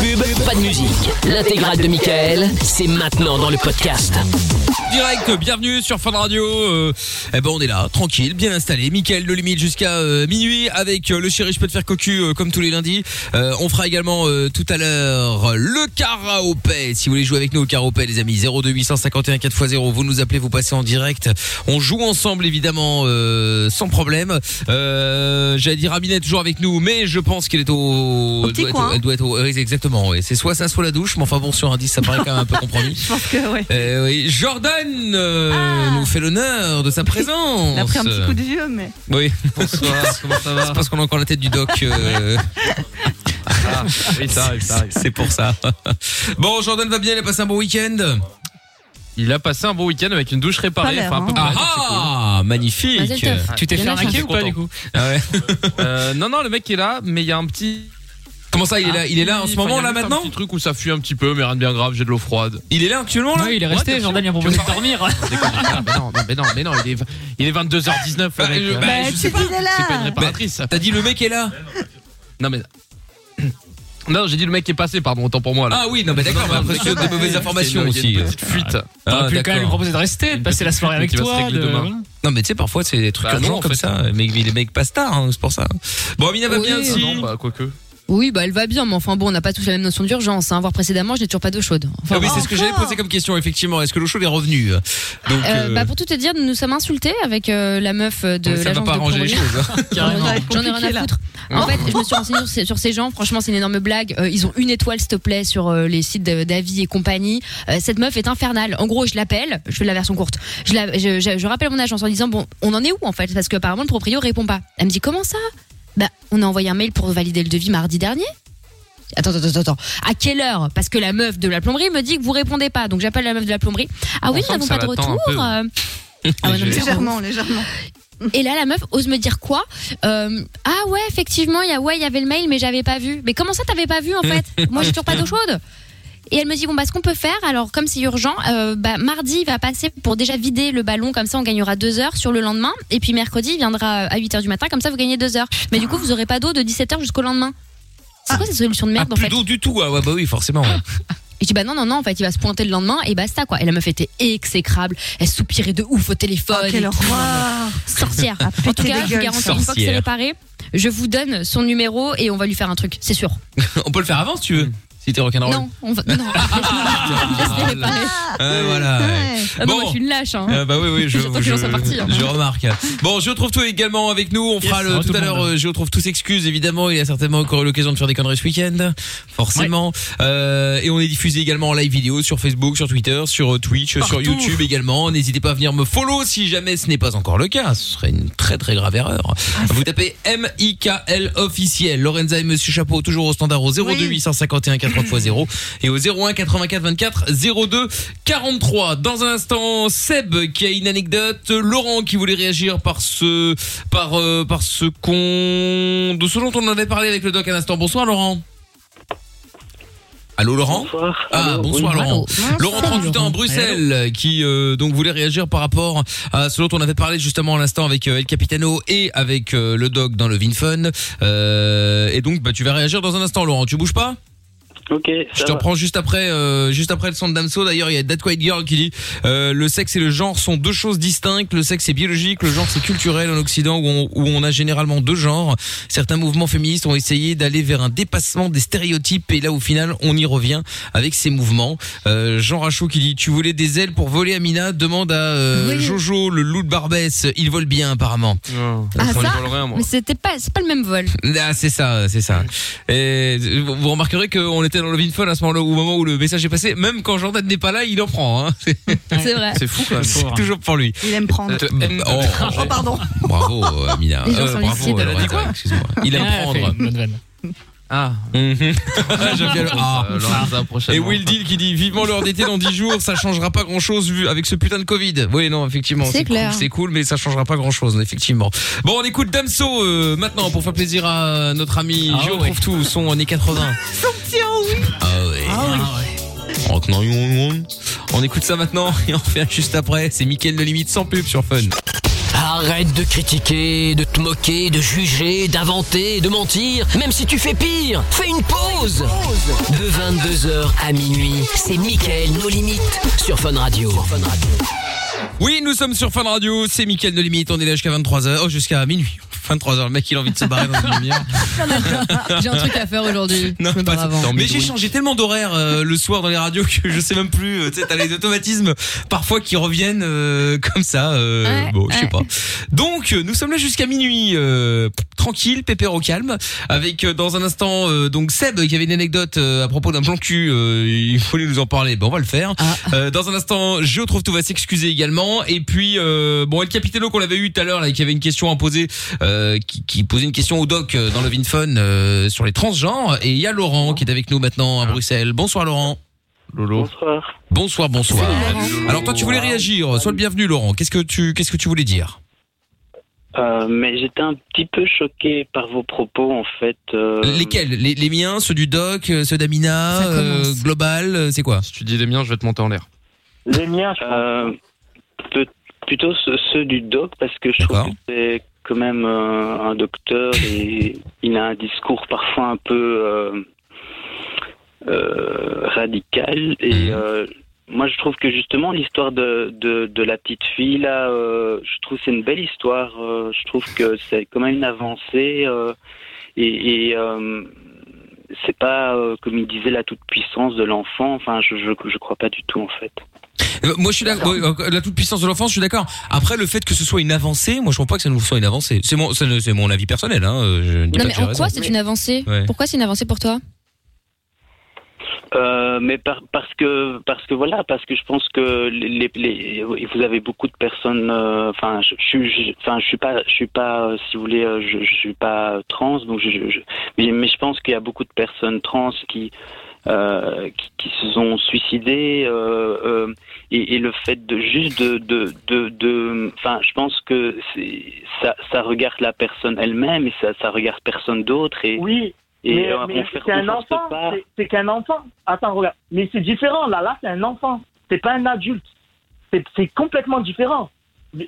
pub, pas de musique. L'intégrale de Michael, c'est maintenant dans le podcast. Direct, bienvenue sur Fun Radio. Euh, eh ben on est là, tranquille, bien installé. Mickaël de limite jusqu'à euh, minuit avec euh, le chéri, je peux te faire cocu euh, comme tous les lundis. Euh, on fera également euh, tout à l'heure le karaopé. Si vous voulez jouer avec nous au karaopé, les amis, 02851 4x0, vous nous appelez, vous passez en direct. On joue ensemble évidemment euh, sans problème. Euh, J'allais dire Amina est toujours avec nous, mais je pense qu'elle est au, petit doit être au- coin. elle doit être au- oui, exactement. oui. C'est soit ça, soit la douche. Mais enfin bon, sur un 10, ça paraît quand même un peu compromis. Je pense que ouais. Euh, oui, Jordan euh, nous fait l'honneur de sa présence. On a pris un petit coup de vieux, mais. Oui, bonsoir, comment ça va C'est parce qu'on a encore la tête du doc. euh. Bah, Ah, oui, ça arrive, ça arrive. C'est pour ça. Bon, Jordan va bien, il a passé un bon week-end. Il a passé un bon week-end avec une douche réparée, Pas l'air, enfin à peu près. Ah ah, Vas-y, magnifique. le teuf. Tu t'es fait arnaquer ou pas, du coup ah ouais. Euh, non, non, le mec est là, mais il y a un petit. Comment ça, il est là, il est là en ce Ah Enfin, moment, il y a là juste Un maintenant petit truc où ça fuit un petit peu, mais rien de bien grave, j'ai de l'eau froide. Il est là actuellement là Oui, il est Ouais, resté, hein. bien Jordan, il a proposé de dormir. mais non, mais non, mais non, il est, il est 22h19. le Bah, mec, je- euh, bah, Bah, je tu sais dis, pas. il est c'est pas une là réparatrice. ça. T'as dit le mec est là Non, mais. Non, j'ai dit le mec est passé, pardon, autant pour moi là. Ah oui, non mais d'accord, mais après c'est des mauvaises informations Il y aussi. a une petite fuite. Ah, T'aurais pu quand d'accord. même lui proposer de rester, de passer la soirée avec qui va se toi. régler de- demain. voilà. Non mais tu sais parfois c'est des trucs Bah non, urgents en comme fait. ça, mais les mecs pas stars, hein, c'est pour ça. Bon Amina va Oui, bien Ah aussi. Non, bah, quoique. Oui, bah elle va bien, mais enfin bon, on n'a pas tous la même notion d'urgence. Hein. Voir précédemment, je n'ai toujours pas d'eau chaude. Enfin, Ah oui, bon. c'est ce que j'avais posé comme question, effectivement. Est-ce que l'eau chaude est revenue Donc, Euh, euh, bah, pour tout te dire, nous nous sommes insultés avec euh, la meuf euh, de ça l'agence va pas de arranger les plomberie. choses. hein. Carrément. Ça va être J'en ai compliqué, rien à là. foutre. Oh. En fait, je me suis renseignée sur ces, sur ces gens. Franchement, c'est une énorme blague. Euh, ils ont une étoile, s'il te plaît, sur euh, les sites de- d'avis et compagnie. Euh, cette meuf est infernale. En gros, je l'appelle. Je fais la version courte. Je, la- je- je- je rappelle mon agence en disant bon, on en est où en fait Parce que apparemment le proprio répond pas. Elle me dit comment ça Bah, on a envoyé un mail pour valider le devis mardi dernier. Attends, attends, attends, attends. À quelle heure Parce que la meuf de la plomberie me dit que vous répondez pas. Donc j'appelle la meuf de la plomberie. Ah oui, On nous n'avons sent que ça pas de l'attend retour. un peu, euh. Ah ouais, non, mais c'est Légèrement, vraiment- légèrement. et là, la meuf ose me dire quoi Euh, Ah ouais, effectivement, il y a, ouais, il y avait le mail, mais j'avais pas vu. Mais comment ça, t'avais pas vu en fait Moi, j'ai toujours pas d'eau chaude. Et elle me dit bon bah ce qu'on peut faire alors comme c'est urgent euh, bah mardi il va passer pour déjà vider le ballon comme ça on gagnera deux heures sur le lendemain et puis mercredi il viendra à 8h du matin comme ça vous gagnez deux heures mais du coup vous aurez pas d'eau de 17h jusqu'au lendemain c'est quoi cette solution de Ah, merde en plus fait d'eau du tout. Ah ouais, bah oui, forcément. ouais. et je dis bah non non non en fait il va se pointer le lendemain et basta quoi et la meuf était exécrable elle soupirait de ouf au téléphone Oh, et quelle tout. horreur Sorcière. Ah, en tout péter des cas, je gueules, vous garantis, sorcière. une fois que c'est réparé, je vous donne son numéro et on va lui faire un truc, c'est sûr. On peut le faire avant si tu veux. Si t'es rock'n'roll. Non, on va. Non, laisse-les réparer. Euh, voilà. ouais. Ouais. Ah non, Bon. moi, je suis une lâche. Hein. Ah bah oui oui je, J'attends qu'il je- en soit parti, hein. je remarque. Bon, je retrouve tout également avec nous. On fera Yes, le, hein, tout, tout à le l'heure. monde. euh, Je retrouve tous excuse évidemment. Il a certainement encore eu l'occasion de faire des conneries ce week-end, forcément. Euh, et on est diffusé également en live vidéo sur Facebook, sur Twitter, sur euh, Twitch, sur YouTube également. N'hésitez pas à venir me follow si jamais ce n'est pas encore le cas. Ce serait une très très grave erreur. Vous tapez M I K L officiel. Lorenza et Monsieur Chapeau toujours au standard au 02851 4 x 0 et au 01 84 24 02 43. Dans un instant, Seb qui a une anecdote, Laurent qui voulait réagir par ce par euh, par ce qu'on de ce dont on avait parlé avec le doc un instant. Bonsoir Laurent. Allô Laurent. Bonsoir. Ah Allô, bonsoir oui. Laurent. Laurent Salut, 38 ans Laurent. à Bruxelles qui euh, donc voulait réagir par rapport à ce dont on avait parlé justement à l'instant avec euh, El Capitano et avec euh, le doc dans le VinFun. Euh, et donc bah, tu vas réagir dans un instant Laurent, tu bouges pas Ok, je ça te va. reprends juste après, euh, juste après le son de Damso. D'ailleurs, il y a That Quiet Girl qui dit euh, le sexe et le genre sont deux choses distinctes. Le sexe est biologique, le genre c'est culturel en Occident où on, où on a généralement deux genres. Certains mouvements féministes ont essayé d'aller vers un dépassement des stéréotypes et là au final on y revient avec ces mouvements. Euh, Jean Rachaud qui dit tu voulais des ailes pour voler Amina demande à euh, Oui. Jojo le loup de Barbès. Il vole bien apparemment. Ah, ça ça rien, moi. Mais c'était pas, c'est pas le même vol. Ah, c'est ça, c'est ça. Et vous vous remarquerez qu'on était dans le Vinfun à ce moment-là, au moment où le message est passé. Même quand Jordan n'est pas là, il en prend. Hein. C'est C'est vrai. C'est fou, quand même. c'est toujours pour lui. Il aime prendre. Oh, Oh, pardon. bravo, euh, Mina. Les gens sont bravo, lucides. euh, Lorenza, Elle a dit quoi excuse-moi. Ah, Il aime prendre. Ah, Mhm. J'aime bien le- Ah. euh, Lorenza, prochainement. Et Will Deal qui dit vivement l'heure d'été dans 10 jours, ça changera pas grand chose vu avec ce putain de Covid. Oui, non, effectivement, C'est c'est cool, clair. c'est cool, mais ça changera pas grand chose, effectivement. Bon, on écoute Damso euh, maintenant pour faire plaisir à notre ami Ah Géo ouais. trouve tout, son années 80. Tiens, oui. Ah ouais. En tenant une ronde, ronde. On écoute ça maintenant et on revient juste après. C'est Mickaël de Limite sans pub sur Fun. Ah, Arrête de critiquer, de te moquer, de juger, d'inventer, de mentir. Même si tu fais pire, fais une pause. De 22h à minuit, c'est Mickaël nos limites sur Fun Radio. Oui, nous sommes sur Fun Radio, c'est Mickaël de Limite, on est là jusqu'à 23h, oh, jusqu'à minuit. 23h, le mec il a envie de se barrer dans une lumière. Ah, J'ai un truc à faire aujourd'hui. Non, Mais pas bon, ça. avant. mais j'ai changé tellement d'horaire euh, le soir dans les radios que je sais même plus. euh, Tu sais, t'as les automatismes parfois qui reviennent euh, comme ça. euh, Ouais, bon, je sais ouais. pas. Donc, euh, nous sommes là jusqu'à minuit, euh, tranquille, pépère au calme, avec euh, dans un instant euh, donc Seb qui avait une anecdote euh, à propos d'un plan cul. euh, il fallait nous en parler. Ben, on va le faire. Ah. Euh, dans un instant, Géo trouve tout va s'excuser également. Et puis, euh, bon, El Capitano qu'on avait eu tout à l'heure, là, qui avait une question à poser, euh, qui, qui posait une question au doc euh, dans le Vinfun euh, sur les transgenres. Et il y a Laurent qui est avec nous maintenant à Bruxelles. Bonsoir Laurent. Lolo. Bonsoir. Bonsoir, bonsoir. Lolo. Alors toi, tu voulais réagir. Sois le bienvenu Laurent. Qu'est-ce que tu, qu'est-ce que tu voulais dire Euh, mais j'étais un petit peu choqué par vos propos, en fait. euh, Lesquels les, les miens, ceux du doc, euh, ceux d'Amina, Ça commence. euh, Global, euh, c'est quoi Si tu dis les miens, je vais te monter en l'air. Les miens, je euh, peut- plutôt ce- ceux du doc, parce que je D'accord. trouve que c'est quand même euh, un docteur et il a un discours parfois un peu euh, euh, radical. Et Mhm. euh, moi, je trouve que justement, l'histoire de, de, de la petite fille, là, euh, je trouve que c'est une belle histoire. euh, je trouve que c'est quand même une avancée. euh, et. et, euh, c'est pas euh, comme il disait la toute puissance de l'enfant. Enfin, je, je je crois pas du tout en fait. Euh, Moi, je suis là, la toute puissance de l'enfance, je suis d'accord. Après, le fait que ce soit une avancée, moi, je trouve pas que ça nous soit une avancée. C'est mon, ça ne- c'est mon avis personnel. Hein. euh, Je ne dis pas Non, mais que j'ai en raison. quoi c'est une avancée Ouais. Pourquoi c'est une avancée pour toi Euh, mais par- parce que parce que voilà parce que je pense que les, les- les- vous avez beaucoup de personnes euh, enfin je, je suis je- enfin je suis pas je suis pas euh, si vous voulez euh, je, je suis pas trans donc je, je- je- mais, mais je pense qu'il y a beaucoup de personnes trans qui euh, qui, qui se sont suicidées euh, euh, et, et le fait de juste de de de de- enfin je pense que c'est ça ça regarde la personne elle-même et ça ça regarde personne d'autre et Oui, et mais, euh, on mais fait- c'est un on force enfant. pas. c'est- C'est qu'un enfant. Attends, regarde. Mais c'est différent, là. Là, c'est un enfant. C'est pas un adulte. C'est- C'est complètement différent.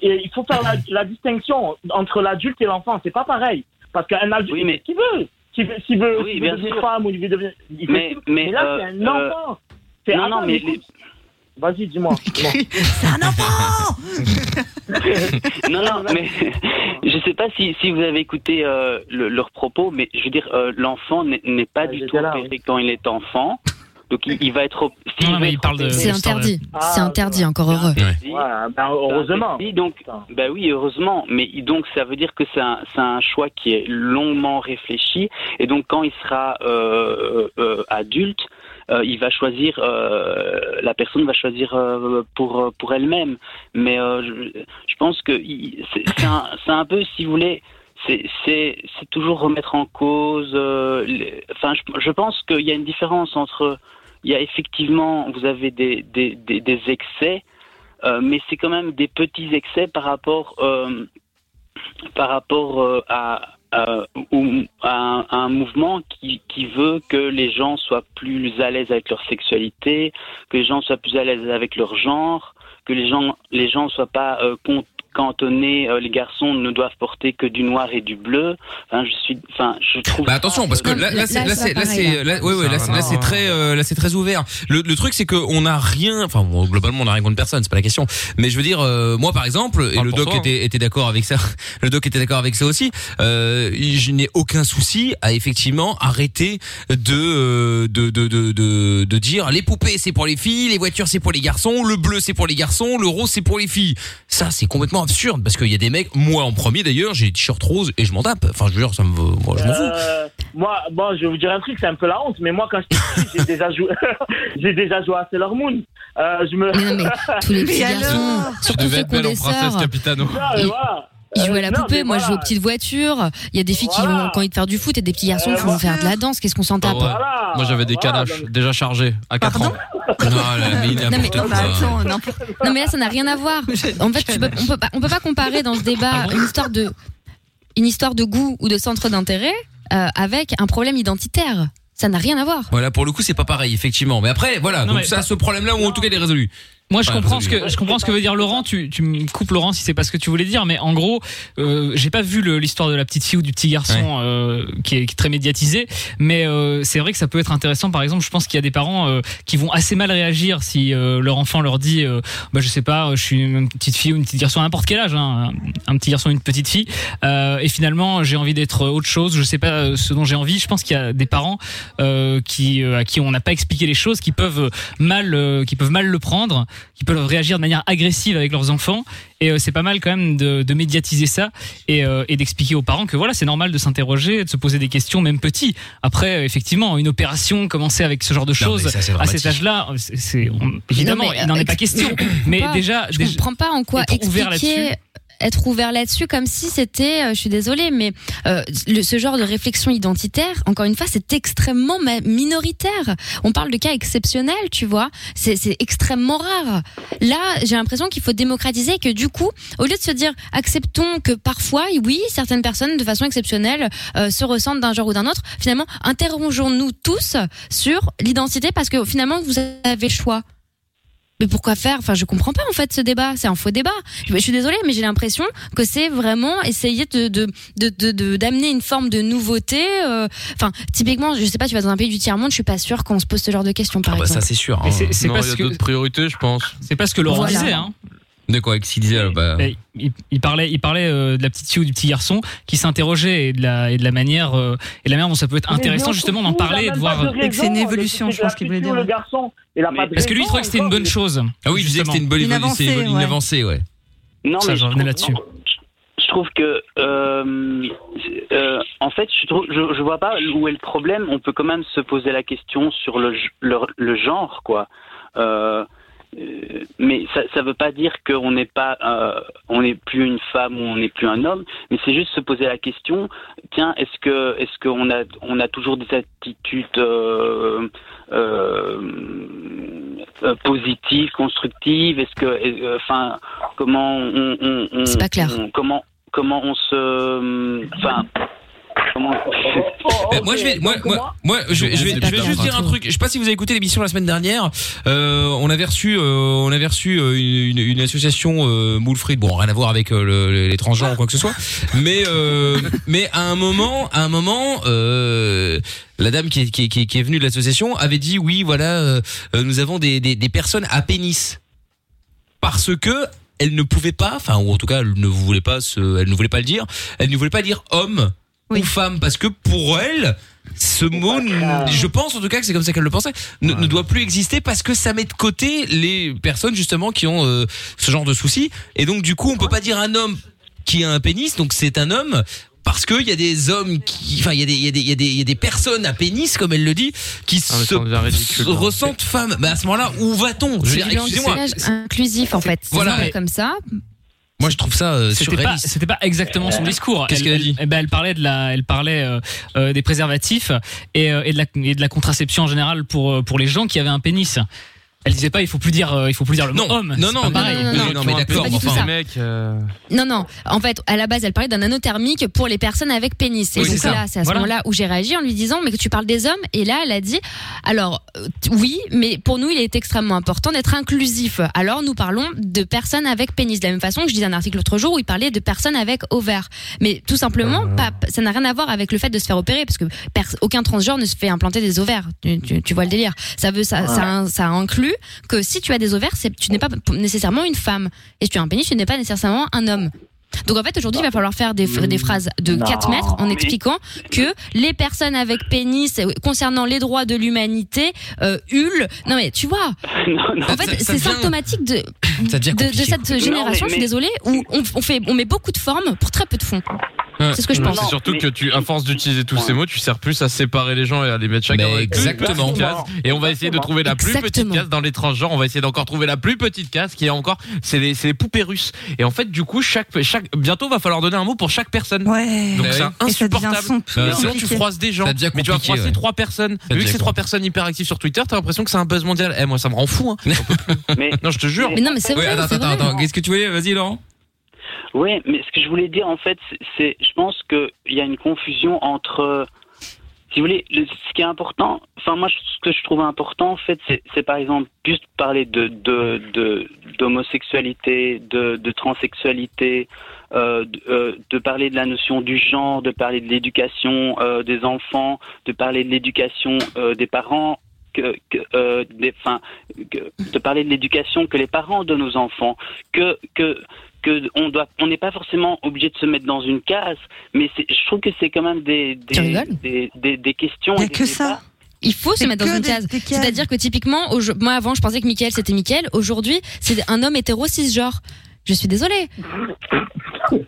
Et il faut faire la, la distinction entre l'adulte et l'enfant. C'est pas pareil. Parce qu'un adulte, Oui, il fait mais- ce qu'il veut. S'il veut, s'il veut, Oui, s'il veut bien devenir sûr. femme ou il veut devenir. il fait Mais- ce qu'il veut. mais, là, euh, c'est un enfant. C'est- non, non, attends, mais écoute. Vas-y, dis-moi. dis-moi. Non, non, mais je sais pas si, si vous avez écouté euh, le- leurs propos, mais je veux dire, euh, l'enfant n'est n'est pas Ah, du j'étais tout là, opéré quand il est enfant. Donc il, il va être. op- s'il Non, veut mais il être parle de- opéré, C'est l'histoire, interdit. Ah, C'est interdit, encore heureux. si, Ouais, ben, heureusement. si, donc, Putain. bah oui, heureusement. Mais il- donc ça veut dire que c'est un, c'est un choix qui est longuement réfléchi. Et donc quand il sera euh, euh, euh, adulte, euh, il va choisir, euh, la personne va choisir euh, pour, pour elle-même. Mais euh, je, je pense que il- c'est c'est un, c'est un peu, si vous voulez, c'est- c'est c'est toujours remettre en cause. euh, les- enfin, je, je pense qu'il y a une différence entre. Il y a effectivement, vous avez des, des, des, des excès, euh, mais c'est quand même des petits excès par rapport, euh, par rapport euh, à, à- ou- à un, à un mouvement qui, qui veut que les gens soient plus à l'aise avec leur sexualité, que les gens soient plus à l'aise avec leur genre, que les gens les gens soient pas euh, con- cantonnés, euh, les garçons ne doivent porter que du noir et du bleu. Enfin, je suis, enfin, je trouve. Bah attention parce que Non, là là, là c'est là, là ça c'est va là pareil, hein. c'est là- ouais ouais là c'est là, c'est très euh, là c'est très ouvert. Le, le truc c'est que on a rien enfin bon, globalement on a rien contre personne, c'est pas la question. Mais je veux dire euh, moi par exemple et Parle le pour doc toi, hein. était était d'accord avec ça. Le doc était d'accord avec ça aussi. Euh, je n'ai aucun souci à effectivement arrêter de euh, de de de de, de dire les poupées c'est pour les filles, les voitures c'est pour les garçons, le bleu c'est pour les garçons, le rose c'est pour les filles. Ça c'est complètement absurde parce qu'il y a des mecs moi en premier d'ailleurs, j'ai des t-shirts roses et je m'en tape. Enfin je veux dire ça me vaut- moi je m'en fous. Euh, moi, bon, je vais vous dire un truc, c'est un peu la honte, mais moi, quand j'étais petit, j'ai déjà joué, j'ai déjà joué à Sailor Moon. Euh, je me. Mais non, mais tous les petits Mais garçons, alors surtout ceux qui ont des sœurs, Capitano. Ah, Non, mais Ah, voilà. ils jouent à la Euh, non, poupée. mais Moi, je joue voilà. aux petites voitures. Il y a des filles qui Voilà. Euh, vont, qui ont envie de faire du foot et des petits garçons qui vont voilà. faire de la danse. Qu'est-ce qu'on s'en tape Ah ouais. Voilà. Moi j'avais des Voilà, calaches donc, déjà chargés à 4 Pardon ans. Non, là, mais il a Non, mais- Non, mais n'importe oh, bah, quoi. attends, non. Non, mais là, ça n'a rien à voir. En fait, tu peux- on peut pas, on peut pas comparer dans ce Ah débat une histoire de, une histoire de goût ou de centre d'intérêt euh, avec un problème identitaire. Ça n'a rien à voir. Voilà, pour le coup, c'est pas pareil, effectivement. Mais après, voilà, Non, donc mais ça, ce problème-là, ou en tout cas, il est résolu. Moi, je Pas comprends ce absolu. que je comprends ce que veut dire Laurent. Tu, tu me coupes Laurent si c'est pas ce que tu voulais dire, mais en gros, euh, j'ai pas vu le- l'histoire de la petite fille ou du petit garçon euh, qui, est, qui est très médiatisé, mais euh, c'est vrai que ça peut être intéressant. Par exemple, je pense qu'il y a des parents euh, qui vont assez mal réagir si euh, leur enfant leur dit, euh, bah je sais pas, euh, je suis une petite fille ou une petite garçon à n'importe quel âge, hein, un, un petit garçon, une petite fille, euh, et finalement j'ai envie d'être autre chose. Je sais pas euh, ce dont j'ai envie. Je pense qu'il y a des parents euh, qui euh, à qui on n'a pas expliqué les choses, qui peuvent euh, mal, euh, qui peuvent mal le prendre, qui peuvent réagir de manière agressive avec leurs enfants. Et euh, c'est pas mal quand même de, de médiatiser ça et, euh, et d'expliquer aux parents que voilà, c'est normal de s'interroger, de se poser des questions, même petits. Après, euh, effectivement, une opération commencer avec ce genre de choses mais ça, c'est à dramatique. cet âge-là, euh, c'est- c'est on- évidemment, Non, mais, il n'en euh, est pas ex- question. je comprends Mais pas. déjà, je déjà- comprends pas en quoi être ouvert expliquer là-dessus. être ouvert là-dessus comme si c'était, euh, je suis désolée, mais euh, le- ce genre de réflexion identitaire, encore une fois, c'est extrêmement ma- minoritaire. On parle de cas exceptionnels, tu vois. C'est c'est extrêmement rare. Là, j'ai l'impression qu'il faut démocratiser et que du coup, au lieu de se dire acceptons que parfois, oui, certaines personnes de façon exceptionnelle euh, se ressentent d'un genre ou d'un autre, finalement, interrogeons-nous tous sur l'identité parce que finalement, vous avez le choix. Mais pourquoi faire Enfin, je comprends pas en fait ce débat. C'est un faux débat. Je, je suis désolée, mais j'ai l'impression que c'est vraiment essayer de de de- de- de- d'amener une forme de nouveauté. euh. Enfin, typiquement, je sais pas, tu vas dans un pays du tiers monde, je suis pas sûre qu'on se pose ce genre de questions, par Ah bah ça exemple. c'est sûr. Mais c'est- c'est Non, pas il y ce a que- d'autres priorités, je pense. c'est pas ce que Laurent Voilà. disait. Hein. De quoi Qu'est-ce qu'il disait là, bah, Mais il, il parlait, il parlait euh, de la petite fille ou du petit garçon qui s'interrogeait et de la et de la manière euh, et de la manière dont ça peut être intéressant justement d'en parler et de voir. euh, Et que c'est euh, une évolution, je pense qu'il voulait dire. Le garçon, il a Mais- pas de Parce que lui, il trouvait que c'était une bonne raison, chose. Ah oui, je disais que c'était une bonne Une évolution, c'est une, avancée, bonne- une ouais. avancée, ouais. Non, Ça, mais j'en je revenais trouve- là-dessus. Je trouve que, euh, euh, en fait, je, trouve, je, je vois pas où est le problème. On peut quand même se poser la question sur le, g- le, le genre, quoi. Euh, euh, mais ça, ça veut pas dire qu'on n'est pas, euh, on n'est plus une femme ou on n'est plus un homme. Mais c'est juste se poser la question. Tiens, est-ce que, est-ce qu'on a, on a toujours des attitudes euh, euh, euh, positives, constructives Est-ce que, est- euh, enfin, comment on, on, on- C'est pas clair. on- comment, comment on se, euh, enfin, comment Oh, oh, Bah, moi, je vais, ok. moi, Donc, moi, moi, je, vais- je vais, je vais D'accord. juste dire un truc. Je sais pas si vous avez écouté l'émission la semaine dernière. Euh, on avait reçu, euh, on avait reçu euh, une, une- une association euh, Moule Frites. Bon, rien à voir avec euh, le- le- les transgenres ou quoi que ce soit. Mais, euh, mais à un moment, à un moment, euh, la dame qui est, qui, est- qui est- qui est venue de l'association avait dit oui, voilà, euh, euh, nous avons des, des, des personnes à pénis parce que elle ne pouvait pas, enfin ou en tout cas elle ne voulait pas, se, elle ne voulait pas le dire, elle ne voulait pas dire homme Oui. ou femme parce que pour elle ce mot, n- je pense en tout cas que c'est comme ça qu'elle le pensait, ne, ne doit plus exister parce que ça met de côté les personnes justement qui ont euh, ce genre de soucis et donc du coup on peut pas dire un homme qui a un pénis donc c'est un homme parce qu'il y a des hommes qui, enfin il y a des il y a des il y a des- il y a des personnes à pénis comme elle le dit qui Ah, mais se ça devient ridicule, se hein. ressentent femmes. Mais à ce moment-là, où va-t-on Je veux C'est dire, du excusez-moi. langage inclusif en fait. C'est Voilà. pas comme ça. Moi, je trouve ça euh, C'était pas, surréaliste. c'était pas exactement son discours. Qu'est-ce Elle- qu'elle a elle- dit eh ben, elle parlait de la, elle parlait euh, euh, des préservatifs et, euh, et de la, et de la contraception en général pour euh, pour les gens qui avaient un pénis. Elle disait pas, il faut plus dire, euh, il faut plus dire le Non, mot homme. non, C'est non, pas non, pareil. non, non, non, Les mais gens qui ont un peu d'accord, mais des enfin. mecs, euh, Non, non. En fait, à la base, elle parlait d'un anothermique pour les personnes avec pénis. Et Oui, donc c'est ça. là, c'est à ce Voilà. moment-là où j'ai réagi en lui disant, mais que tu parles des hommes. Et là, elle a dit, alors, euh, t- oui, mais pour nous, il est extrêmement important d'être inclusif. Alors, nous parlons de personnes avec pénis. De la même façon que je disais un article l'autre jour où il parlait de personnes avec ovaires. Mais tout simplement, Ah. pas, ça n'a rien à voir avec le fait de se faire opérer, parce que pers- aucun transgenre ne se fait implanter des ovaires. Tu, tu- tu vois le délire. Ça veut, ça, ça, ça inclut que si tu as des ovaires, c'est- tu n'es pas p- nécessairement une femme. Et si tu as un pénis, tu n'es pas nécessairement un homme. Donc en fait aujourd'hui il va falloir faire des, des phrases de 4 mètres en expliquant que les personnes avec pénis euh, concernant les droits de l'humanité euh, hulent. Non mais tu vois, non, non. Ça- en fait ça c'est devient- symptomatique de, Ça devient de, de compliqué. cette génération, mais- je suis désolée, où on, on fait, on met beaucoup de formes pour très peu de fond. Ouais. C'est ce que je non, pense. Mmh. C'est surtout que tu, à force d'utiliser tous ces mots, tu sers plus à séparer les gens et à les mettre chacun Mais dans les plus exactement. petites cases. Et on va essayer de trouver la plus petite Exactement. case dans les transgenres. On va essayer d'encore trouver la plus petite case qui est encore, c'est les, c'est les poupées russes. Et en fait, du coup, chaque, chaque, bientôt va falloir donner un mot pour chaque personne. Ouais. Donc Ouais. c'est Et ça devient insupportable. son Euh, Sinon, tu compliqué. croises des gens. Ça devient Mais tu vas compliqué, croiser ouais. trois personnes. Vu que devient c'est trois personnes hyper actives sur Twitter, t'as l'impression que c'est un buzz mondial. Eh, moi, ça me rend fou, hein. Mais Non, je te jure. Mais non mais c'est Oui, vrai, attends, c'est attends, vrai. attends. Qu'est-ce que tu voulais Vas-y, Laurent. Oui, mais ce que je voulais dire en fait, c'est- c'est, je pense qu'il y a une confusion entre si vous voulez, le- ce qui est important, enfin moi, ce que je trouve important, en fait, c'est c'est par exemple juste parler de de- de- d'homosexualité, de, de, transsexualité, euh, de, euh, de parler de la notion du genre, de parler de l'éducation euh, des enfants, de parler de l'éducation euh, des parents. Que, que, euh, des, enfin, que- de parler de l'éducation que les parents donnent aux enfants, que, que, que on doit, on n'est pas forcément obligé de se mettre dans une case, mais c'est- je trouve que c'est quand même des, des, des, des- des questions. et des débats. Il faut se C'est mettre dans que une des- case. des cases. C'est-à-dire que typiquement, aujo- moi avant, je pensais que Michael c'était Michael. Aujourd'hui, c'est un homme hétéro cisgenre. Je suis désolée. Non,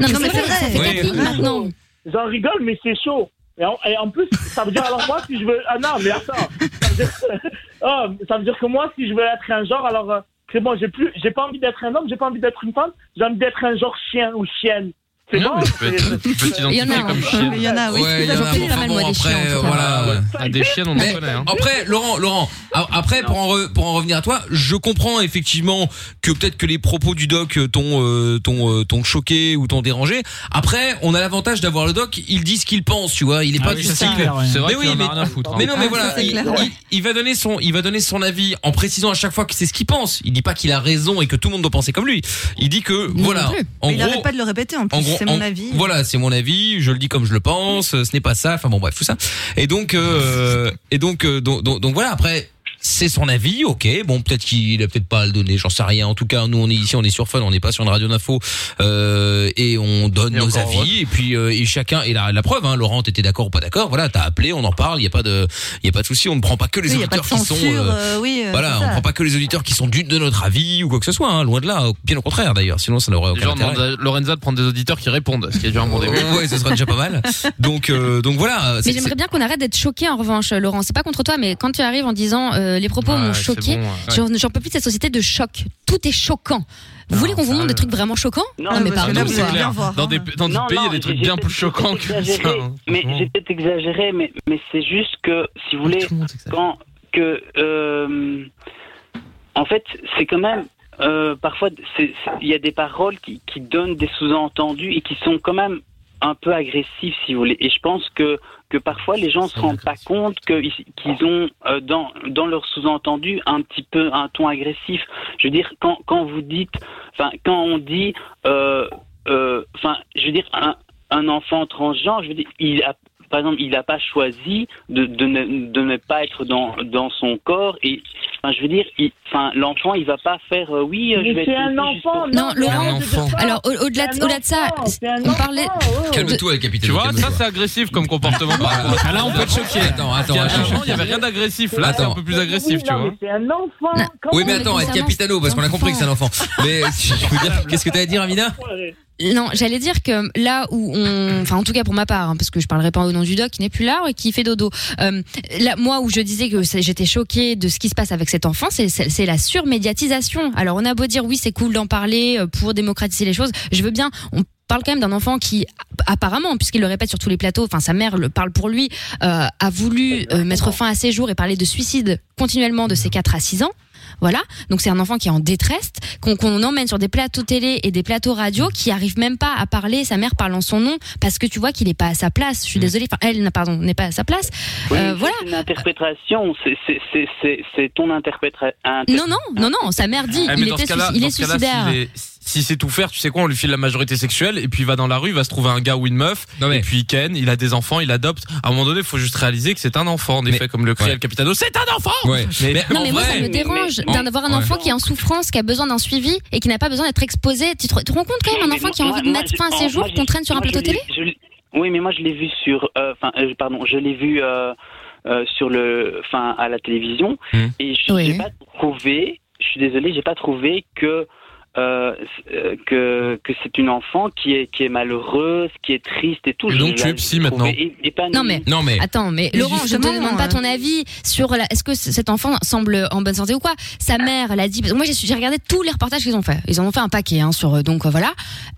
mais c'est vrai, ça fait quatre lignes maintenant. J'en rigole, mais c'est chaud. Et en, et en plus, ça veut dire alors moi si je veux. Ah non, mais attends. Ça veut dire, Ah, ça veut dire que moi si je veux être un genre, alors euh, c'est bon, j'ai plus, j'ai pas envie d'être un homme, j'ai pas envie d'être une femme, j'ai envie d'être un genre chien ou chienne. C'est bon. Tu peux t'identifier Il y en a, comme hein. chien. Bah, Il y en a, oui. Ouais, il y en a, mais enfin bon, après, euh, voilà. ouais. Ah, des chiennes, on en Mais connaît. hein. Après, Laurent, Laurent, a- après, pour en, re- pour en revenir à toi, je comprends effectivement que peut-être que les propos du doc euh, t'ont, euh, t'ont, euh, t'ont choqué ou t'ont dérangé. Après, on a l'avantage d'avoir le doc, il dit ce qu'il pense, tu vois, il est Ah pas du oui, ça, c'est style. clair, ouais. C'est vrai mais oui, qu'il en a mais, rien à foutre, hein. mais non, mais Ah, voilà, ça, c'est il, clair, il- ouais. il va donner son, il va donner son avis en précisant à chaque fois que c'est ce qu'il pense. Il dit pas qu'il a raison et que tout le monde doit penser comme lui. Il dit que, voilà, en Mais il gros, arrête pas de le répéter en plus, en gros, c'est mon en- avis. Voilà, c'est mon avis. Je le dis comme je le pense. euh, Ce n'est pas ça. Enfin bon, bref, tout ça. Et donc, euh, et donc, euh, donc, donc, donc voilà. Après, c'est son avis. Ok. Bon, peut-être qu'il a peut-être pas à le donner. J'en sais rien. En tout cas, nous, on est ici, on est sur Fun, on n'est pas sur une radio d'info, euh, et on donne Et nos encore avis. Et puis, euh, et chacun. Et la, la preuve, hein, Laurent, t'étais d'accord ou pas d'accord Voilà, t'as appelé, on en parle. Il y a pas de, il y a pas de souci. On ne prend pas que les Oui, y a pas de auditeurs qui sont. censure, euh, euh, oui, euh, voilà, c'est on ça. prend pas que les auditeurs qui sont du, de notre avis ou quoi que ce soit. hein, loin de là. Bien au contraire, d'ailleurs. Sinon, ça n'aurait Les aucun gens intérêt. demandent à Lorenza de prendre des auditeurs qui répondent, ce qui est déjà un bon début. Ouais, ce sera déjà pas mal. Donc, euh, donc voilà. Mais c'est- j'aimerais bien qu'on arrête d'être choqué en revanche, Laurent. C'est pas contre toi, mais quand tu arrives en disant euh, les propos Ouais, m'ont c'est choqué, bon, ouais. j'en- j'en peux plus de cette société de choc. Tout est choquant. Vous voulez qu'on vous montre des trucs vraiment choquants Non, mais parce que là, pardon. vous quoi. allez bien voir. Dans des dans Non, du pays, il y a non, des trucs j'ai- bien j'ai plus peut-être choquants que exagéré, ça. hein. Mais j'ai peut-être exagéré, mais, mais c'est juste que, si vous voulez, quand que, euh, en fait, c'est quand même. euh, parfois, c'est- c'est- il y a des paroles qui, qui donnent des sous-entendus et qui sont quand même un peu agressifs, si vous voulez. Et je pense que, que parfois les gens se rendent pas compte que- qu'ils ont euh, dans, dans leur sous-entendu un petit peu un ton agressif. Je veux dire, quand, quand vous dites, enfin, quand on dit, euh, euh, enfin, je veux dire, un, un enfant transgenre, je veux dire, il a, par exemple, il n'a pas choisi de, de, ne, de ne pas être dans, dans son corps. Et, enfin, je veux dire, il- enfin, l'enfant, il va pas faire, euh, oui, euh, je vais Mais c'est être un aussi juste enfant. Non, Un Laurent. enfant. Alors au- au-delà de- au-delà de ça, on parlait. oh, Calme-toi, le capitaine. Tu vois, calme-toi. ça c'est agressif comme comportement. Ah, là, on peut être choqué. Attends, attends, attends. il n'y avait rien d'agressif. Là, c'est un Attends. peu plus agressif, tu vois. C'est un enfant. Oui, mais attends, être capitano, parce qu'on a compris que c'est un enfant. Mais je veux dire, qu'est-ce que t'as à dire, Amina Non, j'allais dire que là où on, enfin en tout cas pour ma part, hein, parce que je parlerai pas au nom du doc qui n'est plus là et qui fait dodo. Euh, là, moi où je disais que c'est- j'étais choquée de ce qui se passe avec cet enfant, c'est- c'est c'est la surmédiatisation. Alors on a beau dire oui c'est cool d'en parler euh, pour démocratiser les choses, je veux bien. On parle quand même d'un enfant qui apparemment, puisqu'il le répète sur tous les plateaux, enfin sa mère le parle pour lui, euh, a voulu euh, mettre fin à ses jours et parler de suicide continuellement de ses 4 à 6 ans. Voilà, donc c'est un enfant qui est en détresse, qu'on qu'on emmène sur des plateaux télé et des plateaux radio, qui arrive même pas à parler, sa mère parlant son nom, parce que tu vois qu'il est pas à sa place. Je Mm. suis désolée, enfin elle, n'a- pardon, n'est pas à sa place. Oui, Euh, mais voilà. C'est une interprétation, c'est- c'est- c'est- c'est c'est ton interprétation. Non, non, non, non, sa mère dit, Eh, mais il, dans était ce cas-là- suici- il dans est ce cas-là, suicidaire. s'il est- Si c'est tout faire, tu sais quoi, on lui file la majorité sexuelle et puis il va dans la rue, il va se trouver un gars ou une meuf. Et puis il ken, il a des enfants, il adopte. À un moment donné, il faut juste réaliser que c'est un enfant. En effet, comme le criait le capitano, c'est un enfant Non mais moi ça me dérange en- d'en avoir un ouais. enfant qui est en souffrance, qui a besoin d'un suivi et qui n'a pas besoin d'être exposé. Tu te, tu te rends compte quand même un enfant qui a envie de mettre fin à ses jours qu'on traîne sur un plateau télé Oui, mais moi je l'ai vu sur, euh, enfin, euh, pardon, je l'ai vu euh, euh, sur le, enfin, à la télévision, Hmm. et je n'ai pas trouvé, je suis désolé, j'ai pas trouvé que euh, c- euh, que, que c'est une enfant qui est qui est malheureuse, qui est triste et tout. Et Je donc, l'ai tu es psy maintenant. trouvé é- épanouie. Non mais, attends, mais, Laurent, je te justement, demande pas ton avis sur la- est-ce que c- cet enfant semble en bonne santé ou quoi Sa mère l'a dit. parce que Moi, j'ai su- j'ai regardé tous les reportages qu'ils ont fait. Ils en ont fait un paquet hein, sur euh, donc euh, voilà.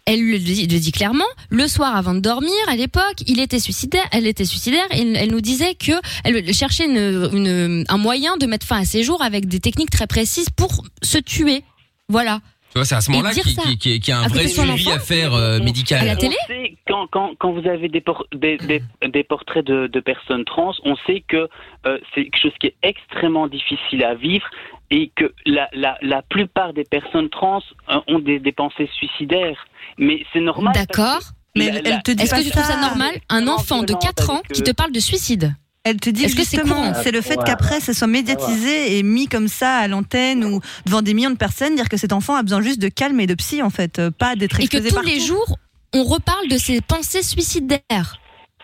Elle le dit, le dit clairement. Le soir, avant de dormir, à l'époque, il était suicidaire. Elle était suicidaire. Et elle- elle nous disait que elle cherchait une- une- un moyen de mettre fin à ses jours avec des techniques très précises pour se tuer. Voilà. Tu vois, c'est à ce Et moment-là dire qu'il ça. qui, qui, qui y a un Ah, À vrai côté de son suivi enfant. à faire euh, médical. On sait, quand, quand, quand vous avez des, por- des, des, des portraits de, de personnes trans, on sait que euh, c'est quelque chose qui est extrêmement difficile à vivre et que la, la, la plupart des personnes trans euh, ont des, des pensées suicidaires. Mais c'est normal. D'accord. Mais Est-ce que tu trouves ça normal Un enfant de 4 ans qui te parle de suicide Elle te dit Est-ce que c'est justement, courant c'est le fait Ouais. qu'après ça soit médiatisé et mis comme ça à l'antenne ou devant des millions de personnes, dire que cet enfant a besoin juste de calme et de psy en fait, euh, pas d'être Et que exposé tous partout. les jours, on reparle de ses pensées suicidaires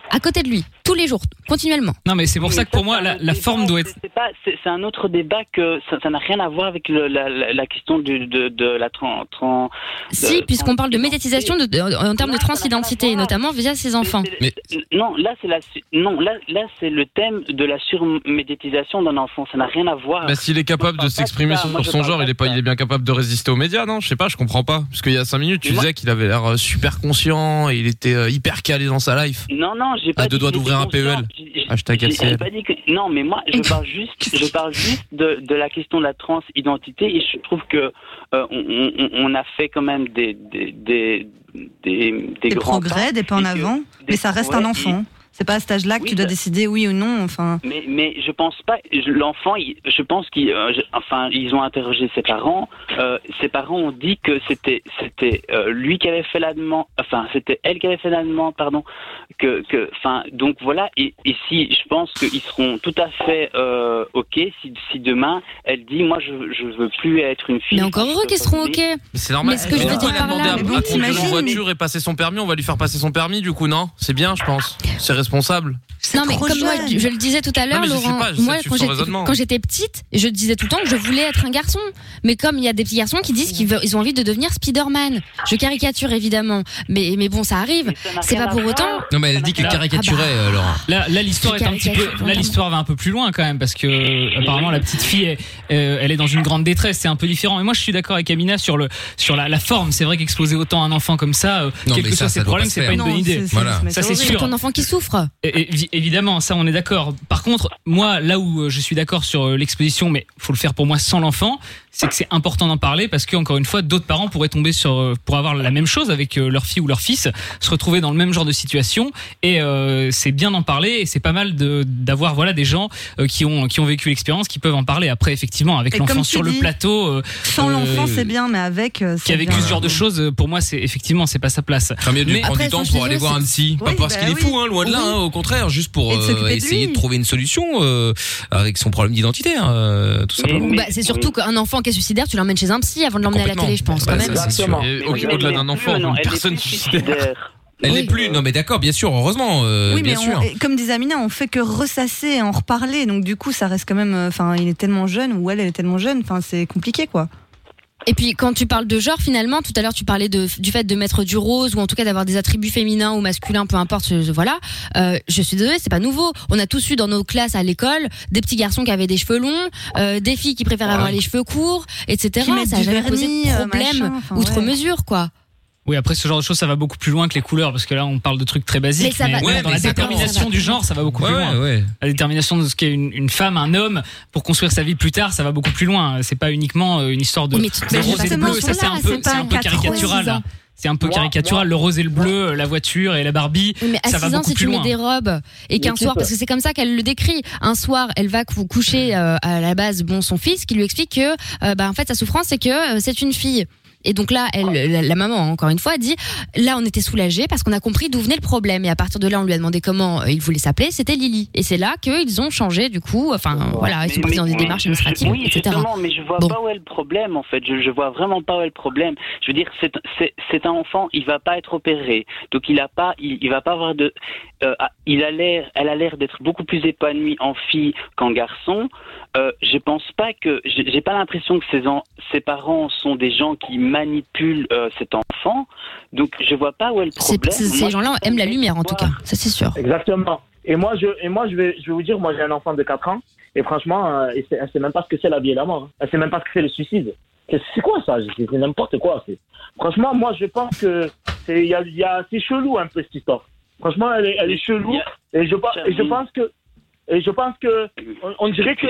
à côté de lui, tous les jours, continuellement. Non, mais c'est pour ça que pour moi, la, la forme doit être. C'est pas- c'est- c'est un autre débat que ça ça n'a rien à voir avec le- la, la, la question du, de, de la trans. trans Si, de- puisqu'on parle de médiatisation de- de- en termes de transidentité, notamment via ses enfants. Euh, Non, là c'est la su- non là là c'est le thème de la surmédiatisation d'un enfant. Ça n'a rien à voir. Bah, s'il est capable de s'exprimer ça. sur Moi, je son parle genre, pas il est pas, il est bien capable de résister aux médias, non Je sais pas, je comprends pas. Parce qu'il y a 5 minutes, tu Moi- disais qu'il avait l'air euh, super conscient, et il était euh, hyper calé dans sa life. Non, non, j'ai pas. À deux dit doigts qu'il était d'ouvrir un conscient. PEL. J'ai- j'ai- Hashtag j'ai- LCL. j'ai pas dit que- Non, mais moi, je parle juste, je parle juste de, de la question de la transidentité et je trouve que euh, on, on- on a fait quand même des des des des, Des, grands pas. progrès, des pas en avant, mais ça reste un ouais, enfant. C'est pas à cet âge-là que tu dois décider oui bah- ou non. Enfin, Hein. Mais, mais je pense pas. je- L'enfant, il- je pense qu'ils, euh, je- enfin, ils ont interrogé ses parents. Euh, ses parents ont dit que c'était, c'était euh, lui qui avait fait la demande. Enfin, c'était elle qui avait fait la demande, pardon. Que, que, enfin, donc voilà. Et, et si, je pense qu'ils seront tout à fait euh, ok si, si demain elle dit, moi, je, je veux plus être une fille. Mais encore heureux qu'ils seront OK. C'est normal. Mais ce que je veux Pourquoi dire il par a demandé là, à- mais bon, à conduire t'imagines, une voiture et passer son permis, on va lui faire passer son permis du coup, non C'est bien, je pense. C'est responsable. Non mais comme moi, je je le disais tout à l'heure, mais je sais Laurent. pas, j'essaie moi, de suivre quand son j'étais- raisonnement. quand j'étais petite, je disais tout le temps que je voulais être un garçon. Mais comme il y a des petits garçons qui disent qu'ils veulent- ils ont envie de devenir Spider-Man, je caricature évidemment. Mais mais bon, ça arrive. C'est pas pour autant. Non, mais elle dit qu'elle Ah bah. caricaturait, euh, Laurent. Là, là, l'histoire est un petit peu. Là, l'histoire va un peu plus loin quand même parce que euh, apparemment la petite fille, est, euh, elle est dans une grande détresse. C'est un peu différent. Et moi, je suis d'accord avec Amina sur le sur la, la forme. C'est vrai qu'exposer autant un enfant comme ça, euh, Non, quel mais que ça, soit ça ses doit problèmes, pas se c'est pas faire. une bonne Non, idée. c'est- Voilà. Ça, c'est C'est sûr. ton enfant qui souffre. Et- et- évidemment, ça on est d'accord. Par contre, moi, là où euh, je suis d'accord sur euh, l'exposition, mais faut le faire pour moi sans l'enfant, c'est que c'est important d'en parler parce que encore une fois, d'autres parents pourraient tomber sur euh, pour avoir la même chose avec euh, leur fille ou leur fils, se retrouver dans le même genre de situation. Et euh, c'est bien d'en parler et c'est pas mal de- d'avoir voilà des gens euh, qui ont qui ont vécu l'expérience, qui peuvent en parler après effectivement avec Et comme l'enfant tu sur le dis, plateau. euh, sans euh, l'enfant c'est bien, mais avec. euh, Qui a c'est vécu bien. ce genre de choses, euh, pour moi, c'est effectivement, c'est pas sa place. mieux de lui prendre du temps pour aller voir un psy. pas bah parce qu'il est fou, hein, loin de là, hein, au contraire, juste pour Et de s'occuper euh, de essayer lui. de trouver une solution euh, avec son problème d'identité, hein, euh, tout simplement. Bah, c'est surtout qu'un enfant qui est suicidaire, tu l'emmènes chez un psy avant de l'emmener à la Complètement. télé, je pense Bah, quand ça, même. c'est sûr. Et Mais au- oui, mais Au-delà elle d'un est enfant, plus, non, une elle est personne suicidaire. Elle n'est plus, non mais d'accord, bien sûr, heureusement, euh, Oui, mais bien on- sûr. et comme disait Amina, on fait que ressasser et en reparler. Donc du coup, ça reste quand même. euh, Enfin, il est tellement jeune ou elle, elle est tellement jeune. Enfin, c'est compliqué quoi. Et puis quand tu parles de genre, finalement, tout à l'heure tu parlais de, du fait de mettre du rose ou en tout cas d'avoir des attributs féminins ou masculins, peu importe, je- je- voilà. Euh, je suis désolée, c'est pas nouveau. On a tous eu dans nos classes à l'école des petits garçons qui avaient des cheveux longs, euh, des filles qui préfèrent avoir les cheveux courts, etc. Qui mettent ça a du jamais posé vernis, de euh, problème machin, enfin, outre ouais. mesure, quoi. Oui, après ce genre de choses, ça va beaucoup plus loin que les couleurs, parce que là, on parle de trucs très basiques. Mais ça va- Ouais, dans mais la ça va- ça détermination va- du genre, ça va beaucoup plus Ouais, loin. La détermination de ce qu'est une, une femme, un homme, pour construire sa vie plus tard, ça va beaucoup plus loin. C'est pas uniquement euh, une histoire de, Mais tu- mais de rose et de justement, bleu. Ça, c'est un là, peu, c'est pas c'est un peu quatre ans, caricatural. six ans. là. C'est un peu caricatural. Le rose et le bleu, la voiture et la Barbie, Oui, Mais à ça va 6 ans, beaucoup si plus tu mets loin. des robes et qu'un Mais c'est soir, pas- parce que c'est comme ça qu'elle le décrit, un soir, elle va cou- coucher euh, à la base, bon, son fils, qui lui explique que, euh, bah, en fait, sa souffrance, c'est que euh, c'est une fille. Et donc là, elle, la, la maman, hein, encore une fois, dit là, on était soulagés parce qu'on a compris d'où venait le problème. Et à partir de là, on lui a demandé comment euh, il voulait s'appeler. C'était Lily. Et c'est là qu'ils ont changé, du coup. Enfin, voilà, ils sont partis dans des démarches administratives, Oui, etc. justement, mais je vois pas où est le problème en fait. Je, je vois vraiment pas où est le problème. Je veux dire, c'est c'est- c'est un enfant, il va pas être opéré, donc il a pas, il, il va pas avoir de, euh, ah, il a l'air, elle a l'air d'être beaucoup plus épanouie en fille qu'en garçon. Euh, je pense pas que, j'ai j'ai pas l'impression que ses, en- ses parents sont des gens qui manipulent euh, cet enfant. Donc je vois pas où est le C'est- problème. c'est- Ces Moi, gens-là aiment la lumière, en tout cas. Ça, c'est sûr. Exactement. Et moi, je, et moi je, vais, je vais vous dire, moi j'ai un enfant de 4 ans, et franchement, euh, elle sait, elle sait même pas ce que c'est la vie et la mort. hein. Elle sait même pas ce que c'est le suicide. C'est c'est quoi ça C'est c'est n'importe quoi. c'est- Franchement, moi je pense que c'est il y a, il y a- c'est chelou un peu cette histoire. Franchement, elle est, elle est chelou, et je, pe- et je pense que. Et je pense que. On, on dirait que.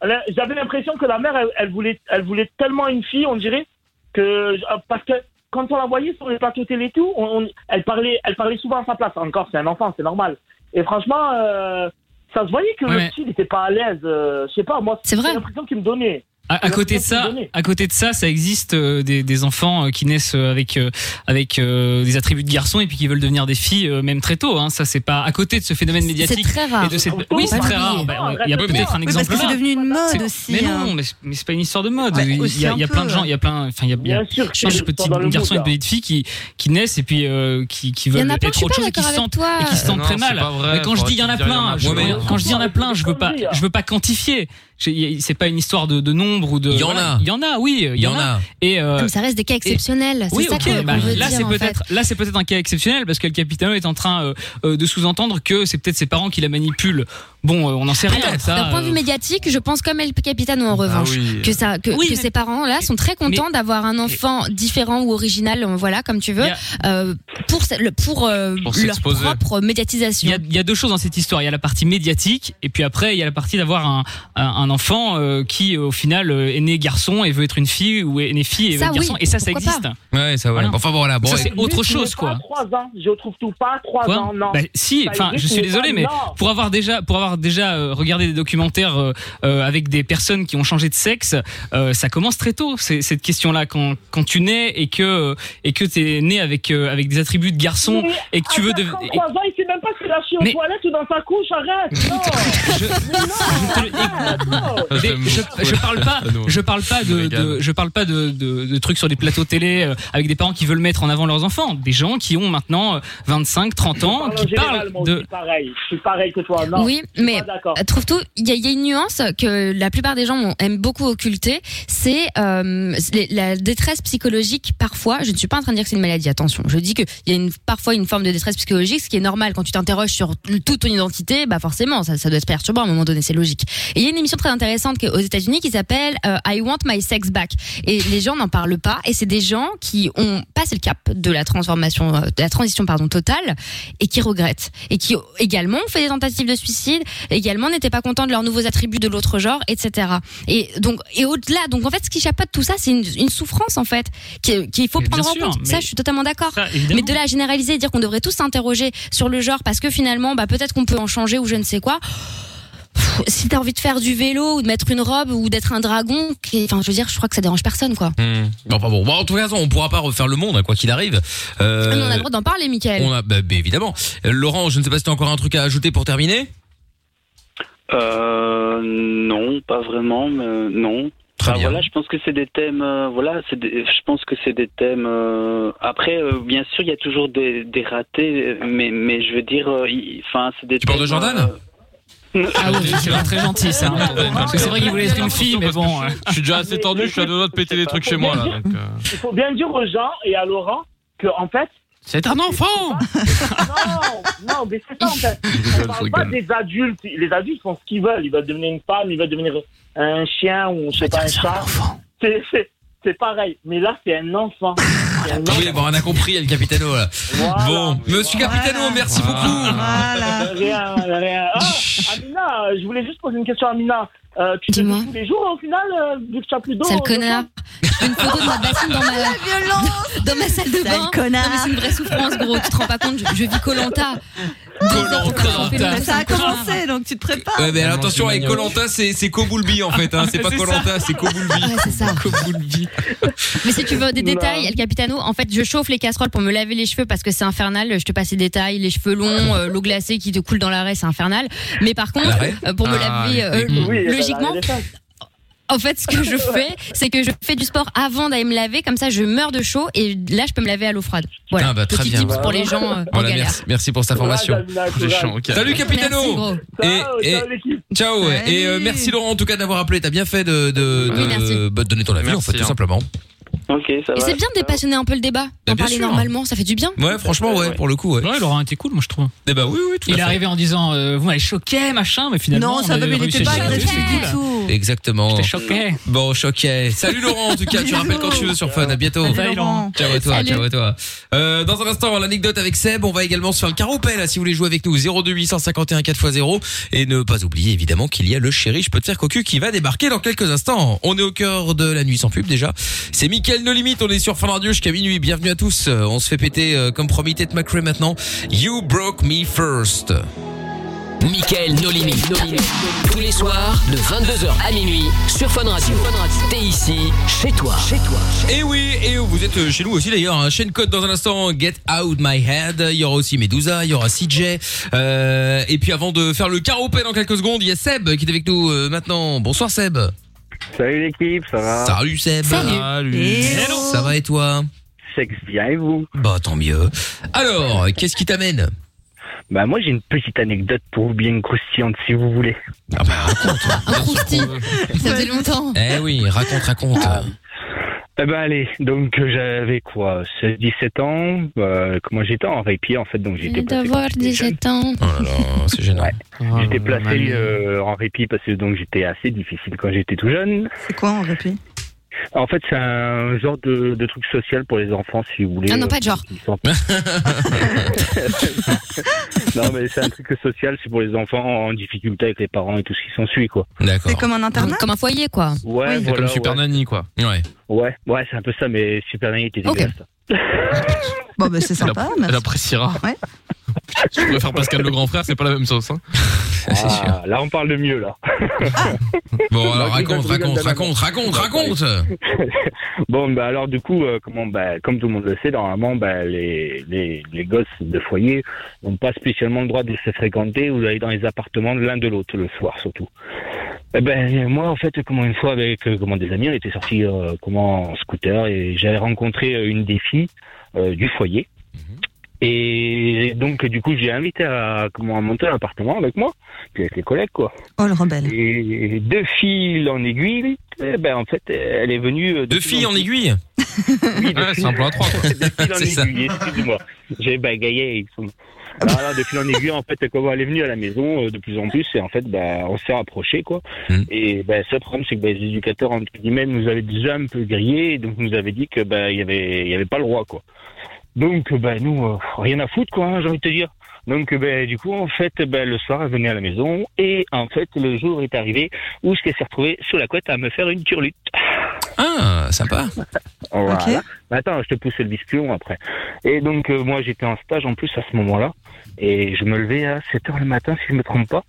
elle a- J'avais l'impression que la mère, elle, elle voulait, elle voulait tellement une fille, on dirait, que euh, parce que quand on la voyait sur les plateaux télé et tout, on, on- elle parlait, elle parlait souvent à sa place. Encore, c'est un enfant, c'est normal. Et franchement, euh, ça se voyait que le petit n'était pas à l'aise. euh, je sais pas, moi, c'est l'impression qu'il me donnait. À, à côté de ça, à côté de ça, ça existe euh, des, des enfants euh, qui naissent euh, avec euh, avec euh, des attributs de garçons et puis qui veulent devenir des filles euh, même très tôt. Hein. Ça c'est pas à côté de ce phénomène médiatique. très rare. et de cette- Faut Oui, pas c'est très l'oublier. rare. Bah, on- Il y a Oui, peut-être un Oui, parce exemple. que c'est là. devenu une mode C'est- aussi. Mais hein. non, mais, c'est- mais c'est pas une histoire de mode. Ouais, il, y a- aussi il y a, un il y a peu. plein de gens, il y a plein, enfin il y a, il y a Bien sûr, plein je de suis petits dans le mood, garçons et de là. petites filles qui qui naissent et puis euh, qui qui Il y en veulent a plein, je être suis autre pas chose et qui se d'accord sentent avec toi. et qui se sentent Euh, Non, très c'est mal. pas vrai, Mais quand je faudrait dis il y en que a tu dises, il y en a plein, je veux- plein. quand je dis il y en a plein, je veux pas je veux pas quantifier. J'ai- y a- C'est pas une histoire de, de nombre ou de. Il y en voilà. a. Il y en a, oui. Il y, en a. Et euh, Comme ça reste des cas exceptionnels. C'est oui, ça ok. qu'on bah, qu'on veut là, dire, c'est en peut-être, là, c'est peut-être un cas exceptionnel parce que le capitano est en train euh, euh, de sous-entendre que c'est peut-être ses parents qui la manipulent. Bon, euh, on n'en sait rien. Peut-être. ça, D'un point de euh, Ah vue médiatique, je pense comme El Capitano en revanche oui. que ça, que, Oui, que mais- ces parents-là sont très contents d'avoir un enfant différent ou original, euh, voilà comme tu veux, euh, pour ce- le- pour, euh, Pour leur s'exposer. propre médiatisation. Il y, a, il y a deux choses dans cette histoire. Il y a la partie médiatique et puis après il y a la partie d'avoir un, un- un enfant euh, qui euh, au final euh, est né garçon et veut être une fille ou est né fille et veut Ça, être garçon. oui, Et ça, ça pourquoi existe. Ouais, ça voilà. Enfin bon, voilà. Bon, ça et- c'est autre Juste, chose mais quoi. pas Trois ans, je trouve tout pas trois Quoi ans, Oh, non. Bah, si, Ça enfin, je existe, suis mais désolé, pas- mais non. pour avoir déjà, pour avoir déjà euh, regardé des documentaires euh, euh, avec des personnes qui ont changé de sexe, euh, ça commence très tôt. c'est- Cette question-là, quand, quand tu nais et que et que t'es né avec euh, avec des attributs de garçon Mais et que tu à veux de, 53 ans, il sait même pas s'il a chié aux Mais- toilettes ou dans sa couche, arrête Non Des- je, je parle pas, je parle pas de, de- je parle pas de, de- de trucs sur des plateaux télé euh, avec des parents qui veulent mettre en avant leurs enfants, des gens qui ont maintenant euh, 25, 30 ans, En qui général, parlent moi de. aussi, pareil. Je suis pareil que toi, non oui, mais euh, trouve-toi, il y, a- il y a une nuance que la plupart des gens ont- aiment beaucoup occulter, c'est euh, les- la détresse psychologique parfois. Je ne suis pas en train de dire que c'est une maladie, attention. Je dis qu'il y a une, parfois une forme de détresse psychologique, ce qui est normal quand tu t'interroges sur toute ton identité, bah forcément, ça, ça doit être perturbant à un moment donné, c'est logique. Et il y a une émission très intéressante qui est aux États-Unis qui s'appelle euh, I Want My Sex Back, et les gens n'en parlent pas, et c'est des gens qui ont passé le cap de la transformation, euh, de la transition pardon totale, et qui regrettent, et qui également ont fait des tentatives de suicide, également n'étaient pas contents de leurs nouveaux attributs de l'autre genre, etc. Et donc et au-delà, donc en fait, ce qui échappe de tout ça, c'est une, une souffrance en fait qui- qu'il faut Mais prendre bien en sûr, compte. mais- Ça, je suis totalement d'accord. Ça, évidemment. Mais de là à généraliser et dire qu'on devrait tous s'interroger sur le genre parce que finalement, bah peut-être qu'on peut en changer ou je ne sais quoi si t'as envie de faire du vélo ou de mettre une robe ou d'être un dragon, qui- enfin je veux dire, je crois que ça dérange personne quoi. Hmm. Bon, enfin bon. Bon, en tout cas, on pourra pas refaire le monde, hein, quoi qu'il arrive. Euh, Ah, mais on a le droit d'en parler, Michael. on a- bah, bah, évidemment. Euh, Laurent, je ne sais pas si tu as encore un truc à ajouter pour terminer. Euh, non, pas vraiment, mais non. Très Ah, bien. Voilà, je pense que c'est des thèmes. euh, voilà, c'est des- je pense que c'est des thèmes. euh, après, euh, bien sûr, il y a toujours des, des ratés, euh, mais mais je veux dire, euh, il- enfin, c'est des. euh, Tu parles de Jordan Ah oui, c'est pas très gentil ça. Parce que c'est vrai qu'il voulait être une fille, mais bon. euh. Je suis déjà assez tendu, je suis à deux doigts de péter des trucs chez moi là. donc, euh. Il faut bien dire aux gens et à Laurent que, en fait. C'est un enfant Non, non, mais c'est ça, en fait. On je parle rigole. pas des adultes. Les adultes font ce qu'ils veulent. Ils veulent devenir une femme, ils veulent devenir un chien ou, je Bah, sais pas, un chat. C'est- c'est- C'est pareil. Mais là, c'est un enfant. C'est un Ah oui, bon, on a compris, El Capitano. Là. bon, Monsieur Capitano, merci beaucoup. Ah Rien, rien. Ah, Amina, euh, je voulais juste poser une question à Amina. Euh, tu te dis tous les jours au final, euh, vu que tu as plus d'eau Sale euh, connard. Une photo de ma bassine dans ma La dans ma salle de Sale bain. connard. Non, mais c'est une vraie souffrance, gros. Tu te rends pas compte Je, je vis Colanta. Ça a commencé, donc tu te prépares. Ouais, mais alors, attention, avec Colanta, c'est c'est Koboulbi en fait. Hein. C'est pas C'est ça. Colanta, c'est Koboulbi. Mais si tu veux des Oula. détails, El Capitano, en fait, je chauffe les casseroles pour me laver les cheveux parce que c'est infernal. Je te passe les détails, les cheveux longs, euh, l'eau glacée qui te coule dans l'arrêt, c'est infernal. Mais par contre, L'arrêt euh, pour me Ah, laver, euh, oui. Oui, logiquement. l'arrêt En fait, ce que je fais, c'est que je fais du sport avant d'aller me laver, comme ça je meurs de chaud et là je peux me laver à l'eau froide. Voilà. Ah, bah, très Petit bien. tips pour les gens euh, en Voilà, galère. merci, merci pour cette information. Courage, Amina, courage. Salut Merci, Capitano. gros. Et, et- ciao ouais. et euh, merci Laurent en tout cas d'avoir appelé. T'as bien fait de de, Oui, de- merci. bah, de donner ton avis en fait tout simplement. Ok, ça Et c'est bien de dépassionner un peu le débat, Bah, d'en bien parler sûr. normalement, ça fait du bien. Ouais, franchement ouais, pour le coup ouais. Ouais, Laurent était cool, moi je trouve. Eh bah oui oui tout à Il est fait. arrivé en disant euh, vous m'avez choqué machin, mais finalement. Non, ça on va, avait mais il réussi était à pas gérer le agressif truc, du cool. tout. Exactement. J'étais choqué. Bon, choqué. Salut Laurent, en tout cas, tu Bisous. rappelles quand tu veux sur Fun. À bientôt. Salut, Laurent. Ciao à toi, Salut. ciao à toi. Euh, dans un instant, l'anecdote avec Seb, on va également se faire le caropel, là, si vous voulez jouer avec nous. 02851 4x0. Et ne pas oublier, évidemment, qu'il y a le chéri, je peux te faire cocu, qui va débarquer dans quelques instants. On est au cœur de la nuit sans pub, déjà. C'est Mickaël Mickaël No Limite, on est sur Fun Radio jusqu'à minuit. Bienvenue à tous. Euh, On se fait péter, euh, comme promis, Tête McRae maintenant. You broke me first. Mickaël No Limit. Tous les soirs, de 22h à minuit, sur Fun Radio. T'es ici, chez toi. Chez toi. Et oui, et vous êtes euh, chez nous aussi d'ailleurs. Hein. Shane Code dans un instant, Get Out My Head. Il y aura aussi Medusa, il y aura CJ. Euh, et puis avant de faire le caropé dans quelques secondes, il y a Seb qui est avec nous euh, maintenant. Bonsoir Seb. Salut l'équipe, ça va Salut Seb. Hello. Ah, Ça va et toi C'est bien et vous Bah tant mieux. Alors, qu'est-ce qui t'amène Bah moi j'ai une petite anecdote pour vous bien croustillante si vous voulez. Ah bah raconte. Ça faisait longtemps. eh oui, raconte, raconte. Ah. Eh ben allez, donc euh, j'avais quoi 16, 17 ans, euh, comment j'étais en répit en fait, donc Mmh. j'étais placé, D'avoir 17 ans. Oh Oh c'est gênant. Ah, j'étais placé euh, en répit parce que donc j'étais assez difficile quand j'étais tout jeune. C'est quoi en répit En fait c'est un genre de, de truc social pour les enfants si vous voulez. Ah non, pas de genre. Ils sont- non mais c'est un truc social, c'est pour les enfants en difficulté avec les parents et tout ce qui s'ensuit quoi. D'accord. C'est comme un internat Comme un foyer, quoi. Ouais, Oui. voilà, C'est comme Super ouais. Nanny, quoi. Ouais. Ouais, ouais, c'est un peu ça, mais Super Nanny était Ok. dégueulasse. Euh, Bon, bah, c'est sympa. Elle merci. appréciera. Ouais. Je préfère Pascal le grand frère, c'est pas la même sauce. Hein. C'est sûr. Ah, là, on parle de mieux, là. Ah. Bon, alors je rigole, Bah, raconte, je Bah, rigole, bah, raconte, Damien. raconte, raconte, raconte. Bon, bah, alors, du coup, euh, comment, bah, comme tout le monde le sait, normalement, bah, les, les, les gosses de foyer n'ont pas spécialement le droit de se fréquenter ou d'aller dans les appartements de l'un de l'autre, le soir surtout. Eh ben, moi, en fait, comment une fois avec euh, comment des amis, on était sortis euh, comment, en scooter et j'avais rencontré euh, une des filles euh, du foyer. Mhm. Et donc, du coup, j'ai invité à, comment, à monter à l'appartement avec moi, puis avec les collègues, quoi. Oh, le rebelle. Et de fil en aiguille, eh ben, en fait, elle est venue. euh, de Deux fil filles en aiguille. Ouais, c'est un plan à trois. quoi. de C'est fil ça. en aiguille, excuse-moi. J'ai bégayé avec son nom. Alors là, de fil en aiguille, en fait, comment elle est venue à la maison euh, de plus en plus, et en fait, bah, on s'est rapprochés, quoi. Mm. Et bah, ce problème, c'est que bah, les éducateurs, entre guillemets, nous avaient déjà un peu grillé, donc nous avaient dit que bah, il y avait, il y avait pas le droit, quoi. Donc, bah, nous, euh, rien à foutre, quoi, hein, j'ai envie de te dire. Donc, bah, du coup, en fait, bah, le soir, elle venait à la maison, et en fait, le jour est arrivé où je s'est retrouvée sous la couette à me faire une turlute. Ah, sympa. Oh, Voilà. Ok. Mais Attends, je te pousse le biscuion après. Et donc, euh, moi, j'étais en stage en plus à ce moment-là. Et je me levais à 7 heures le matin, si je me trompe pas.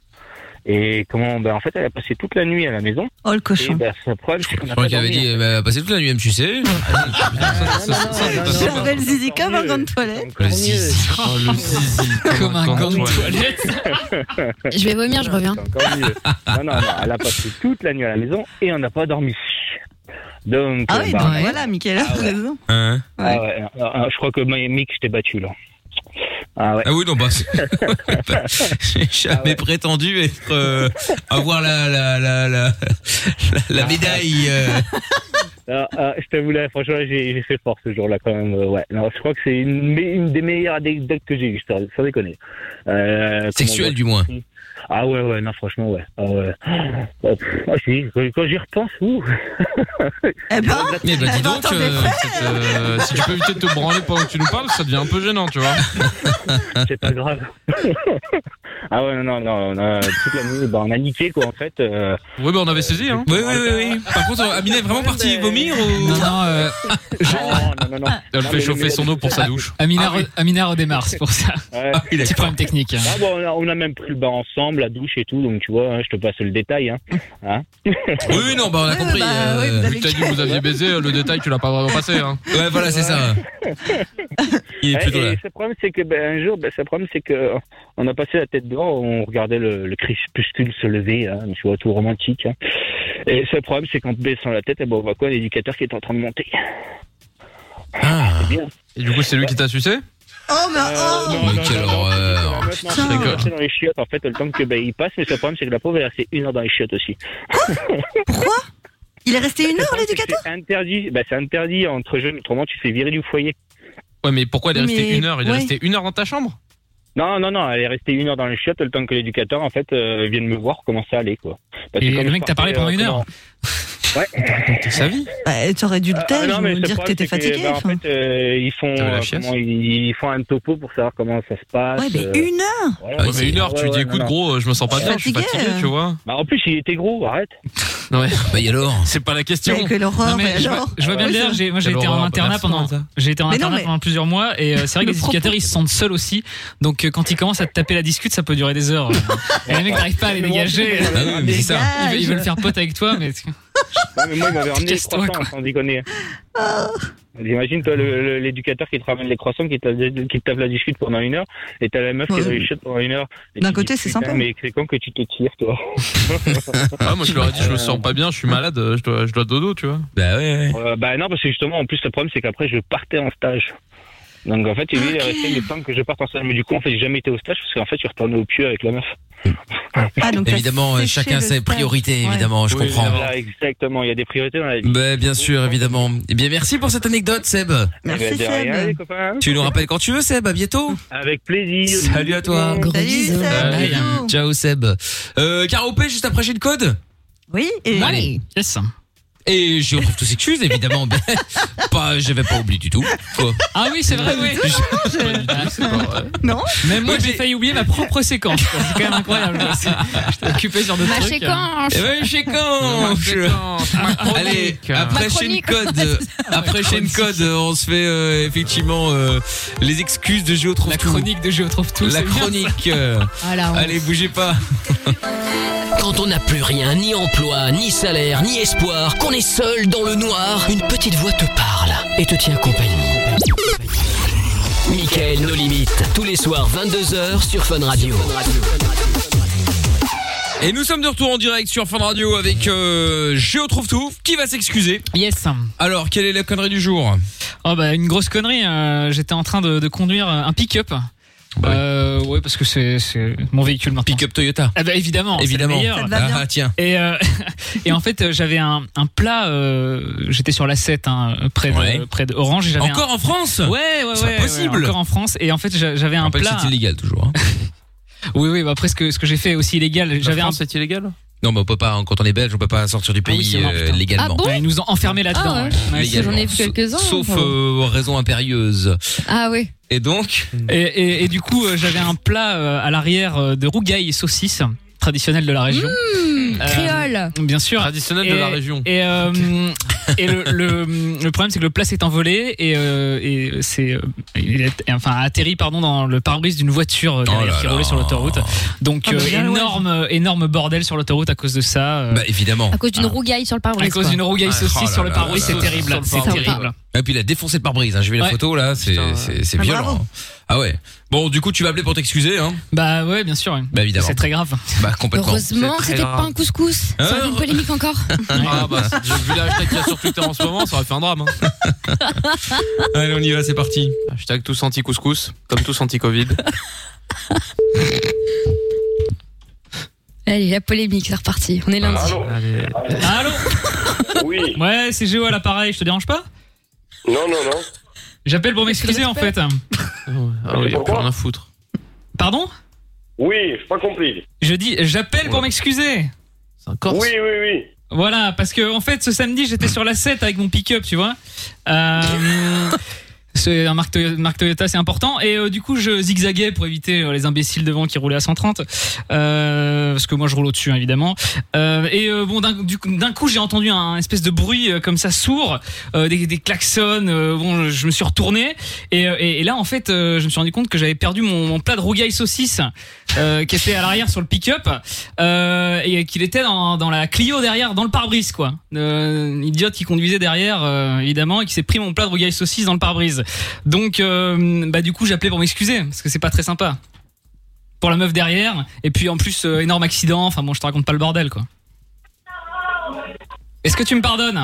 Et comment ben, En fait, elle a passé toute la nuit à la maison. Oh, le Et cochon. ben, son problème, c'est qu'on Je n'a crois pas qu'il avait dormi. Ah, dit, elle va passer toute la nuit MQC. Ah, J'appelle Zizi comme un gant de toilette. Encore mieux. Oh, le zizi. Comme un gant de Ouais. toilette. Je vais vomir, je reviens. C'est encore mieux. non, non, non, elle a passé toute la nuit à la maison et on n'a pas dormi. Donc, Ah euh, oui, bah, donc ouais. voilà, Mickaël a raison. Hein ah ouais, ah, ah, je crois que Mi- Mick, je t'ai battu là. Ah ouais. Ah oui, non, bah, c'est- j'ai Ah jamais prétendu être, euh, avoir la, la, la, la, la, la médaille. euh. Ah, ah, je t'avoue là, franchement, j'ai j'ai fait fort ce jour-là quand même. euh, ouais, non, je crois que c'est une, me- une des meilleures anecdotes que j'ai eues, je te- sans déconner. Euh, comment Sexuelle, dire du moins. Ah ouais, ouais, non, franchement, ouais. Ah, ouais. Ah, pff, ah, je te dis, quand- quand j'y repense, ouh. Eh Mais ben, bah, dis Eh ben, donc, t'en euh, fais C'est, euh, si tu peux éviter de te branler pendant que tu nous parles, ça devient un peu gênant, tu vois. c'est pas grave. ah ouais, non, non, non, on a toute la nuit, bah, on a niqué quoi, en fait. euh, Oui, bah on avait saisi, hein. oui, oui, oui, oui. Par contre, Amina est vraiment partie vomir ou? Non, non, euh, non, non, non, non. Elle Non, fait mais chauffer les- son eau pour sa douche. Amina, Ah re- Amina redémarre, c'est pour ça. Ouais. Ah Petit oui, d'accord. problème technique. hein. Ah, bon, on, a, on a même pris le bain ensemble, la douche et tout, donc tu vois, hein, je te passe le détail. Hein. Oui, oui, non, bah, on a Ouais, compris. bah, oui, euh, vous avez- Vu que t'as dit que vous aviez baisé, le détail, tu l'as pas vraiment passé, hein. Ouais, voilà, c'est ça. Il est Ouais, plutôt là. Eh, et ce problème, c'est que ben, un jour, ben, ce problème, c'est que on a passé la tête dehors, on regardait le, le crépuscule se lever, hein, tu vois, tout romantique. hein. Et ce problème, c'est qu'en baissant la tête, eh ben, on voit quoi L'éducateur qui est en train de monter. Ah, Et du coup, c'est lui qui t'a sucé Euh, Oh, mais oh mais quelle Maintenant, horreur. elle est restée dans les chiottes, en fait, le temps que ben, il passe. Mais ce problème, c'est que la pauvre est restée une heure dans les chiottes aussi. Pourquoi Il est resté une heure, C'est l'éducateur interdit. Ben, c'est interdit entre jeunes. Autrement, tu te fais virer du foyer. Ouais, mais pourquoi elle est restée Mais une heure Il est ouais. resté une heure dans ta chambre Non, non, non. Elle est restée une heure dans les chiottes, le temps que l'éducateur, en fait, euh, vienne me voir comment ça allait, quoi. Parce Et que le comme mec je t'a parlé partais, pendant euh, une heure. C'est sa vie. Bah, T'aurais dû le Ah, taire, non, je mais vais le dire que problème, t'étais c'est fatigué. bah, en enfin. fait, euh, ils font T'avais la euh, chiasse comment, ils, ils font un topo pour savoir comment ça se passe. Ouais, euh, mais une heure voilà. Ouais, Ouais, mais une heure, ouais, tu ouais, dis, non, Ah, écoute, non. gros, euh, je me sens pas bien, je suis Fatigué, fatigué, euh. tu vois. Bah, en plus, il était gros, arrête. Bah, et alors C'est pas la question. Mais quelle horreur, Non, mais mais je vois- alors Je vois bien Ouais, le délire, ça. j'ai- moi j'ai Quelle été en horreur, internat merci, pendant Martin. j'ai été en Mais non, internat mais- pendant plusieurs mois et euh, c'est vrai que Le les éducateurs propos. ils se sentent seuls aussi. Donc euh, quand ils commencent à te taper la discute, ça peut durer des heures. et les mecs t'arrives pas à les Mais moi, dégager. je- Bah oui, mais c'est ça. Ils veulent- Ils veulent faire pote avec toi mais Ouais, mais moi, il m'avait ramené les Casse-toi, croissants, sans déconner. Ah. J'imagine, toi, le- le- l'éducateur qui te ramène les croissants, qui te, la- qui te tape la discute pendant une heure, et t'as la meuf qui Ouais. qui réussit pendant une heure. Et D'un tu côté, dis, c'est putain, sympa. Mais c'est quand que tu te tires, toi Ah, moi, je leur ai dit, je me sens pas bien, je suis malade, euh, je dois, je dois dodo, tu vois. Bah ouais. bah non, parce que justement, en plus, le problème, c'est qu'après, je partais en stage. Donc en fait, lui, il est resté le temps que je parte en stage. Mais du coup, en fait, j'ai jamais été au stage parce qu'en fait, je suis retourné au pieu avec la meuf. Ah, évidemment, euh, chacun ses priorités, évidemment, je Oui, comprends. voilà, exactement, il y a des priorités dans la vie. Bah, bien sûr, évidemment. Eh bien, merci pour cette anecdote, Seb. Merci, Eh ben, de rien, Seb. les copains. Tu nous rappelles quand tu veux, Seb. À bientôt. Avec plaisir. Salut à toi. Salut, Seb. Salut. Bisous. Ciao, Seb. Euh, Caropé, juste après, j'ai le code. Oui, et. Allez. Yes. Et je retrouve tous ses excuses, évidemment. Ben, pas, j'avais pas oublié du tout. Quoi. Ah oui, c'est vrai, oui. Non Même moi, j'ai failli oublier ma propre séquence. quoi. C'est quand même incroyable. J'étais occupé sur d'autres Ma trucs. hein. séquence. Eh ben, séquence. Allez, après Ma chaîne chronique. code, euh, après chaîne code, euh, on se fait euh, effectivement euh, les excuses de Géo trouve La tout. chronique de Géo trouve tout. La c'est bien, ça. chronique. euh, Ah, la honte. Allez, bougez pas. Quand on n'a plus rien, ni emploi, ni salaire, ni espoir, qu'on est seul dans le noir, une petite voix te parle et te tient compagnie. Michael, nos limites, tous les soirs 22h sur Fun Radio. Et nous sommes de retour en direct sur Fun Radio avec euh, Géo trouve tout qui va s'excuser. Yes. Alors, quelle est la connerie du jour Oh bah une grosse connerie. euh, J'étais en train de, de conduire un pick-up. Euh, ouais parce que c'est c'est mon véhicule maintenant. Bah Pick-up Toyota. Ah bah évidemment. c'est le Évidemment. meilleur. Ça te va bien. Ah, tiens. Et, euh, et en fait, euh, j'avais un, un plat. euh, J'étais sur la 7, hein, près de Ouais. près de Orange. et j'avais un- Encore en France Ouais, ouais, ouais, C'est ouais, impossible. encore en France. Et en fait, j'a- j'avais Je un rappelle que plat. c'est illégal toujours. hein. Oui, oui. Bah après, ce que ce que j'ai fait est aussi illégal. J'avais un. France, c'est illégal Non, mais on peut pas. hein, Quand on est belge, on peut pas sortir du Ah oui, pays c'est vrai, euh, putain. légalement. Ah bon Ouais, Ils nous ont enfermés là-dedans. Ah ouais. ouais. Ouais, Légalement. j'en ai vu quelques-uns, Sauf enfin. euh, raison impérieuse. Ah oui. Et donc, Et, et- et du coup, euh, j'avais un plat euh, à l'arrière euh, de rougail et saucisse traditionnel de la région. Mmh. Euh, Créole. Bien sûr. Traditionnel de Et- la région. Et, euh, et le, le- le problème, c'est que le plat s'est envolé et, euh, et c'est, euh, il est- enfin, atterri pardon, dans le pare-brise d'une voiture euh, derrière Oh là qui roulait là. sur l'autoroute. Donc, Ah, euh, bah, bien, ouais. énorme, énorme bordel sur l'autoroute à cause de ça. euh, bah évidemment. À cause d'une rougaille sur le à pare-brise. cause quoi. d'une rougaille Ah, saucisse oh là sur le là pare-brise, là c'est là. terrible. Sur le C'est pare-brise. terrible. Et puis il a défoncé le pare-brise. hein. J'ai vu la Ouais. photo là, c'est Putain. c'est- c'est Ah, violent. bravo. Ah ouais. Bon, du coup, tu vas appeler pour t'excuser, hein Bah ouais, bien sûr. ouais. Bah évidemment. C'est très grave. Bah complètement. Heureusement, C'est très c'était pas rare. un couscous. Ça aurait fait Hein une polémique encore. Ah, bah, c'est- vu la hashtag qu'il y a sur Twitter en ce moment, ça aurait fait un drame. Hein. Allez, on y va, c'est parti. Hashtag tous anti-couscous, comme tous anti-Covid. Allez, la polémique, c'est reparti. On est lundi. Allez. Allô Oui. Ouais, c'est Géo à l'appareil, je te dérange pas Non, non, non. J'appelle pour m'excuser en fait. Ah oui, y a plus rien à foutre. Pardon Oui, j'ai pas compris. Je dis, j'appelle pour Ouais. m'excuser. C'est un corse. oui, oui. Voilà, parce que en fait, ce samedi, j'étais sur la 7 avec mon pick-up, tu vois. Euh, c'est un marque Toyota, marque Toyota, c'est important. Et euh, du coup, je zigzaguais pour éviter euh, les imbéciles devant qui roulaient à 130, euh, parce que moi, je roule au-dessus, hein, évidemment. Euh, et euh, bon, d'un du coup- d'un coup, j'ai entendu un espèce de bruit euh, comme ça sourd, euh, des, des klaxons. euh, bon, je me suis retourné, et, euh, et- et là, en fait, euh, je me suis rendu compte que j'avais perdu mon, mon plat de rougail saucisse euh, qui était à l'arrière sur le pick-up euh, et qu'il était dans, dans la Clio derrière, dans le pare-brise, quoi. Euh, un idiote qui conduisait derrière, euh, évidemment, et qui s'est pris mon plat de rougail saucisse dans le pare-brise. Donc, euh, bah, du coup, j'appelais pour m'excuser, parce que c'est pas très sympa. Pour la meuf derrière, et puis en plus, euh, énorme accident, enfin bon, je te raconte pas le bordel, quoi. Est-ce que tu me pardonnes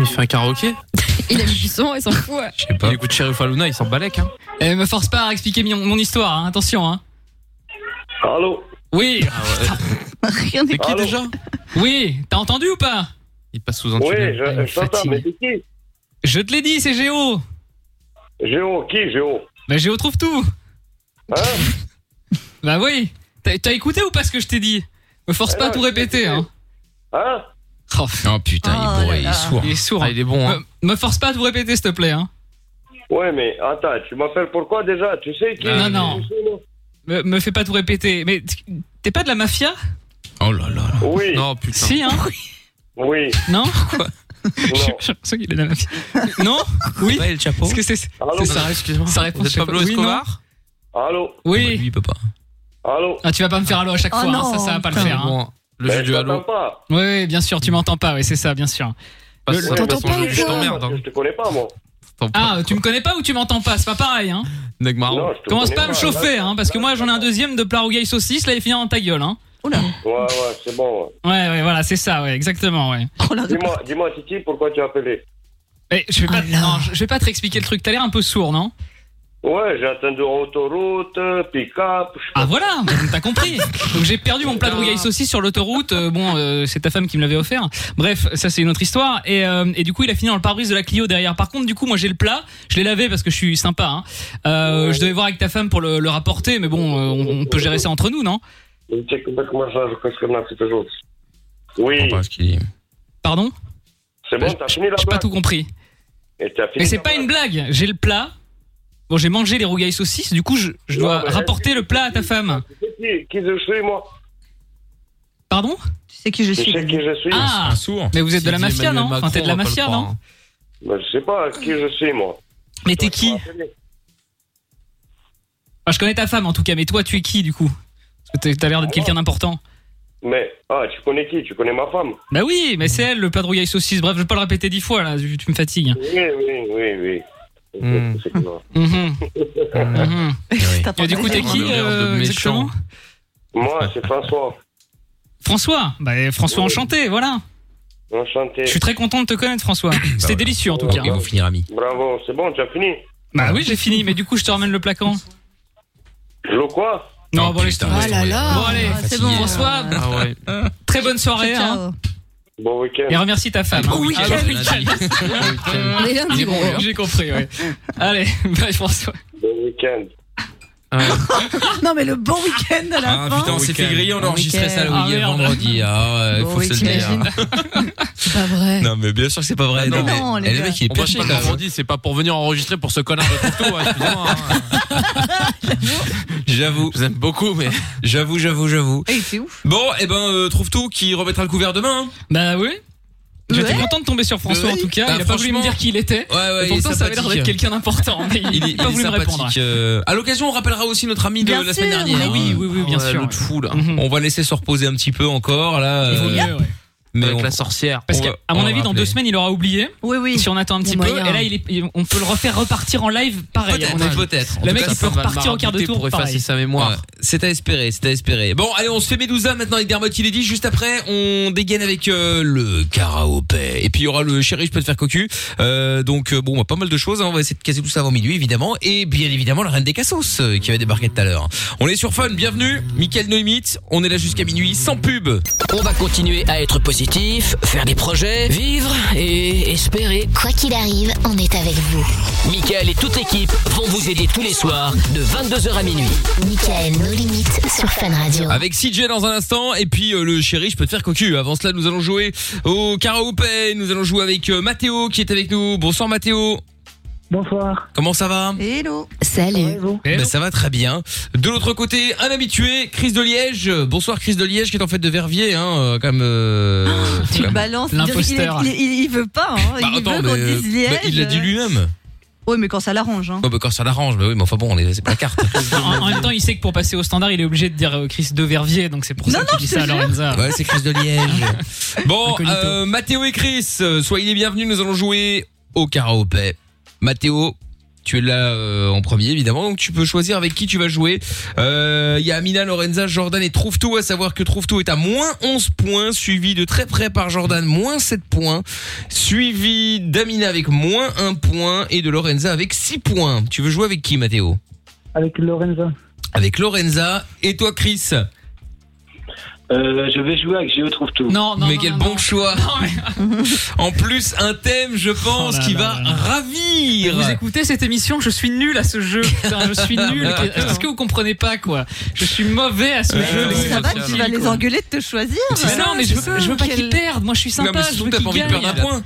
Il fait un karaoké. Il a mis du son, il s'en fout. ouais. Je sais pas. Il écoute Sheriff Aluna, il s'en balèque. Hein. Eh, me force pas à expliquer mon, mon histoire, hein, attention, hein. Allô Oui, Ah Rien n'est C'est qui Allô déjà oui, t'as entendu ou pas Il passe sous un tunnel. je- je t'entends, mais c'est qui Je te l'ai dit, c'est Géo Géo, qui Géo Bah, Géo trouve tout Hein Bah oui T'as t'as écouté ou pas ce que je t'ai dit Me force Ah pas à non, tout j'ai répéter, écouté. hein Hein Oh, putain, Oh putain, Oh il est bourré, il est là là. sourd. il est sourd. Ah, il est bon. Hein. Me, me force pas à tout répéter, s'il te plaît, hein Ouais, mais attends, tu m'appelles pourquoi déjà Tu sais qui Non, non. Me, me fais pas tout répéter. Mais t- t'es pas de la mafia Oh là là. Oui. Non, putain. Si, hein Oui. Non Je suis je suis sûr qu'il est dans la vie. Non Oui le chapeau. Est-ce que c'est c'est ça excuse-moi. Sa réponse, Vous êtes je sais Pablo pas. Oui, non. Escobar Allô Oui. Lui, il peut pas. Allô Ah, tu vas pas me faire allô à chaque Oh fois, hein, non, ça, ça va pas putain. le faire. hein. Le jeu du halo. pas. Oui, oui, bien sûr, tu m'entends pas, oui, c'est ça, bien sûr. Parce Le- que Bah, ça le- passe en jeu, Je t'emmerde. hein. Je te connais pas, moi. Ah, tu me connais pas ou tu m'entends pas C'est pas pareil, hein Nec marron. Commence pas à me chauffer, hein, parce que moi j'en ai un deuxième de plat rougail saucisse, là il finit dans ta gueule, hein. Ouais, ouais, c'est bon. ouais. Ouais, ouais, voilà, c'est ça, ouais, exactement, ouais. Dis-moi, dis-moi, Titi, pourquoi tu as appelé Mais je vais pas, Oh non, je je vais pas te réexpliquer le truc, t'as l'air un peu sourd, non Ouais, j'ai attendu en autoroute, pick-up. Ah voilà, bah, donc t'as compris. Donc j'ai perdu mon plat de rougail saucisse sur l'autoroute. Euh, bon, euh, c'est ta femme qui me l'avait offert. Bref, ça c'est une autre histoire. Et, euh, et du coup, il a fini dans le pare-brise de la Clio derrière. Par contre, du coup, moi j'ai le plat. Je l'ai lavé parce que je suis sympa. Hein. Euh, Je devais voir avec ta femme pour le, le rapporter, mais bon, euh, on, on peut gérer ça entre nous, non Tu sais comment ça, je casse comme là, c'est toujours. Oui. Pardon C'est bon, t'as fini la J'ai pas tout compris. Et t'as Mais fini c'est la pas une blague. J'ai le plat. Bon, j'ai mangé les rougail saucisses. Du coup, je, je Non, dois mais- rapporter le plat à ta femme. Qui, qui je suis, moi Pardon Tu sais qui je Tu suis. sais qui je suis Ah Mais vous êtes de la mafia, non Enfin, t'es de la mafia, non Bah, Je sais pas qui je suis, moi. Mais t'es qui Enfin, je connais ta femme en tout cas, mais toi, tu es qui du coup Parce que t'es- t'as l'air d'être quelqu'un d'important. Mais, ah, tu connais qui Tu connais ma femme Bah oui, mais c'est elle, le plat de rougail saucisse. Bref, je vais pas le répéter dix fois là, tu, tu me fatigues. Oui, oui, oui, oui. Hmm. C'est clair. Mhm. Mhm. Et du coup, t'es qui euh, exactement Moi, c'est François. François Bah eh, François, Oui. enchanté, voilà. Enchanté. Je suis très content de te connaître, François. C'était délicieux en tout cas. Et vous finirez amis. Bravo, c'est bon, tu as fini Bah oui, j'ai fini, mais du coup, je te ramène le plat quand Je quoi Non, bon, laisse Oh, putain, tomber. laisse tomber. Bon, allez, c'est bon. François, Ah ouais. très bonne soirée. hein. Ciao. Bon week-end. Et remercie ta femme. hein. Ah, Ah, bon, lundi. On est lundi, gros. bon, J'ai compris, ouais. Allez, bye François. Bon week-end. Non, mais le bon week-end à la Ah fin. putain, on s'est fait griller, on a enregistré ça le Ah, week- merde. vendredi. Ah ouais, Bon, faut oui, se le dire. t'imagines. C'est pas vrai. Non mais bien sûr que c'est pas vrai. Mais non, non, mais- les eh, le gars. mec il est On passe perché pas quand le même. vendredi, c'est pas pour venir enregistrer pour ce connard de Toto, hein, excusez-moi. hein. hein. J'avoue, Je vous aime beaucoup, mais. j'avoue, j'avoue, j'avoue. Eh, c'est ouf. Bon, eh ben euh, trouve tout qui remettra le couvert demain. hein. Bah oui. J'étais Ouais. content de tomber sur François Ouais. en tout cas. Bah, il a pas voulu me franchement- dire qui il était. Ouais ouais, il est Pourtant, ça avait l'air d'être sympathique. quelqu'un d'important. Mais il, Il est, il a pas il est voulu me répondre. sympathique. euh, à l'occasion, on rappellera aussi notre ami de Bien la sûr, semaine dernière. mais hein. Ah oui, oui, oui, bien Ouais, sûr, L'autre ouais. fou là. Mhm. On va laisser se reposer un petit peu encore là. Il vaut euh, mieux, ouais. mais Avec on- la sorcière. Parce on qu'à va- à on mon va avis, dans rappeler. deux semaines, il aura oublié. Oui, oui. Si on attend un petit Il y a peu, moyen. et là, il est- il- on peut le refaire repartir en live, pareil. à mon Peut-être, avis. peut-être. En Le tout mec, cas, il peut ça va repartir au quart de Arbitré tour, Pour effacer pareil. sa mémoire. Ouais, c'est à espérer, c'est à espérer. Bon, allez, on se fait Medusa maintenant avec Dermot qui l'est dit. Juste après, on dégaine avec euh, le karaopé. Et puis il y aura le chéri, je peux te faire cocu. Euh, donc euh, bon, bah, pas mal de choses. hein. On va essayer de caser tout ça avant minuit, évidemment. Et bien évidemment, la reine des cassos euh, qui va débarquer tout à l'heure. On est sur Fun, bienvenue. Mickaël No Limite, on est là jusqu'à minuit, sans pub. On va continuer à être positif, faire des projets, vivre et espérer. Quoi qu'il arrive, on est avec vous. Michael et toute l'équipe vont vous aider tous les soirs de 22h à minuit. Michael, nos limites sur Fun Radio. Ah, Avec CJ dans un instant et puis euh, le chéri, je peux te faire cocu. Avant cela, nous allons jouer au karaopé. Nous allons jouer avec euh, Mathéo qui est avec nous. Bonsoir Mathéo. Bonsoir. Comment ça va Hello. Salut. Eh Ben, non. ça va très bien. De l'autre côté, un habitué, Chris de Liège. Bonsoir Chris de Liège qui est en fait de Verviers, hein, euh, comme. euh, Ah, Tu comme- le balances. L'imposteur. Il, il, il veut pas, hein. Bah, il attends, veut qu'on mais, euh, dise Liège. bah, il l'a dit lui-même. Oui, mais quand ça l'arrange, hein. Bon, bah, quand ça l'arrange, bah oui, mais enfin bon, on est- c'est pas la carte. En, Ah, en même temps, il sait que pour passer au standard, il est obligé de dire euh, Chris de Verviers, donc c'est pour ça Non, qu'il non, dit je ça à te jure. Lorenza. ouais, c'est Chris de Liège. Bon, Incognito. euh, Mathéo et Chris, euh, soyez les bienvenus. Nous allons jouer au karaopé. Mathéo. Tu es là euh, en premier évidemment, donc tu peux choisir avec qui tu vas jouer. Euh, Il y a Amina, Lorenza, Jordan et Trouve-Tout, à savoir que Trouve-Tout est à moins 11 points, suivi de très près par Jordan, moins 7 points, suivi d'Amina avec moins 1 point et de Lorenza avec 6 points. Tu veux jouer avec qui Mathéo Avec Lorenza. Avec Lorenza et toi Chris. Euh, je vais jouer avec Géo Trouve Tout. Non, non. mais non, quel non, bon non. choix Non, mais En plus, un thème, je pense, Oh là qui là va là là. ravir. Vous écoutez cette émission, je suis nul à ce jeu. Putain, je suis nul. Est-ce que vous comprenez pas quoi Je suis mauvais à ce Ouais, jeu. ouais, laissez-moi Ça va, tranquille, tu vas les quoi. engueuler de te choisir. Mais non, mais je, veux- je veux pas qu'ils perdent. Moi, je suis Non, sympa. mais surtout, je veux t'as qu'ils pas envie de gagnent. perdre un point.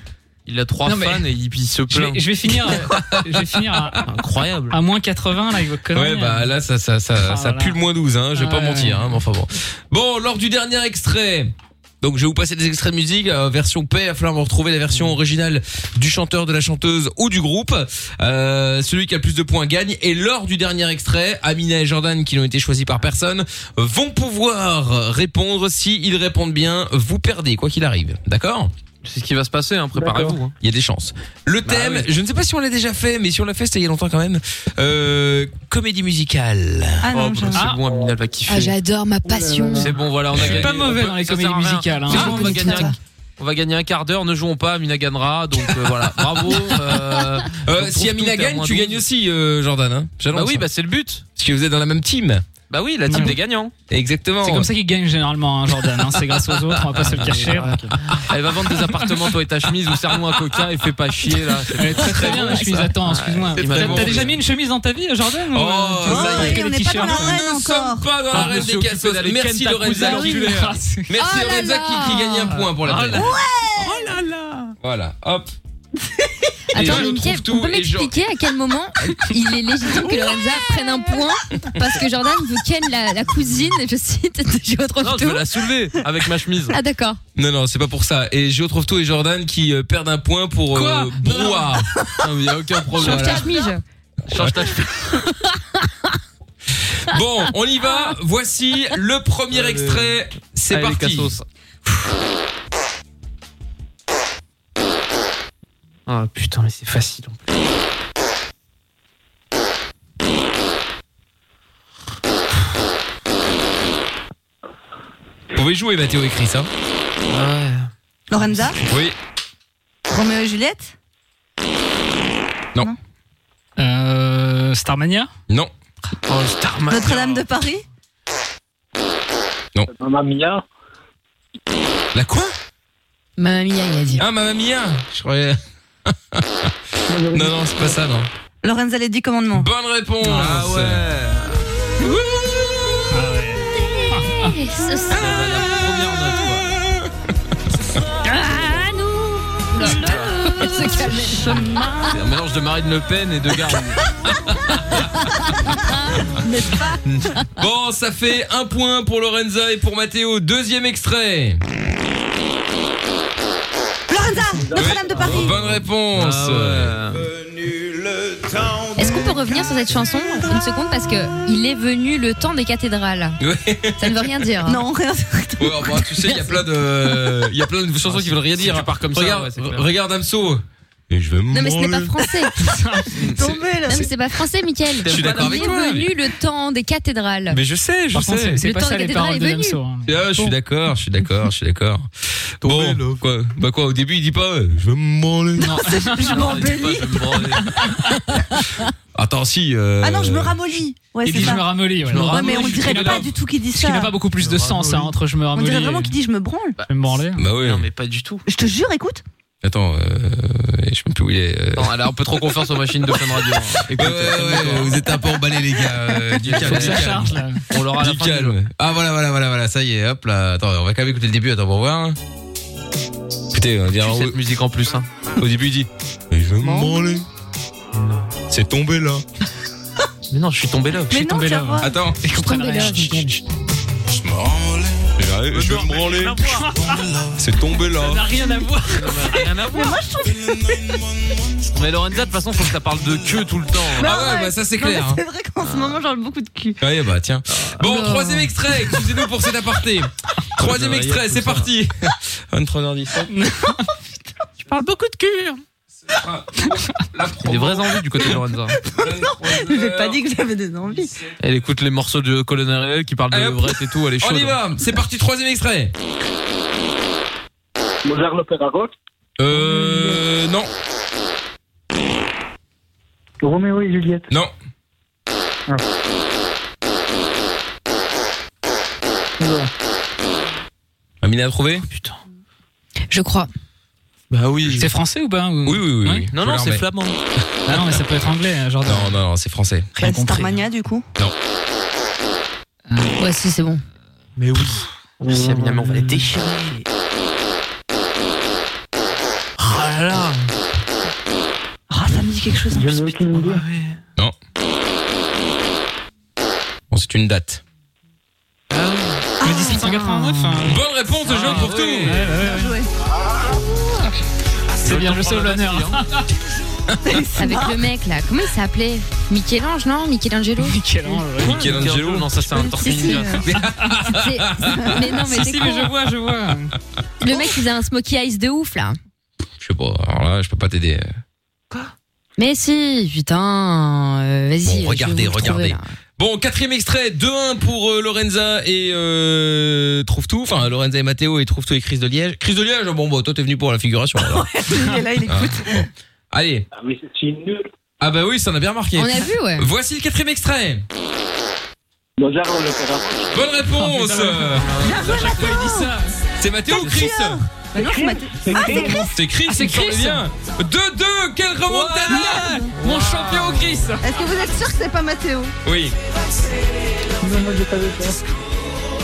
Il a trois Non, mais- fans et il, il se Je plaint. vais, je vais finir, euh, je vais finir à, incroyable. à moins 80 là, il va connaître. Ouais, bah là, ça, ça, ça, hein. Ah, ça voilà. pue le moins 12, hein, je vais Ah, pas ouais, mentir. ouais. Hein, mais enfin bon. Bon, lors du dernier extrait. Donc je vais vous passer des extraits de musique euh, version paix, il va falloir me retrouver la version originale du chanteur, de la chanteuse ou du groupe. Euh, celui qui a le plus de points gagne. Et lors du dernier extrait, Amina et Jordan, qui n'ont été choisis par personne, euh, vont pouvoir répondre. S'ils répondent bien, vous perdez, quoi qu'il arrive. D'accord C'est ce qui va se passer, hein, préparez-vous. hein. Il y a des chances. Le thème, je ne sais pas si on l'a déjà fait, mais si on l'a fait, c'était il y a longtemps quand même. Euh, comédie musicale. Ah non, Oh, bah, j'aime pas. c'est bon, Amina va kiffer. Ah, j'adore ma passion. Oh C'est bon, voilà, on a Je suis gagné. pas mauvais On dans les ça sert comédies à rien. musicales, hein. C'est Je bon, on, va connais gagner tout un, on va gagner un quart d'heure, ne jouons pas, Amina gagnera, donc euh, voilà, bravo. euh, Euh, on si trouve Amina tout, t'es à gagne, moins tu 12. gagnes aussi, euh, Jordan. Hein. J'annonce, Bah oui, hein. bah c'est le but. Parce que vous êtes dans la même team. Bah oui, la team Mmh. des gagnants. Exactement. C'est comme ça qu'il gagne généralement, hein, Jordan. hein. C'est grâce aux autres, on va pas se le cacher. hein. Elle va vendre des appartements, toi et ta chemise, ou serre-moi un coca et fais pas chier là. C'est Elle est très très bien la chemise. Attends, excuse-moi. c'est T'as très t'as bon. déjà mis une chemise dans ta vie, Jordan ou, Oh, euh, tu ça vois, y est, que on des est pas t-shirts dans la reine Nous ne sommes pas dans Ah, la reine monsieur des occupé cassos. d'aller Merci Ken Lorenza Takuza qui, Ah, titulaire. Merci Oh là Lorenza là. qui, qui gagne un point pour la Oh peine. là là. Oh là là Voilà, hop. Ah, Et Attends, je mais Mickaël, trouve on tout peut et je- m'expliquer à quel moment il est légitime que Lorenza prenne un point parce que Jordan veut ken la, la cousine, je cite, de Géo Trouve Non, je Tout. vais la soulever avec ma chemise. Ah d'accord. Non, non, c'est pas pour ça. Et je retrouve tout et Jordan qui euh, perdent un point pour Quoi euh, brouhaha. Non, mais y a aucun problème. Change ta Voilà. chemise. Change ta Bon, on y va. Voici le premier extrait. C'est Allez, les parti. cassos. Ah putain, mais c'est facile. Vous pouvez jouer, Mathéo et Chris. Hein. Lorenza Oui. Roméo et Juliette Non. Euh, Starmania Non. Oh, Starmania. Notre-Dame de Paris Non. Mamma Mia La quoi Mamma Mia, il a dit. Ah, Mamma Mia Je croyais. non, non, c'est pas ça, non. Lorenza les 10 commandements. Bonne réponse Ah ouais Ah Ah nous Se Ah. calmer. C'est un mélange de Marine Le Pen et de Garde. Bon, ça fait un point pour Lorenza et pour Mathéo. Deuxième extrait. Lorenza Notre-Dame de Paris Bonne réponse. Ah Est-ce qu'on peut revenir sur cette chanson une seconde parce que il est venu le temps des cathédrales. Ouais. Ça ne veut rien dire. hein. Non, rien. Ouais, bah, tu sais, il y a plein de, il y a plein de chansons qui veulent rien Ah, Si dire. tu pars comme ça, regarde, ouais, c'est clair. regarde Amso. Et je vais Non mais ce n'est pas français. Tombé là Non mais c'est pas français, Michael. Je suis d'accord avec Il toi, est mais- venu le temps des cathédrales. Mais je sais, je Ah. Par contre, sais. c'est- c'est Le pas temps ça des les paroles de cathédrales est Damso. hein. Ah, je suis d'accord, je suis d'accord, je suis d'accord. Bon, quoi, bah quoi, au début il dit pas, euh, je vais me branler. Je Ah, m'en bénis Attends, si. euh, Ah non, je me ramollis Ouais, Il c'est dit je me ça. ramollis. ouais. Je me Ouais, mais ramollis, on je dirait suis pas là. du tout qu'il dit Parce qu'il n'a ça. pas beaucoup plus de sens hein, entre je me On ramollis. dirait vraiment et- qu'il dit je me branle. Je vais me branler. Bah oui. Non, mais pas du tout. Je te jure, écoute. Attends, euh, je sais même plus où il est. euh. Non, elle a un peu trop confiance aux machines de Fun Radio. hein. Écoute, Ouais, ouais, ouais, calme-toi. vous êtes un peu emballés les gars. euh, du Faut calme, que du ça calme. charge là. on l'aura à la Du fin. du jeu. calme. Ah voilà, voilà, voilà, voilà, ça y est, hop là. Attends, on va quand même écouter le début, attends pour voir. Écoutez, on dirait Tue cette au, musique en plus. Hein. au début il dit. Mais je vais me branler. C'est tombé là. Mais non, je suis tombé là. Mais non, tombé ça là. va. Attends. Ils comprennent Tombé rien. là, Chut, chut, chut. Je me branle. Je vais me branler. C'est tombé là. Ça n'a rien à voir. Rien à voir. Mais Lorenza, de toute façon, faut que ça parle de queue tout le temps. hein. Ah ouais, bah ça c'est Non, mais clair. hein. C'est vrai qu'en ce moment, j'en ai beaucoup de cul. Euh, Ouais, bah tiens. Bon, Non. troisième extrait, excusez-nous pour cet aparté. Troisième J'aurais extrait, tout c'est ça. parti. 23h17. Je parle beaucoup de cul. Il y a des vraies envies du côté de Lorenza. J'ai pas dit que j'avais des envies. Elle écoute les morceaux de Colonel Ariel qui parlent Allez, de hop. Brett et tout, elle est On chaude. hein. y va, c'est parti, troisième extrait. Mozart l'opéra rock. Euh. Non, Roméo et Juliette. non. Amina a trouvé Putain. Je crois. Bah oui. C'est français ou pas ou- Oui, oui, oui. Ouais. oui. Non, Je la non, c'est remets. flamand. Ah non, mais ça peut être anglais, hein, Jordan. Non, non, non, c'est français. Bah, Starmania, du coup. Ouais, si, c'est bon. Mais oui. Merci Amina, mais on va les déchirer. Oh là là. Ah, quelque chose. J'en ai aucune idée. Non. Bon, c'est une date. Mais 1889 hein. Bonne réponse, je trouve tout. C'est bien, je sais l'honneur. Avec le mec là, comment il s'appelait Michel-Ange, non Michelangelo Michelangelo, Michelangelo, non, ça c'est un tortilla. Mais non, mais Si, t'es si, con. mais je vois, je vois. Le mec, il a un smoky eyes de ouf là. Je sais pas. Alors là, je peux pas t'aider. Mais si, putain, euh, vas-y. Bon, regardez, regardez. Bon, quatrième extrait, 2-1 pour euh, Lorenza et euh, trouve tout. Enfin, Lorenza et Matteo et trouve tout et Chris de Liège. Chris de Liège, bon, bon, toi t'es venu pour la figuration. alors. Et là, il écoute. Allez. Ah, mais c'est nul. Ah bah oui, ça en a bien remarqué. On a vu, ouais. Voici le quatrième extrait. Bonne réponse. Euh, C'est Mathéo ou Chris Bah non, c'est Mathéo. Ah, C'est c'est Chris Chris, Ah, c'est il me semble Chris. Ah, bien. 2-2, quelle remontada Mon champion Chris Ah, Est-ce que vous êtes sûr que c'est pas Mathéo Oui.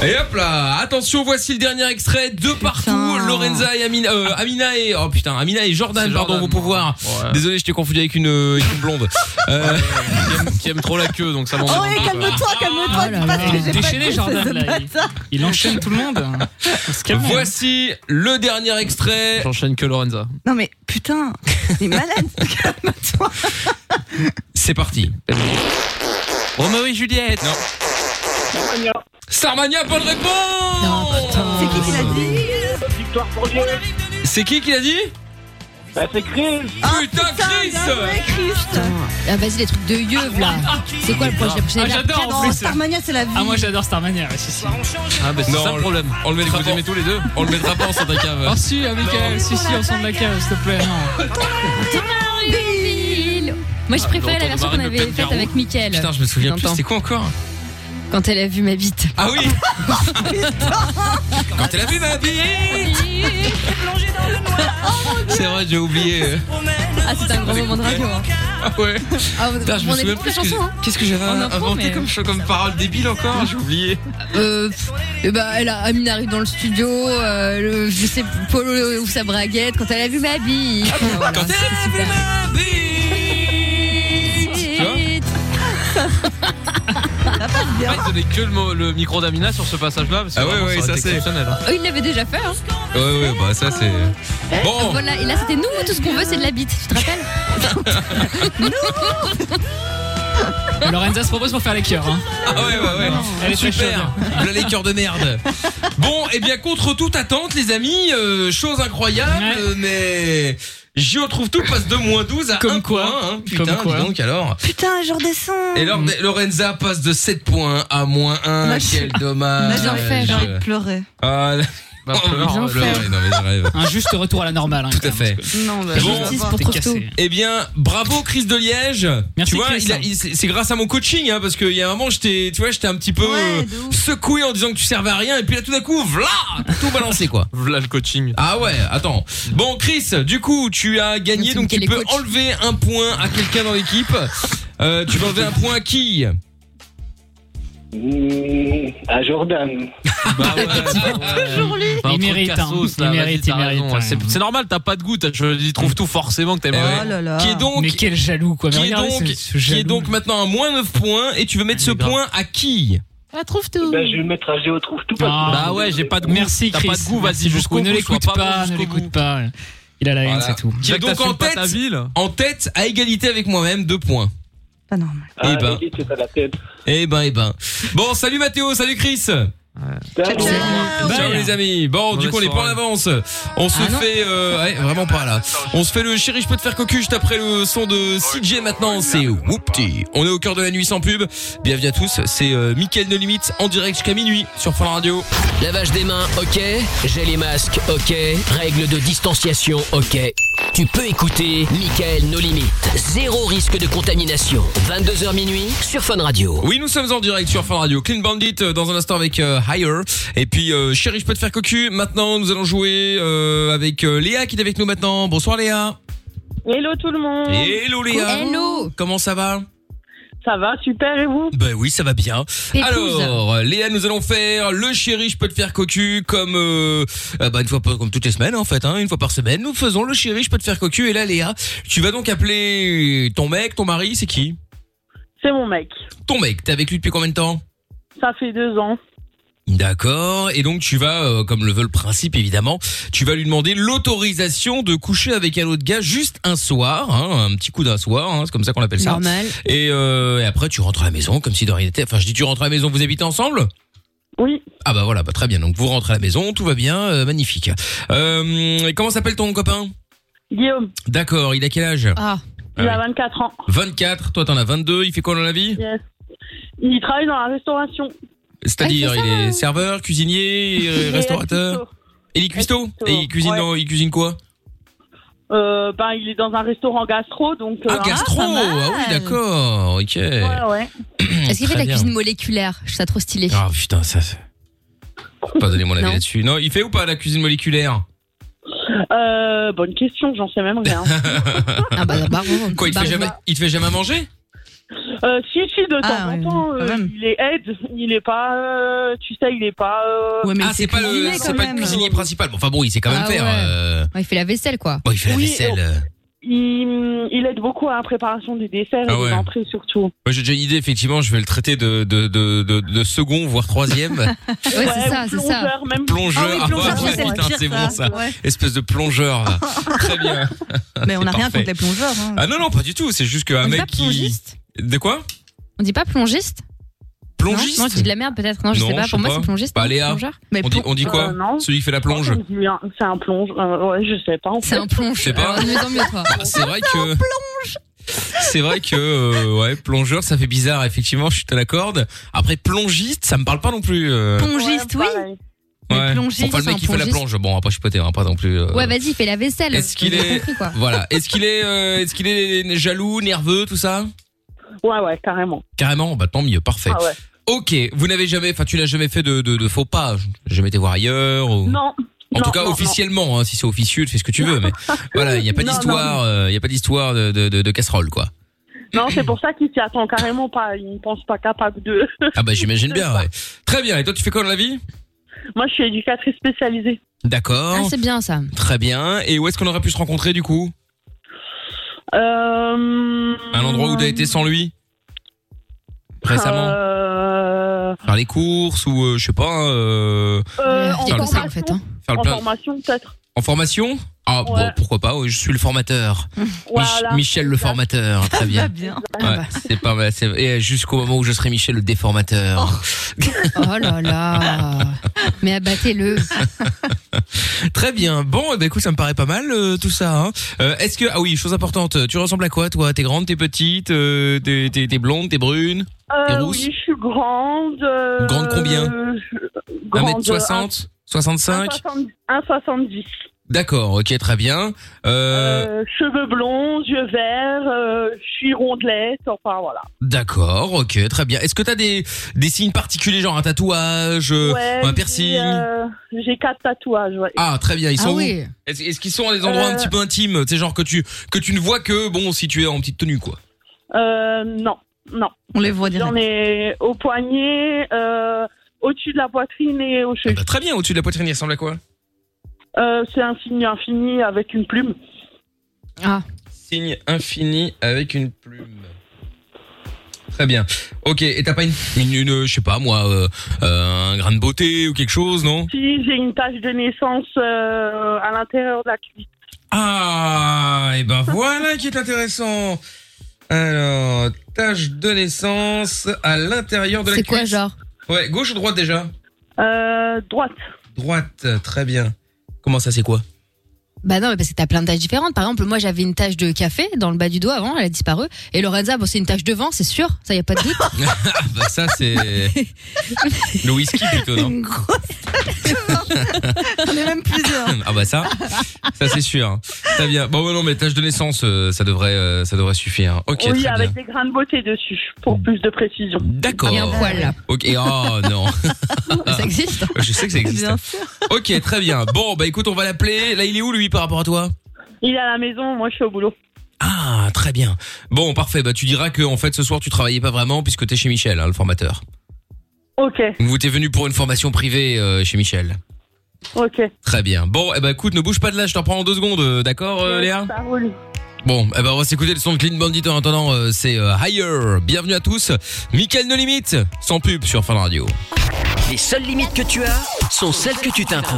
Et hop là, attention, voici le dernier extrait, deux partout, Lorenza et Amina, euh, Amina et oh putain, Amina et Jordan, pardon, vos pouvoirs. Désolé, je t'ai confondu avec une, euh, avec une blonde Euh, qui, aime, qui aime trop la queue, donc ça m'en Oh, et calme-toi, calme-toi, dis pas ce que j'ai pas Déchaîné, dit, Jordan, ce là, bâtard. Il enchaîne tout le monde. Voici le dernier extrait. J'enchaîne que Lorenza. Non, mais putain, il est malade. C'est parti. Roméo et Juliette. Non. Starmania, bonne réponse C'est qui qui l'a dit Victoire pour C'est qui qui l'a dit c'est Chris Putain, Chris Ah, vas-y, les trucs de yeux là. C'est quoi le prochain Ah, j'adore en plus. Starmania, c'est la vie. Ah, moi j'adore Starmania, ouais, si, si. Ah, bah c'est Non, ça on le le- problème. On le mettra vous pas. aimez tous les deux. On le mettra Oh, pas en centre cave. Ah, si, ah, Michael, si, si, on sent de la cave, s'il te plaît. Non. Moi, je Ah, préférais la j'entends version qu'on Marine Le avait Pen faite Garou. avec Mickaël. Putain, je me souviens plus, T'entends c'était quoi encore Quand elle a vu ma bite. Ah oui Quand elle a vu ma bite C'est vrai, j'ai oublié. euh. Ah, c'était un grand moment de radio. hein. Ah ouais Ah, vous- Putain, je me on est souviens pour plus la que- chanson, hein. qu'est-ce que j'avais On en prend, inventé mais- comme, comme parole débile encore, j'ai oublié. Euh, pff, eh ben, elle a, Amine arrive dans le studio, euh, le- je sais, Polo ouvre sa braguette quand elle a vu ma bite. Ah, Voilà, Quand elle c'est super. Ah, ils donnaient que le, mo- le micro d'Amina sur ce passage-là. Ah ouais, ouais, ça, c'est- Oh, il l'avait déjà fait, hein. Ah, Ouais, ouais, bah ça c'est. Bon Voilà, et là c'était nous, tout ce qu'on veut c'est de la bite, tu te rappelles Lorenza se propose pour faire les cœurs. Hein. Ah ouais, ouais, ouais. Elle est très Super. Voilà les cœurs de merde. Bon, et bien, contre toute attente, les amis, euh, chose incroyable, euh, mais. J'y retrouve tout, passe de moins 12 à Comme 1 quoi. point, hein. Putain, Comme quoi. dis donc alors. Putain, je redescends. Et Lor- Lorenza passe de 7 points à moins 1. Moi, je- Ah, Quel dommage. Moi, j'en fais, j'ai envie de pleurer. Ah, là- Oh, pleure, j'en non, fais. Lorenza, non, mais je rêve. Un juste retour à la normale. Tout à fait. Non, bah, Bon. justice pour T'es Trouve-Tout. cassé. Eh bien, bravo Chris de Liège. Merci, tu vois, Chris. il a- il- c'est c'est grâce à mon coaching, hein, parce qu'il y a un moment, j'étais, tu vois, j'étais un petit peu euh, secoué en disant que tu servais à rien, et puis là, tout d'un coup, v'là, tout balancé quoi. Voilà le coaching. Ah ouais, attends. Bon, Chris, du coup, tu as gagné, Tu donc me tu les peux coachs. enlever un point à quelqu'un dans l'équipe. Euh, tu vas enlever un point à qui à Jordan. Bah Toujours lui. Il mérite, hein. Il mérite, il mérite, hein. ouais. C'est c'est normal, t'as pas de goût. t'as- Je y trouve tout forcément que t'aimes. Mm. ouais. Oh là là. Qui est donc- Mais quel jaloux quoi. Mais qui est, regardez donc, ce- ce qui est jaloux. donc maintenant à moins 9 points, et tu veux Ah, mettre ce point à qui Ah, trouve tout. Ben, je vais le mettre à Géo Trouve Tout. Bah ouais, j'ai pas de goût. Ah. Merci T'as Chris. pas de goût, vas-y Merci jusqu'au beaucoup. bout, Ne l'écoute sois pas, pas bon ne jusqu'au l'écoute pas. Il a la haine, c'est tout. Qui est donc en tête, en tête à égalité avec moi-même, 2 points. Pas normal. Ah, Eh ben. Eh ben, eh ben. Bon, salut Mathéo, salut Chris. Ciao les amis. Bon, du coup on est pas en avance. On se Ah, fait euh, ouais, vraiment pas là. On se fait le chéri, je peux te faire cocu juste après le son de CJ maintenant. C'est Whoopty. On est au cœur de la nuit sans pub. Bienvenue à tous. C'est euh, Mickaël No Limite en direct jusqu'à minuit sur Fun Radio. Lavage des mains, ok. Gel et masque, ok. Règles de distanciation, ok. Tu peux écouter Michael No Limites. Zéro risque de contamination. 22h minuit sur Fun Radio. Oui, nous sommes en direct sur Fun Radio. Clean Bandit euh, dans un instant avec euh, Higher. Et puis, euh, chérie, je peux te faire cocu. Maintenant, nous allons jouer euh, avec euh, Léa qui est avec nous maintenant. Bonsoir Léa. Hello tout le monde. Hello Léa. Comment ça va Ça va, super, et vous Ben oui, ça va bien. Épouse. Alors, euh, Léa, nous allons faire le chéri, je peux te faire cocu comme euh, euh, bah, une fois par- comme toutes les semaines en fait, hein, une fois par semaine. Nous faisons le chéri, je peux te faire cocu. Et là, Léa, tu vas donc appeler ton mec, ton mari, c'est qui C'est mon mec. Ton mec, t'es avec lui depuis combien de temps Ça fait deux ans. D'accord. Et donc tu vas, euh, comme le veut le principe évidemment, tu vas lui demander l'autorisation de coucher avec un autre gars juste un soir, hein, un petit coup d'un soir, hein, c'est comme ça qu'on appelle ça. Normal. Et, euh, et après tu rentres à la maison comme si de rien n'était. Enfin, je dis tu rentres à la maison, vous habitez ensemble Oui. Ah bah voilà, bah, très bien. Donc vous rentrez à la maison, tout va bien, euh, magnifique. Euh, et comment s'appelle ton copain Guillaume. D'accord. Il a quel âge Ah. Il Ah a oui. 24 ans. 24. Toi t'en as 22. Il fait quoi dans la vie Yes. Il travaille dans la restauration. C'est-à-dire, il est serveur, cuisinier, euh, Il est restaurateur. Et il est cuistot Et il cuisine, dans- il cuisine quoi Euh, ben, il est dans un restaurant gastro, donc. euh, Ah, gastro Ah oui, d'accord, ok. Ouais, ouais. Est-ce qu'il fait de la Très bien. cuisine moléculaire Je trouve ça trop stylé. Ah putain, ça. c'est- Faut Pas donner mon avis Non. là-dessus. Non, il fait ou pas la cuisine moléculaire Euh, bonne question, j'en sais même rien. Ah bah, Quoi, il te, fait jamais, il te fait jamais à manger Euh, si, si, de Ah, temps ouais, en temps, euh, il est aide, il est pas, euh, tu sais, il est pas. euh, Ah, c'est pas, le, c'est pas le cuisinier principal. Bon, enfin bon, il sait quand même Ah faire. ouais. euh, Ouais, il fait la vaisselle, quoi. Bon, il fait la Oui, vaisselle. euh. Il, il aide beaucoup à la préparation des desserts Ah et ouais. des entrées surtout. Moi, j'ai déjà une idée, effectivement, je vais le traiter de, de, de, de, de second, voire troisième. Ouais, c'est ça, ou c'est ça. plongeur, même. plongeur. Ah oui, plongeur, ouais, ça, c'est le putain, pire, hein, c'est bon ça. ça. Ouais. Espèce de plongeur. là. Très bien. Mais on C'est n'a rien parfait. contre les plongeurs. hein. Ah non, non, pas du tout. C'est juste qu'un On dit mec pas qui. plongiste De quoi On dit pas plongiste Plongiste Non, non, je dis de la merde peut-être. Non, je sais pas. Pour moi, c'est plongiste. Bah, non, Léa. plongeur. on, dit, on dit quoi Euh, non. Celui qui fait la plonge. On dit un- C'est un plonge. euh, ouais, je sais pas. en fait. C'est un plonge. Je sais pas. Alors, de mieux en mieux, toi. Bah, c'est vrai que. C'est vrai que euh, ouais plongeur ça fait bizarre effectivement je te l'accorde après plongiste ça me parle pas non plus euh. Plongiste, oui. ouais. plongiste, enfin le mec enfin, qui fait la plongiste. plonge bon après je suis poté, hein, pas non plus euh. Ouais, vas-y, il fait la vaisselle. Est-ce qu'il J'ai est- compris, quoi. voilà est-ce qu'il est euh, est-ce qu'il est jaloux nerveux tout ça Ouais, ouais, carrément. carrément bah tant mieux parfait Ah ouais. ok vous n'avez jamais enfin tu l'as jamais fait de, de, de faux pas jamais été voir ailleurs ou... Non. En non, tout cas, non, officiellement, hein, si c'est officieux, tu fais ce que tu veux, mais voilà, il n'y a pas Non, non. d'histoire, euh, il y a pas d'histoire de, de, de- de casserole, quoi. Non, Non, c'est pour ça qu'il s'y attend carrément pas. Il ne pense pas capable de. Ah bah j'imagine bien. ouais. Très bien. Et toi, tu fais quoi dans la vie Moi, je suis éducatrice spécialisée. D'accord. Ah, c'est bien ça. Très bien. Et où est-ce qu'on aurait pu se rencontrer du coup Euh, Un endroit où t'as été sans lui Récemment euh, Faire les courses ou euh, je sais pas. euh, euh, en faire le- formation, faire le en plein- formation peut-être. En formation Ah Ouais. bon, pourquoi pas ouais, Je suis le formateur. Voilà. Mmh. Mich- Michel le formateur, très bien. bien. Ouais, c'est pas mal. c'est- Et jusqu'au moment où je serai Michel le déformateur. Oh là là. Mais abattez-le. Très bien. Bon, d'un coup, ça me paraît pas mal euh, tout ça. hein. Euh, Est-ce que ah oui, chose importante, tu ressembles à quoi toi T'es grande, t'es petite, euh, t'es t'es- t'es blonde, t'es brune, t'es Euh, rousse oui, je suis grande. euh, Grande combien je- grande, 1m60, euh, 65 1,70. D'accord, ok, très bien. Euh, Euh, cheveux blonds, yeux verts, euh, je suis rondelette, enfin voilà. D'accord, ok, très bien. Est-ce que t'as des des signes particuliers, genre un tatouage, euh, Ouais, un j'ai, piercing euh, J'ai quatre tatouages. ouais. Ah très bien, ils sont où Est-ce est-ce qu'ils sont à des endroits un Euh, petit peu intimes, tu sais, genre que tu que tu ne vois que bon si tu es en petite tenue quoi. Euh, non, non. On les voit direct. J'en ai au poignet, euh, au-dessus de la poitrine et au cheveu. Bah, très bien, au-dessus de la poitrine, il ressemble à quoi Euh, c'est un signe infini avec une plume. Ah. Signe infini avec une plume. Très bien. Ok, et t'as pas une, une, une, je sais pas moi, euh, euh, un grain de beauté ou quelque chose, non Si j'ai une tache de naissance euh, à l'intérieur de la cuisse. Ah, et ben voilà qui est intéressant. Alors, tâche de naissance à l'intérieur de la C'est quoi, cuisse. genre Ouais, gauche ou droite déjà Euh, droite. Droite, très bien. Comment ça, c'est quoi Bah non, mais parce que t'as plein de taches différentes. Par exemple, moi j'avais une tache de café dans le bas du doigt avant, elle a disparu. Et Lorenza, bon, c'est une tache de vin, c'est sûr, ça y a pas de doute. Ah bah ça c'est le whisky plutôt, non On est même plusieurs. Ah bah ça, ça c'est sûr. hein. Très bien. Bon ouais, non mais tâche de naissance, euh, ça devrait, euh, ça devrait suffire. Ok, oui, très avec bien. des grains de beauté dessus, pour plus de précision. D'accord. Ok. Oh non. ça existe. hein. Je sais que ça existe. Ok, très bien. Bon bah écoute, on va l'appeler. Là il est où lui par rapport à toi Il est à la maison, moi je suis au boulot. Ah, très bien. Bon, parfait. Bah, tu diras que en fait, ce soir, tu travaillais pas vraiment puisque t'es chez Michel, hein, le formateur. Ok, Vous t'es venu pour une formation privée euh, chez Michel. ok. Très bien. Bon, eh ben écoute, ne bouge pas de là, je te reprends en deux secondes, euh, d'accord, euh, Léa Ça roule. Bon, eh ben on va s'écouter le son de Clean Bandit en attendant, euh, c'est euh, Higher. Bienvenue à tous. Mickaël No Limite, sans pub sur Fan Radio. Les seules limites que tu as sont celles que tu t'imposes.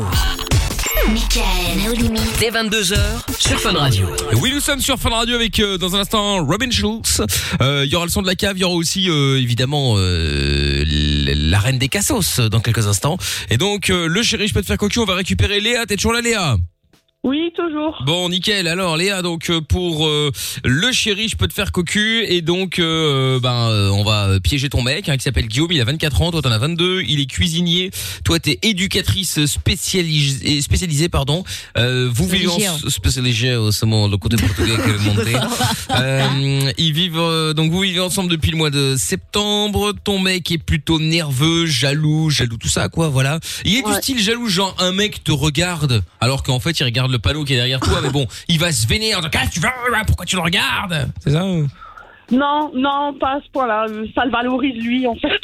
Eh, Michael, nos limites. Dès 22h sur Fun Radio. Et Oui, nous sommes sur Fun Radio avec euh, dans un instant Robin Schulz. Euh, Il y aura le son de la cave, il y aura aussi euh, évidemment euh, l- la reine des cassos euh, dans quelques instants. Et donc euh, le chéri, je peux te faire cocu, on va récupérer Léa. T'es toujours là, Léa Oui, toujours. Bon, nickel. Alors, Léa, donc euh, pour euh, le chéri, je peux te faire cocu. Et donc, euh, ben, euh, on va euh, piéger ton mec hein, qui s'appelle Guillaume. Il a 24 ans, toi t'en as 22. Il est cuisinier. Toi, t'es éducatrice spécialisée, spécialisée pardon. Euh, vous vivez en Spécialisée. spécialisée au moment euh, le côté portugais que le monté. Euh, ils vivent euh, donc vous vivez ensemble depuis le mois de septembre. Ton mec est plutôt nerveux, jaloux, jaloux tout ça quoi, voilà. Il est du style jaloux genre un mec te regarde alors qu'en fait il regarde le panneau qui est derrière toi mais bon, il va se vénérer. Donc, ah, tu vas pourquoi tu le regardes C'est ça Non, non, pas à ce point-là. Euh, Ça le valorise lui, en fait.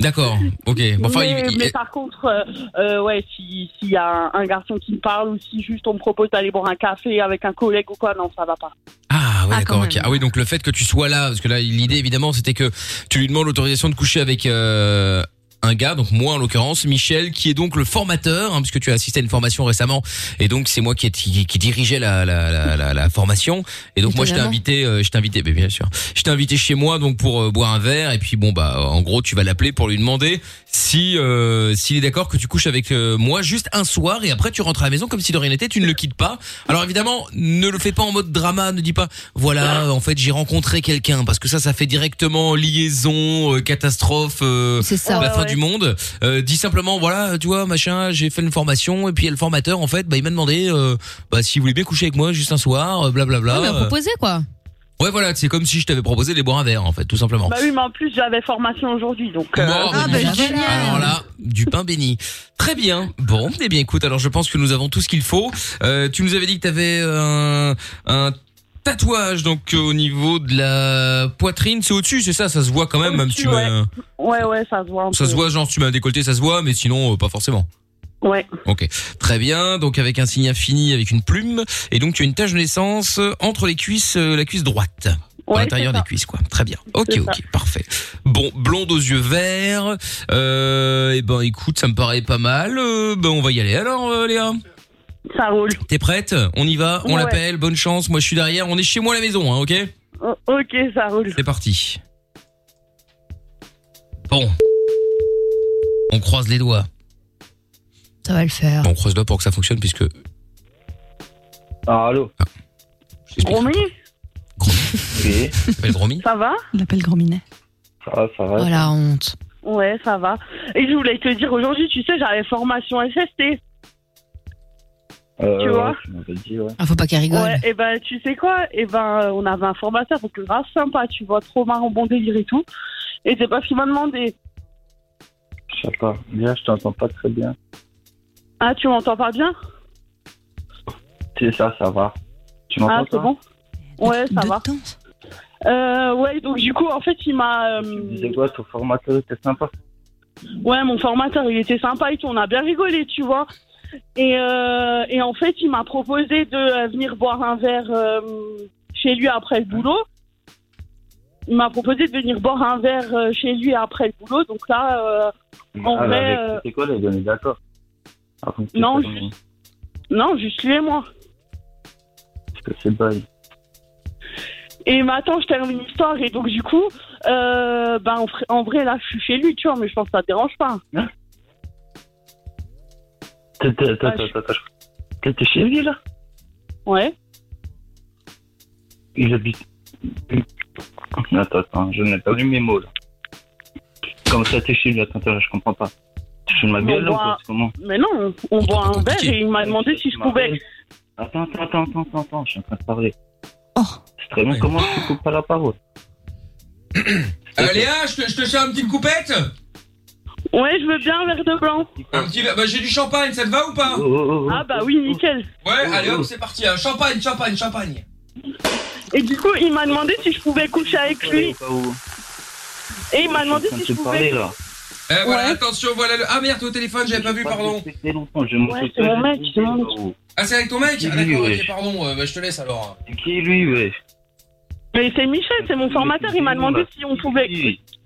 D'accord. OK. Bon, enfin mais, il- il- mais par contre, euh, euh, ouais, si- s'il y a un, un garçon qui me parle ou si juste on me propose d'aller boire un café avec un collègue ou quoi, non, ça va pas. Ah oui, d'accord, ok. Ah oui, donc le fait que tu sois là, parce que là, l'idée évidemment, c'était que tu lui demandes l'autorisation de coucher avec euh, un gars, donc moi en l'occurrence, Michel, qui est donc le formateur, hein, puisque tu as assisté à une formation récemment, et donc c'est moi qui, ai- qui, qui dirigeais la, la, la, la, la formation, et donc moi je t'ai Étonnamment. invité, euh, je t'ai invité, mais bien sûr, je t'ai invité chez moi donc pour euh, boire un verre, et puis bon bah en gros tu vas l'appeler pour lui demander si euh, s'il est d'accord que tu couches avec euh, moi juste un soir, et après tu rentres à la maison comme si de rien n'était, tu ne le quittes pas. Alors évidemment, ne le fais pas en mode drama, ne dis pas voilà, euh, en fait, j'ai rencontré quelqu'un parce que ça ça fait directement liaison, euh, catastrophe, euh, C'est ça. la Ouais, fin ouais. du monde. Euh, dis simplement voilà, tu vois, machin, j'ai fait une formation et puis le formateur en fait, bah il m'a demandé euh, bah si vous voulez bien coucher avec moi juste un soir, euh, blablabla. Ouais, mais Euh, proposer quoi. ouais voilà, c'est comme si je t'avais proposé de boire un verre en fait, tout simplement. Bah oui, mais en plus, j'avais formation aujourd'hui, donc. euh, Alors là, du pain béni. Très bien. Bon, eh bien écoute, alors je pense que nous avons tout ce qu'il faut. Euh, tu nous avais dit que tu avais un, un tatouage donc euh, au niveau de la poitrine, c'est au-dessus, c'est ça, ça se voit quand même, même si tu ouais. m'as- Ah, ouais, ouais, ça se voit. un euh, ça peu. se voit genre si tu m'as un décolleté, ça se voit, mais sinon euh, pas forcément. Ouais. Ok, très bien. Donc avec un signe infini, avec une plume, et donc tu as une tache de naissance euh, entre les cuisses, euh, la cuisse droite, à l'intérieur des cuisses, quoi. Très bien. Ok, C'est ok, ça. parfait. Bon, blonde aux yeux verts. Euh, et ben écoute, ça me paraît pas mal. Euh, ben on va y aller alors, euh, Léa. Ça roule. T'es prête On y va. On Ouais. l'appelle. Bonne chance. Moi, je suis derrière. On est chez moi à la maison, hein, ok O- Oh, Ok, ça roule. C'est parti. Bon. On croise les doigts. Ça va le Ah. faire. On croise les doigts pour que ça fonctionne, puisque Ah, allô Gromi Oui. Ça va Il l'appelle Grand Minet. Ça va, ça va. honte. Ouais, ça va. Et je voulais te dire aujourd'hui, tu sais, j'avais formation SST. Euh, tu ouais, vois tu m'avais dit, ouais. Ah, faut pas qu'elle rigole. Ouais, et ben tu sais quoi Et ben euh, on avait un formateur, donc grave sympa, tu vois, trop marrant, bon délire et tout. Et c'est pas ce qu'il m'a demandé. Je sais pas. Bien, je t'entends pas très bien. Ah, tu m'entends pas bien C'est ça, ça va. Tu Ah, m'entends c'est toi bon Ouais, ça va. Euh, ouais, donc du coup, en fait, il m'a. euh, Tu disais quoi, ton formateur était sympa Ouais, mon formateur, il était sympa et tout. On a bien rigolé, tu vois. Et, euh, et en fait, il m'a proposé de euh, venir boire un verre euh, chez lui après le boulot. Il m'a proposé de venir boire un verre euh, chez lui après le boulot. Donc là, euh, en Ah, mais vrai, avec euh, tes collègues, on est d'accord. Ah, donc, c'est Non, pas bon. non, juste lui et moi. Parce que c'est bail. Et mais attends, je termine l'histoire. Et donc, du coup, euh, ben, en, fr- en vrai, là, je suis chez lui, tu vois, mais je pense que ça te dérange pas. Hein, T'es- t'es- Attends, attends, attends. T'es t'es chez lui, là Ouais. Il habite. Attends, attends, je n'ai pas lu mes mots là. Comme ça, t'es chez lui, attends, attends, je comprends pas. Tu fais de ma gueule là, ou quoi C'est comment Mais non, on boit un verre et il m'a demandé si je pouvais. Attends, attends, attends, attends, attends, attends, je suis en train de parler. Oh. C'est très bien, comment tu coupes pas la parole Euh, Léa, je te, je te fais une petite coupette Ouais, je veux bien un verre de blanc. Un petit verre- bah, j'ai du champagne, ça te va ou pas oh, Ah bah oui, nickel. Ouais, allez hop, c'est parti. hein. Champagne, champagne, champagne. Et du coup, il m'a demandé si je pouvais coucher avec lui. Et il m'a demandé train si de je te parler pouvais. là. Eh, voilà, attention, voilà le. Ah merde, au téléphone, j'avais pas vu, pardon. Mais longtemps, je m'en C'est mon mec, c'est mon mec. Ah, c'est avec ton mec Qui Ah, d'accord, lui, ok, ouais. pardon, euh, bah, je te laisse alors. Qui lui, ouais. Mais c'est Michel, c'est mon formateur. Il m'a demandé si on pouvait.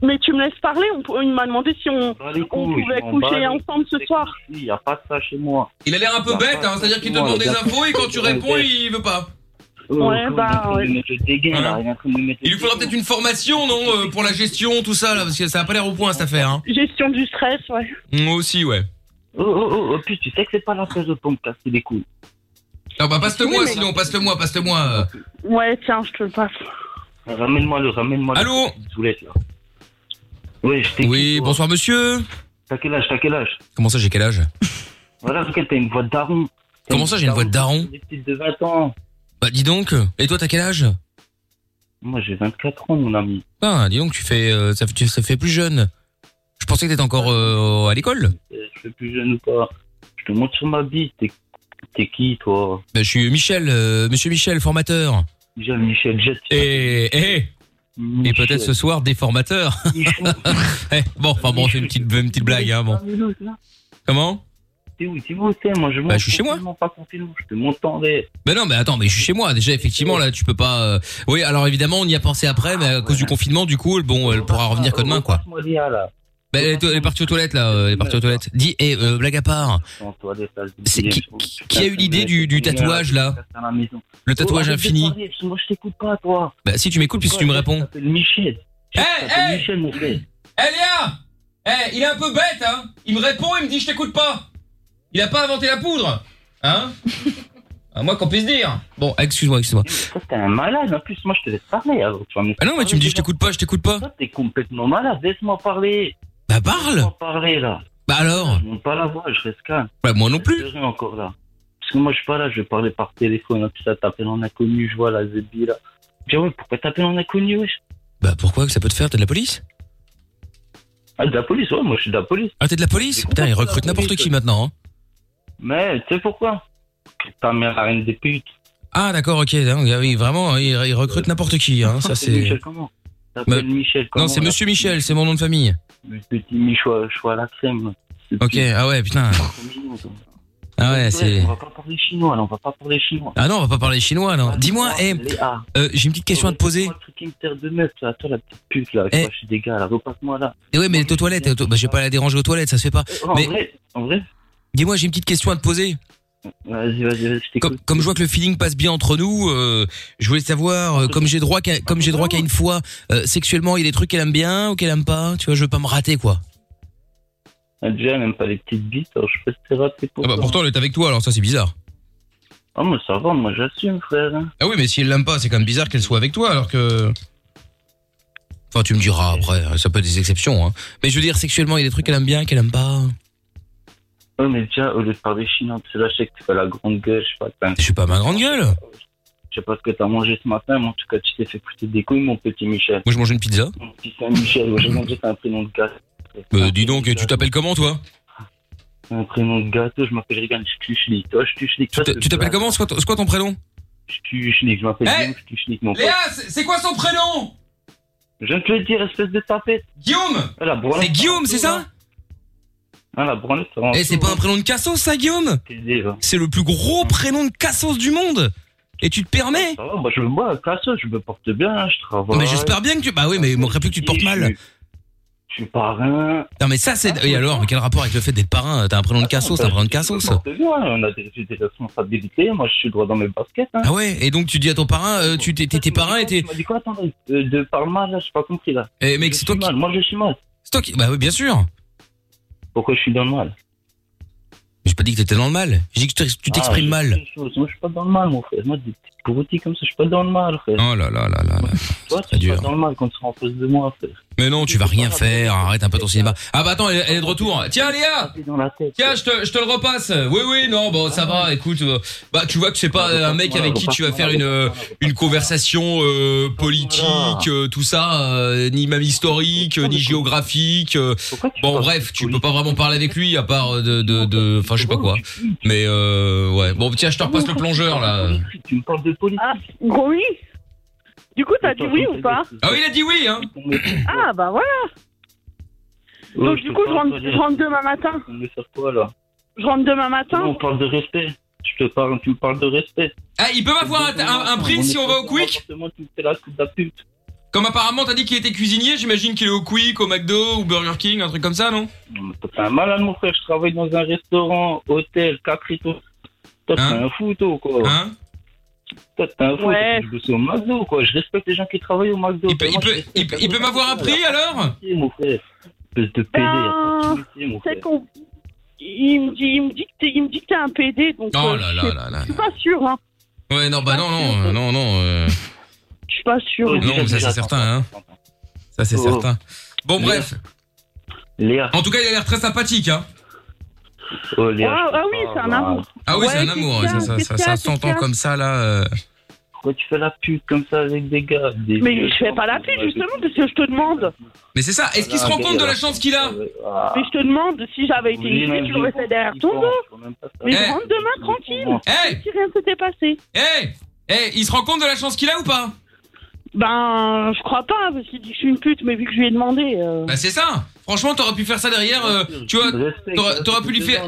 Mais tu me laisses parler. on pou- Il m'a demandé si on, on couilles, pouvait je m'en bats les coucher ensemble ce soir. Il n'y a pas de ça chez moi. Il a l'air un peu Bah, bête, pas- hein, c'est-à-dire qu'il te moi, demande des la personne infos et quand qui tu est réponds, bête. il veut pas. Oh, Ouais, Claude, il bah, est en train de ouais. me mettre le dégain, là, il est en train de me mettre le Il lui faudra peut-être une formation, non, euh, pour la gestion, tout ça, là, parce que ça a pas l'air au point cette affaire. Hein. Gestion du stress, ouais. Moi aussi, ouais. Oh, oh, oh, oh, puis tu sais que c'est pas la phrase de pompe casser les couilles. Non, bah passe-le-moi, Oui, mais- sinon, passe-le-moi, passe-le-moi. euh. Ouais, tiens, je te le passe. Ramène-moi le, ramène-moi le. Allô Je vous laisse, là. Oui, je t'écoute. Oui, bonsoir monsieur. T'as quel âge, t'as quel âge Comment ça, j'ai quel âge Voilà, regarde, t'as une voix de daron. T'as Comment ça, j'ai une voix de daron Des petites de 20 ans. Bah, dis donc. Et toi, t'as quel âge Moi, j'ai 24 ans, mon ami. Ah, dis donc, tu fais, euh, ça, fait- tu- ça fait plus jeune. Je pensais que t'étais encore euh, à l'école. Euh, Je suis plus jeune ou pas Je te montre sur ma bite. T'es- T'es qui, toi Bah, je suis Michel, euh, monsieur Michel, formateur. Michel, Michel, jette. Et, et, et peut-être ce soir des formateurs. Eh, bon, enfin bon, c'est une petite, une petite blague, hein, bon. Comment T'es où T'es où t'es Moi, je Bah, je suis chez moi. Confinement, pas confinement, je te montre en l'air. Ben non, mais attends, mais je suis chez moi déjà. Effectivement, là, tu peux pas. euh, Oui, alors évidemment, on y a pensé après, Ah, mais à cause du confinement, du coup, elle- bon, elle pourra revenir que demain, quoi. Moi, viens, là. Ben, elle, est, elle est partie aux toilettes là, euh, elle est partie aux toilettes. Dis, et blague à part, En toilette, là, je- c'est qui, qui- qui a eu l'idée du, du tatouage là à la maison. Le tatouage Oh, arrête de infini. parler, parce que Moi, je t'écoute pas, toi. Bah si tu m'écoutes puisque tu me réponds. Michel. Eh, eh Michel, mon frère. Eh Léa Eh, il est un peu bête, hein Il me répond, il me dit je t'écoute pas Il a pas inventé la poudre Hein Ah, Moi qu'on puisse dire Bon, excuse-moi, excuse-moi. Toi, t'es un malade, en plus, moi, je te laisse parler. Alors, tu vas me Ah non, mais tu me dis je t'écoute pas, je t'écoute pas. Toi, t'es complètement malade, laisse-moi parler. Bah parle Laisse-moi parler, là. Bah alors Je monte pas la voix, je reste calme. Bah moi non plus. Je serai encore là. Parce que moi, je suis pas là, je vais parler par téléphone, là, tout ça, t'appelles en inconnu, je vois la Zebi, là. Je dis, ouais, pourquoi t'appelles en inconnu, wesh Bah pourquoi que ça peut te faire T'es de la police Ah, de la police, ouais, moi, je suis de la police. Ah t'es de la police Putain, ils recrutent n'importe qui maintenant. hein. Mais, tu sais pourquoi Que Ta mère, la reine des putes. Ah d'accord, ok, hein, oui, vraiment, hein, ils ils recrutent n'importe qui, hein, ça c'est... Michel, comment T'appelles Michel, comment Non, c'est là Monsieur Michel, c'est mon nom de famille. Le petit Michel, je à la crème. là. Le Ok, petit- ah ouais, putain. Trop mignon, toi. Ah ouais, c'est... On va pas parler chinois, là, on va pas parler chinois. Ah non, on va pas parler chinois, non. Dis-moi, eh, euh, j'ai une petite question à te poser. Le truc inter de meuf, là, toi, la petite pute, là, qui va chez des gars, là, repasse-moi, là. Eh ouais, mais elle est aux toilettes. elle est aux to- Bah, je vais pas la déranger aux toilettes, ça se fait pas. Oh, en mais vrai, en vrai. dis-moi, j'ai une petite question à te poser. Vas-y, vas-y, vas-y, je Comme, comme je vois que le feeling passe bien entre nous, euh, je voulais savoir, euh, comme j'ai droit qu'à, comme j'ai droit qu'à une fois, euh, sexuellement, il y a des trucs qu'elle aime bien ou qu'elle aime pas. Tu vois, je veux pas me rater, quoi. Ah, Déjà, elle aime pas les petites bites, alors je peux te faire rater pour ça. Ah bah, elle est avec toi, alors ça c'est bizarre. Ah, moi, ça va, moi, j'assume, frère. hein. Ah oui, mais si elle l'aime pas, c'est quand même bizarre qu'elle soit avec toi, alors que. Enfin, tu me diras après. Ça peut être des exceptions, hein. Mais je veux dire, sexuellement, il y a des trucs qu'elle aime bien, qu'elle aime pas. Ouais, mais déjà, au lieu de parler chinois, tu sais, là, je sais que tu fais la grande gueule, je sais pas. t'as- Je suis pas ma grande gueule. Je sais pas ce que t'as mangé ce matin, mais en tout cas, tu t'es fait foutre des couilles, mon petit Michel. Moi, je mange une pizza. Mon petit Saint-Michel, ouais, j'ai mangé t'as un prénom de gars. Euh, dis donc, tu t'appelles comment, toi Un prénom de gâteau, je m'appelle Regan Stuchnik. Toi, Stuchnik. Tu t'a- tu t'appelles comment C'est quoi ton- c'est quoi ton prénom Stuchnik, je m'appelle Eh Guillaume Stuchnik, mon pote. Léa, c'est- c'est quoi son prénom Je viens de te le dire, espèce de tapette. Guillaume ah, la branlette, C'est Guillaume, c'est ça Ah, la branlette, ça rend Eh, c'est fou, pas un hein. prénom de Cassos, ça, Guillaume T'es dé, là. C'est le plus gros prénom de Cassos du monde Et tu te permets Ça va, moi, je me bois, classe, je me porte bien, hein, je travaille. Mais j'espère bien que tu... Bah oui, mais il manquerait plus que tu te portes mal Je suis parrain. Ah, Non mais ça, c'est... Et alors, quel rapport avec le fait d'être parrain T'as un prénom de Cassos, t'as un prénom de Cassos Je me porte bien, Ah, on a des, j'ai des responsabilités, moi, je suis droit dans mes baskets, hein. Ah ouais Et donc tu dis à ton parrain, euh, tu t'es t'es- t'es parrain et t'es... Tu m'as dit quoi, attends, de, de par mal, là, j'ai pas compris, là. Eh mec, Je c'est toi suis qui... mal, Moi, je suis mal. C'est toi qui... Bah oui, bien sûr Pourquoi je suis dans le mal J'ai pas dit que t'étais dans le mal J'ai dit que tu t'exprimes Ah, je mal sais une chose, Moi, je suis pas dans le mal, mon frère. Moi, des petites broutilles comme ça, je suis pas dans le mal, frère. Oh là là là là là. Toi, tu es pas dans le mal quand tu seras en face de moi, frère. Mais non, tu vas rien faire, arrête un peu ton cinéma. Ah bah attends, elle elle est de retour. Tiens Léa Tiens, je te, je te le repasse. Oui, oui, non, bon, ça va, écoute. euh, Bah, tu vois que c'est pas un mec avec qui tu vas faire une, euh, une conversation euh, politique, euh, tout ça, euh, ni même historique, euh, ni géographique. euh. Bon, bref, tu peux pas vraiment parler avec lui, à part de... de, de- Enfin, je sais pas quoi. Mais, euh, ouais. Bon, tiens, je te repasse le plongeur, là. Tu me parles de police Ah, gros oui Du coup, t'as dit oui ou pas Ah oui, il a dit oui, hein Ah, bah voilà. Donc, du coup, je rentre, je rentre demain matin. On veut faire quoi là Je rentre demain Non, matin. On parle de respect. Je te parle, tu me parles de respect. Ah, il peut m'avoir un, un- un prix si on va au Quick Comme apparemment t'as dit qu'il était cuisinier, j'imagine qu'il est au Quick, au McDo ou Burger King, un truc comme ça, non T'es un malade, mon frère. Je travaille dans un restaurant, hôtel, cacrito. Toi, t'es Hein un fou, toi, quoi. Toi, t'es un fou. Ouais. Je bosse au McDo, quoi. Je respecte les gens qui travaillent au McDo. Il peut, il peut- il peut- il peut m'avoir un prix, alors mon frère. Espèce de PD. Ah, Merci, mon c'est con. Il me dit, il me dit que t'es, il me dit que t'es un PD, donc. Oh euh, là je là sais- là là. Je suis pas sûr, hein. Ouais, non, bah non, non, euh, non, non. euh, Je suis pas sûr. Non, ça c'est certain, hein. Ça c'est Oh. certain. Bon, bref. Léa. En tout cas, il a l'air très sympathique, hein. Oh, Léa. Ah, ah oui, c'est un amour. Ah oui, Ouais, c'est un amour, c'est ça, ça, ça, c'est ça, ça, ça c'est s'entend ça. comme ça, là. euh. Pourquoi tu fais la pute comme ça avec des gars des Mais je fais pas la paix, justement, parce que je te demande. Mais c'est ça, est-ce qu'il se rend compte de la chance qu'il a Mais je te demande, si j'avais été Oui, une mais fille, je je l'aurais fait derrière ton dos. Mais je Eh. rentre demain tranquille. Hey Si rien ne s'était passé. Eh Eh, il se rend compte de la chance qu'il a ou pas Ben, je crois pas, parce qu'il dit que je suis une pute, mais vu que je lui ai demandé. euh, Bah c'est ça Franchement, t'aurais pu faire ça derrière, euh, tu vois, t'aurais- t'aurais pu lui faire...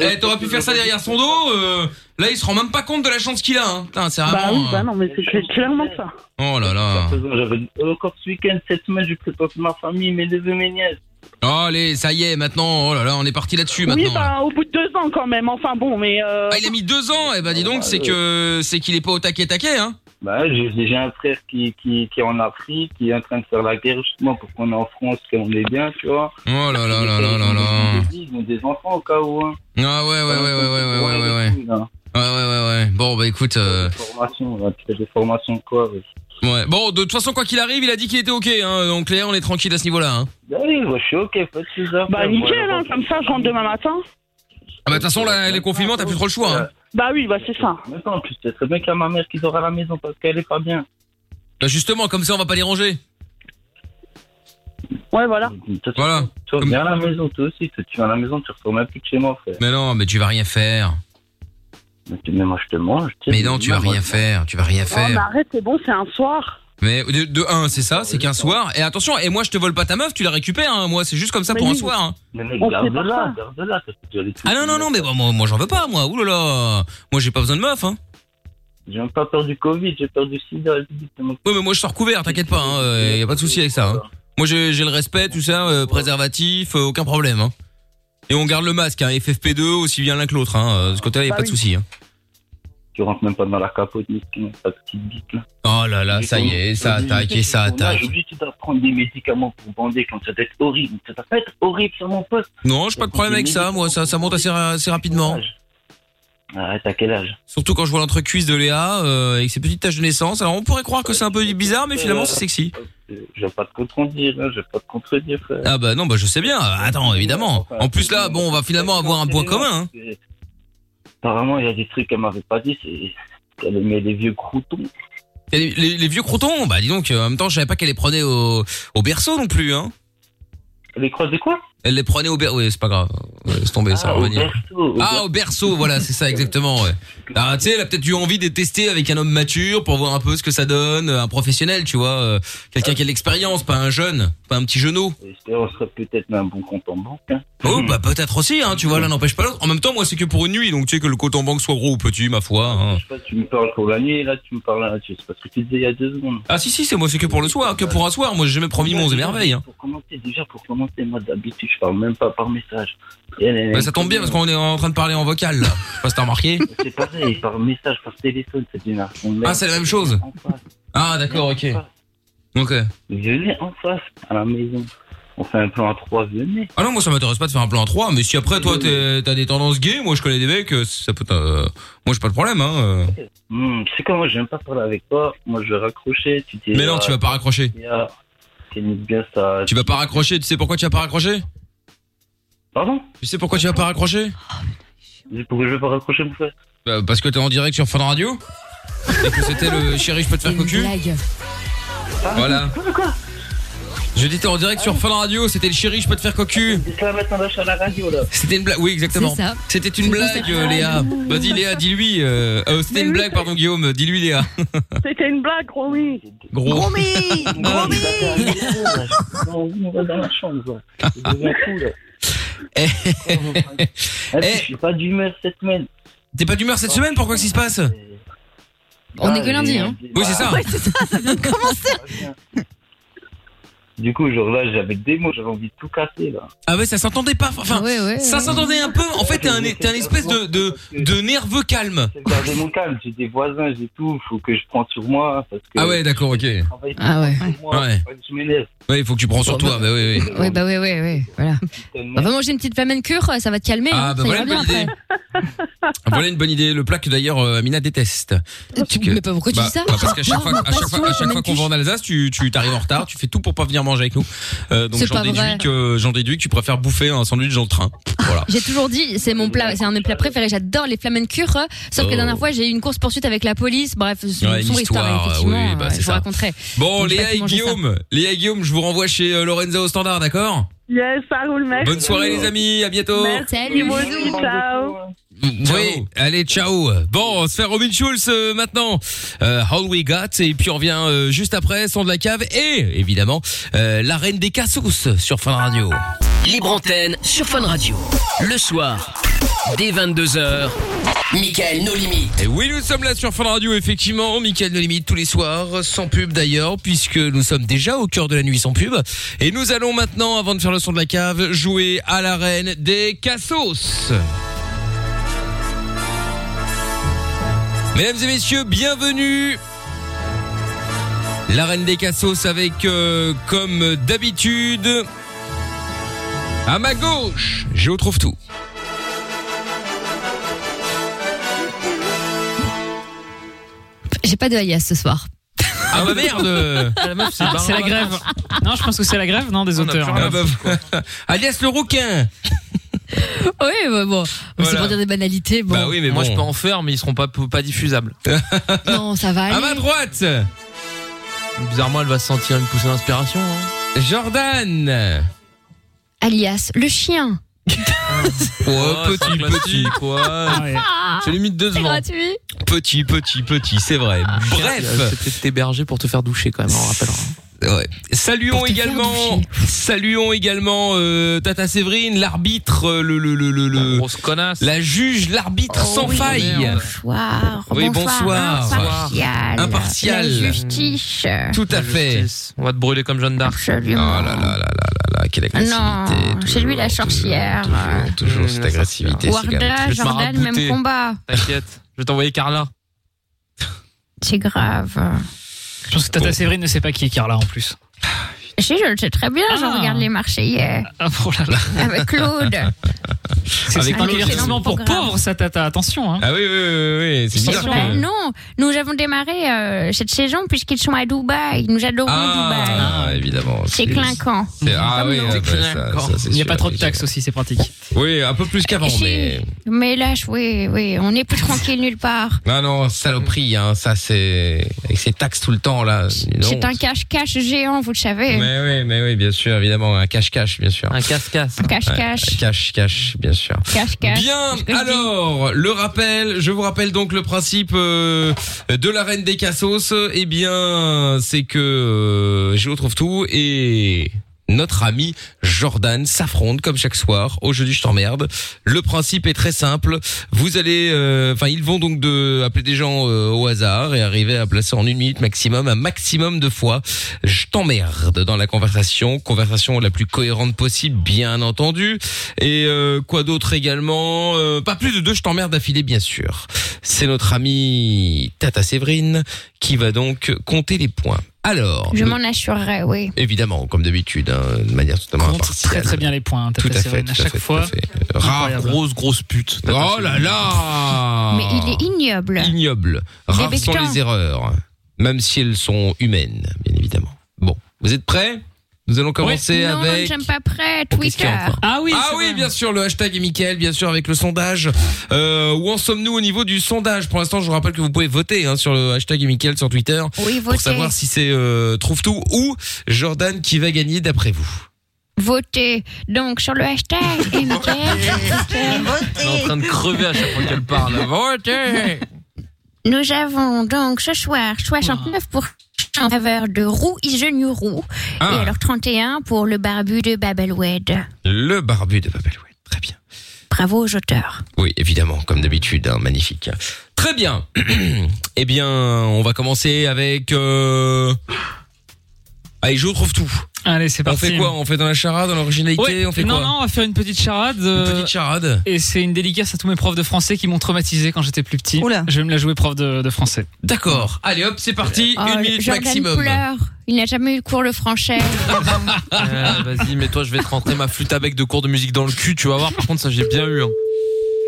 Eh, t'aurais pu faire ça derrière son dos, euh, là il se rend même pas compte de la chance qu'il a, hein. Putain, c'est Bah oui, vraiment... bah non, mais c'est- c'est clairement ça. Oh là là J'avais Euh, encore ce week-end, cette semaine, je prépare ma famille, mes neveux, mes nièces. Allez, ça y est, maintenant, oh là là, on est parti là-dessus, Oui, maintenant. hein. ben, au bout de deux ans quand même. Enfin bon, mais. euh, Ah, il a mis deux ans, eh ben dis Oh, donc, c'est que c'est qu'il est pas au taquet taquet, hein Bah, j'ai j'ai un frère qui, qui, qui est en Afrique, qui est en train de faire la guerre justement pour qu'on est en France, qu'on est bien, tu vois. Oh là là là là là là Ils ont des enfants au cas où. Hein. Ah ouais, ouais, ouais, ouais, ouais, ouais, ouais, ouais, ouais. Ouais, ouais, ouais, ouais. Bon, bah écoute... euh, Formation, là, putain, des formations quoi. ouais. Ouais. Bon, de toute façon, quoi qu'il arrive, il a dit qu'il était ok. Hein. Donc Léa, on est tranquille à ce niveau-là. Hein. Bah oui, moi, je suis ok, pas de soucis. Bah nickel, hein, comme ça, je rentre demain matin. Ah bah de toute façon, là, les confinements, t'as plus trop le choix. Hein. Bah oui, bah c'est ça. Maintenant, en plus, c'est très bien qu'il y a ma mère qui dort à la maison parce qu'elle est pas bien. Bah justement, comme ça, on va pas déranger. Ouais, voilà. Voilà. Toi, viens à la maison, toi aussi. Toi, tu viens à la maison, tu ressors même plus de chez moi, frère. Mais non, mais tu vas rien faire. Mais moi, je te mange. Mais non, tu vas rien faire. Tu vas rien Oh, mais faire. arrête, c'est bon, c'est un soir. Mais de, de un, c'est ça, c'est qu'un soir. Et attention, et moi, je te vole pas ta meuf, tu la récupères. Hein. Moi, c'est juste comme ça pour un soir. Hein. Mais mec, On garde sait pas là, ça. garde là. Ah non, non, non, mais bon, moi, moi j'en veux pas, moi. Ouh là là. Moi, j'ai pas besoin de meuf. Hein. J'ai même pas peur du Covid, j'ai peur du sida. Ouais, mais moi, je sors couvert, t'inquiète pas. Hein. euh, y a pas de souci avec ça. Hein. Moi, j'ai j'ai le respect, tout ça, euh, préservatif, euh, aucun problème. Hein. Et on garde le masque, hein, FFP2 aussi bien l'un que l'autre. Hein. euh, De ce côté-là, y a Bah pas de oui. souci. Hein. Tu rentres même pas dans la capote, miskin, ta petite bite là. Oh là là, ça y est, ça attaque et ça attaque. J'ai oublié que tu dois prendre des médicaments pour bander quand ça doit être horrible. Ça doit pas être horrible sur mon poste. Non, j'ai pas de problème avec ça, moi, ça, ça monte assez, ra- assez rapidement. Arrête, à Ah, quel âge Surtout quand je vois l'entrecuisse de Léa, euh, avec ses petites taches de naissance. Alors on pourrait croire que c'est un peu bizarre, Ah, mais finalement c'est sexy. Euh, Je vais pas te contredire, hein, je vais pas te contredire, frère. Ah bah non, bah je sais bien, euh, attends, évidemment. En plus là, bon, on va finalement avoir un point commun. hein. Apparemment, il y a des trucs qu'elle m'avait pas dit, c'est qu'elle aimait les vieux croutons. Et Les, les- les vieux crotons, bah dis donc, euh, en même temps, je savais pas qu'elle les prenait au, au berceau non plus. Hein. Elle les croisait quoi Elle les prenait au berceau, oui, c'est pas grave. Ouais, Laisse tomber, ça va au revenir. berceau, Euh, au ah, au berceau, voilà, c'est ça, exactement. Ouais. Ah, tu sais, elle a peut-être eu envie de tester avec un homme mature pour voir un peu ce que ça donne, euh, un professionnel, tu vois, euh, quelqu'un qui a de l'expérience, pas un jeune, pas un petit genou. Et on serait peut-être même un bon compte en banque. hein. Oh, bah peut-être aussi, hein, Euh. tu vois, l'un n'empêche pas l'autre. En même temps, moi, c'est que pour une nuit, donc tu sais que le coton banque soit gros ou petit, ma foi. hein. Là, tu me parles pour la nuit, là, tu me parles là, c'est parce que tu disais il y a deux secondes. Ah si, si, c'est moi, c'est que pour le soir, que pour un soir. Moi, j'ai jamais promis mon émerveille. Hein. Pour commencer, déjà, pour commencer, moi, d'habitude, je parle même pas par message. Et elle, elle Bah, aime ça tombe bien parce qu'on est en train de parler en vocal, là. Je sais pas si t'as remarqué. C'est pareil, par message, par téléphone, c'est hein. une Ah, c'est la même chose. Ah, d'accord, ok. Ok. Venez en face, à la maison. On fait un plan à trois, venez. Ah non, moi ça m'intéresse pas de faire un plan 3, mais si après toi t'es- t'as des tendances gays, moi je connais des mecs, euh, ça peut. euh, moi j'ai pas de problème, hein. euh. Hmm, tu sais quoi, moi, j'aime pas parler avec toi. Moi, je vais raccrocher. Tu dis, Mais non, ah, tu vas pas raccrocher. Léa, t'aimes bien ça. Tu vas pas raccrocher, tu sais pourquoi tu vas pas raccrocher Pardon Tu sais pourquoi tu vas pas raccrocher Pourquoi je vais pas raccrocher, mon frère bah, Parce que t'es en direct sur Fun Radio et que c'était le chéri, je peux te faire cocu. Voilà. Quoi, quoi Jeudi, t'es en direct sur Fun Radio, c'était le chéri, je peux te faire cocu. Ça va mettre un doche à la radio là. C'était une blague, oui, exactement. C'est ça. C'était une C'est blague, ça. euh, Léa. Vas-y, Léa, dis-lui. euh, euh, c'était une blague, pardon, Guillaume. Dis-lui, Léa. C'était une blague, gros oui. Ah. Gros. On va dans la chambre. quoi. Je deviens fou, là. Eh, Ah, puis, Je suis pas d'humeur cette semaine. T'es pas d'humeur cette semaine Pourquoi qu'est-ce qui se passe On Ah, est que lundi, hein. Oui, c'est ça. Du coup, genre là, j'avais des mots, j'avais envie de tout casser là. Ah ouais, ça s'entendait pas. Enfin, ça s'entendait un peu. En fait, t'es un, t'es un espèce de, de, de nerveux calme. Gardez mon calme, j'ai des voisins, j'ai tout, faut que je prends sur moi parce que. Ah ouais, d'accord, ok. Ah ouais. Ouais. Je m'énerve. Ouais, il faut que tu prends sur toi. Bah oui, oui. Ouais, bah ouais, ouais, ouais. Voilà. On va manger une petite flamen cure, ça va te calmer. Ah, hein, bah ça voilà ira bien une bonne après. Voilà une bonne idée. Le plat que d'ailleurs euh, Amina déteste. Parce que- Mais pas pourquoi Ah. tu bah, dis ça Ah, bah, Parce qu'à chaque Non, fois, ma à chaque passion, fois, à chaque ma fois qu'on va en Alsace, tu, tu t'arrives en retard, tu fais tout pour pas venir manger avec nous. Euh, donc C'est j'en pas déduis vrai. que j'en déduis que tu préfères bouffer un sandwich dans le train. Voilà. J'ai toujours dit, c'est mon plat, c'est un de mes plats préférés. J'adore les flamencures. euh, Sauf que Oh. la dernière fois, j'ai eu une course poursuite avec la police. Bref, c'est Ouais, une sombre histoire, effectivement. oui, bah, euh, c'est je vous ça. raconterai. Bon, Donc, j'ai pas Léa pu et manger ça. Guillaume, Léa et Guillaume, je vous renvoie chez euh, Lorenza au standard, d'accord Yes, ça roule, mec. Bonne soirée, les amis, à bientôt. Merci, Salut. moi aussi, ciao. Oui, allez, ciao. Bon, on se fait Robin Schulz euh, maintenant. Euh, All We Got, et puis on revient euh, juste après, son de la cave, et évidemment, euh, la reine des cassous sur Fun Radio. Libre antenne sur Fun Radio. Le soir, dès 22h, Michael nos limites. Et oui, nous sommes là sur Fun Radio, effectivement. Michael No Limite tous les soirs, sans pub d'ailleurs, puisque nous sommes déjà au cœur de la nuit sans pub. Et nous allons maintenant, avant de faire le son de la cave, jouer à la reine des cassos. Mesdames et messieurs, bienvenue La reine des cassos avec, euh, comme d'habitude, à ma gauche, je retrouve tout. J'ai pas de alias ce soir. Ah bah merde c'est Ah, c'est la grève. Non, je pense que c'est la grève, non, des auteurs. Ah bah, Alias le rouquin Oui, bah, bon. C'est Voilà. pour dire des banalités. Bon. Bah Oh. oui, mais moi je peux en faire, mais ils seront pas, pas diffusables. Non, ça va aller. À ma droite Bizarrement, elle va se sentir une poussée d'inspiration. hein. Jordan Oh, Alias, le chien. petit, petit, quoi. C'est limite deux Ah. C'est secondes. gratuit. Ah. Petit, petit, petit, c'est vrai. Bref C'est peut-être hébergé pour te faire doucher quand même, on hein. rappellera. Ouais. Saluons également, saluons également euh, Tata Séverine, l'arbitre, euh, le, le, le, le, le- la juge, l'arbitre sans faille. Oh Bonsoir. Oui, bonsoir. Impartial. Impartial. La justice. Tout à fait. On va te brûler comme Jeanne d'Arc. Absolument. Ah Oh là là là là là là, quelle agressivité. Non, Ah, c'est lui la sorcière. Toujours cette agressivité. c'est égal. Je Warda, vais Jordan, te même marabouter. combat. T'inquiète, je vais t'envoyer Carla. C'est grave. Je pense que Tata Séverine ne sait pas qui est Carla en plus. Si, je le sais très bien, je Ah. regarde les marchés hier. Ah, oh là là. Avec bah, Claude. C'est Avec c'est un Claude. divertissement pour Programme. pauvres, ça, Tata. Attention, hein. Ah oui, oui, oui, oui, oui, c'est Eh bizarre. ben que- non, nous avons démarré euh, cette saison puisqu'ils sont à Dubaï. Nous adorons Dubaï. Ah, évidemment. C'est clinquant. C'est- Ah oui, ah, bah, ça- ça, c'est Il n'y a sûr, pas trop de évidemment. taxes aussi, c'est pratique. Oui, un peu plus qu'avant, Si. mais. Mais là, je- oui, oui, on n'est plus tranquille nulle part. Non, non, saloperie, hein, ça c'est. Avec ces taxes tout le temps, là. non. C'est un cache-cache géant, vous le savez. Mais oui, mais oui, bien sûr, évidemment, un cache-cache, bien sûr. Un casse-casse. Cache-cache. Cache-cache, bien sûr. Cache-cache. Bien, alors, le rappel, je vous rappelle donc le principe euh, de la reine des cassos. Eh bien, c'est que euh, je retrouve tout et notre ami Jordan s'affronte comme chaque soir au jeudi je t'emmerde. Le principe est très simple. Vous allez, euh, enfin, ils vont donc de appeler des gens euh, au hasard et arriver à placer en une minute maximum un maximum de fois je t'emmerde dans la conversation, conversation la plus cohérente possible, bien entendu. Et euh, quoi d'autre également Euh, Pas plus de deux je t'emmerde d'affilée, bien sûr. C'est notre amie Tata Séverine qui va donc compter les points. Alors, Je nous- m'en assurerai, oui. évidemment, comme d'habitude, hein, de manière totalement Compte impartiale. très très bien les points, hein, Tata Tout à fait, Séverine, tout à à chaque fait, tout fois. à fait. Rare, Incroyable. grosse, grosse pute. Oh là là Mais il est ignoble. ignoble. Rares sont Débectant. les erreurs, même si elles sont humaines, bien évidemment. Bon, vous êtes prêts Nous allons commencer non, avec. j'aime pas près, Twitter. Ah oui, ah oui, bien sûr, le hashtag est Mickaël, bien sûr, avec le sondage. Euh, où en sommes-nous au niveau du sondage Pour l'instant, je vous rappelle que vous pouvez voter hein, sur le hashtag est Mickaël sur Twitter Oui, pour votez. savoir si c'est euh, trouve tout ou Jordan qui va gagner d'après vous. Votez donc sur le hashtag MKL. Elle est en train de crever à chaque fois qu'elle parle. Votez Nous avons donc ce soir 69% en faveur de Roux Isenu Roux Ah. et alors 31 pour le barbu de Babelwed. Le barbu de Babel. Bravo aux auteurs. Oui, évidemment, comme d'habitude, hein, magnifique. Très bien. eh bien, on va commencer avec. Euh... Allez, je trouve tout. Allez, c'est On parti. fait quoi On fait dans la charade, dans l'originalité Ouais. On fait non, quoi non, on va faire une petite charade. euh, Une petite charade. Et c'est une dédicace à tous mes profs de français qui m'ont traumatisé quand j'étais plus petit. Je vais me la jouer prof de, de français. D'accord. Allez, hop, c'est parti. Une minute Euh, oh, Jordan maximum. pleure. Il n'a jamais eu le cours le français. Ah, Vas-y, mais toi, je vais te rentrer ma flûte à bec de cours de musique dans le cul, tu vas voir. Par contre, ça, j'ai bien eu. hein.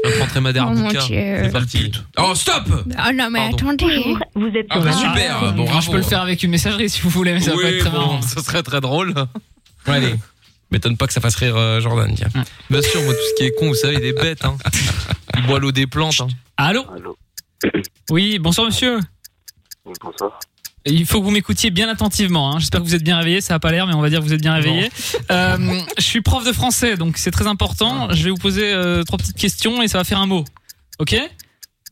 Je vais te rentrer ma Oh derbuka. mon Dieu. C'est parti. Oh, stop Oh non mais attendez. Vous êtes Ah, bah, super. Bon, je bravo. peux le faire avec une messagerie si vous voulez, mais ça va Oui, pas être très bon, marrant. Ça serait très drôle. Allez. M'étonne pas que ça fasse rire euh, Jordan, tiens. Bien sûr, moi, tout ce qui est con, vous savez, il est bête. Hein. Il boit l'eau des plantes. hein. Allô Oui, bonsoir monsieur. Bonsoir. Il faut que vous m'écoutiez bien attentivement. hein. J'espère que vous êtes bien réveillé. Ça n'a pas l'air, mais on va dire que vous êtes bien réveillé. Euh, je suis prof de français, donc c'est très Ah. important. Je vais vous poser euh, trois petites questions et ça va faire un mot. Ok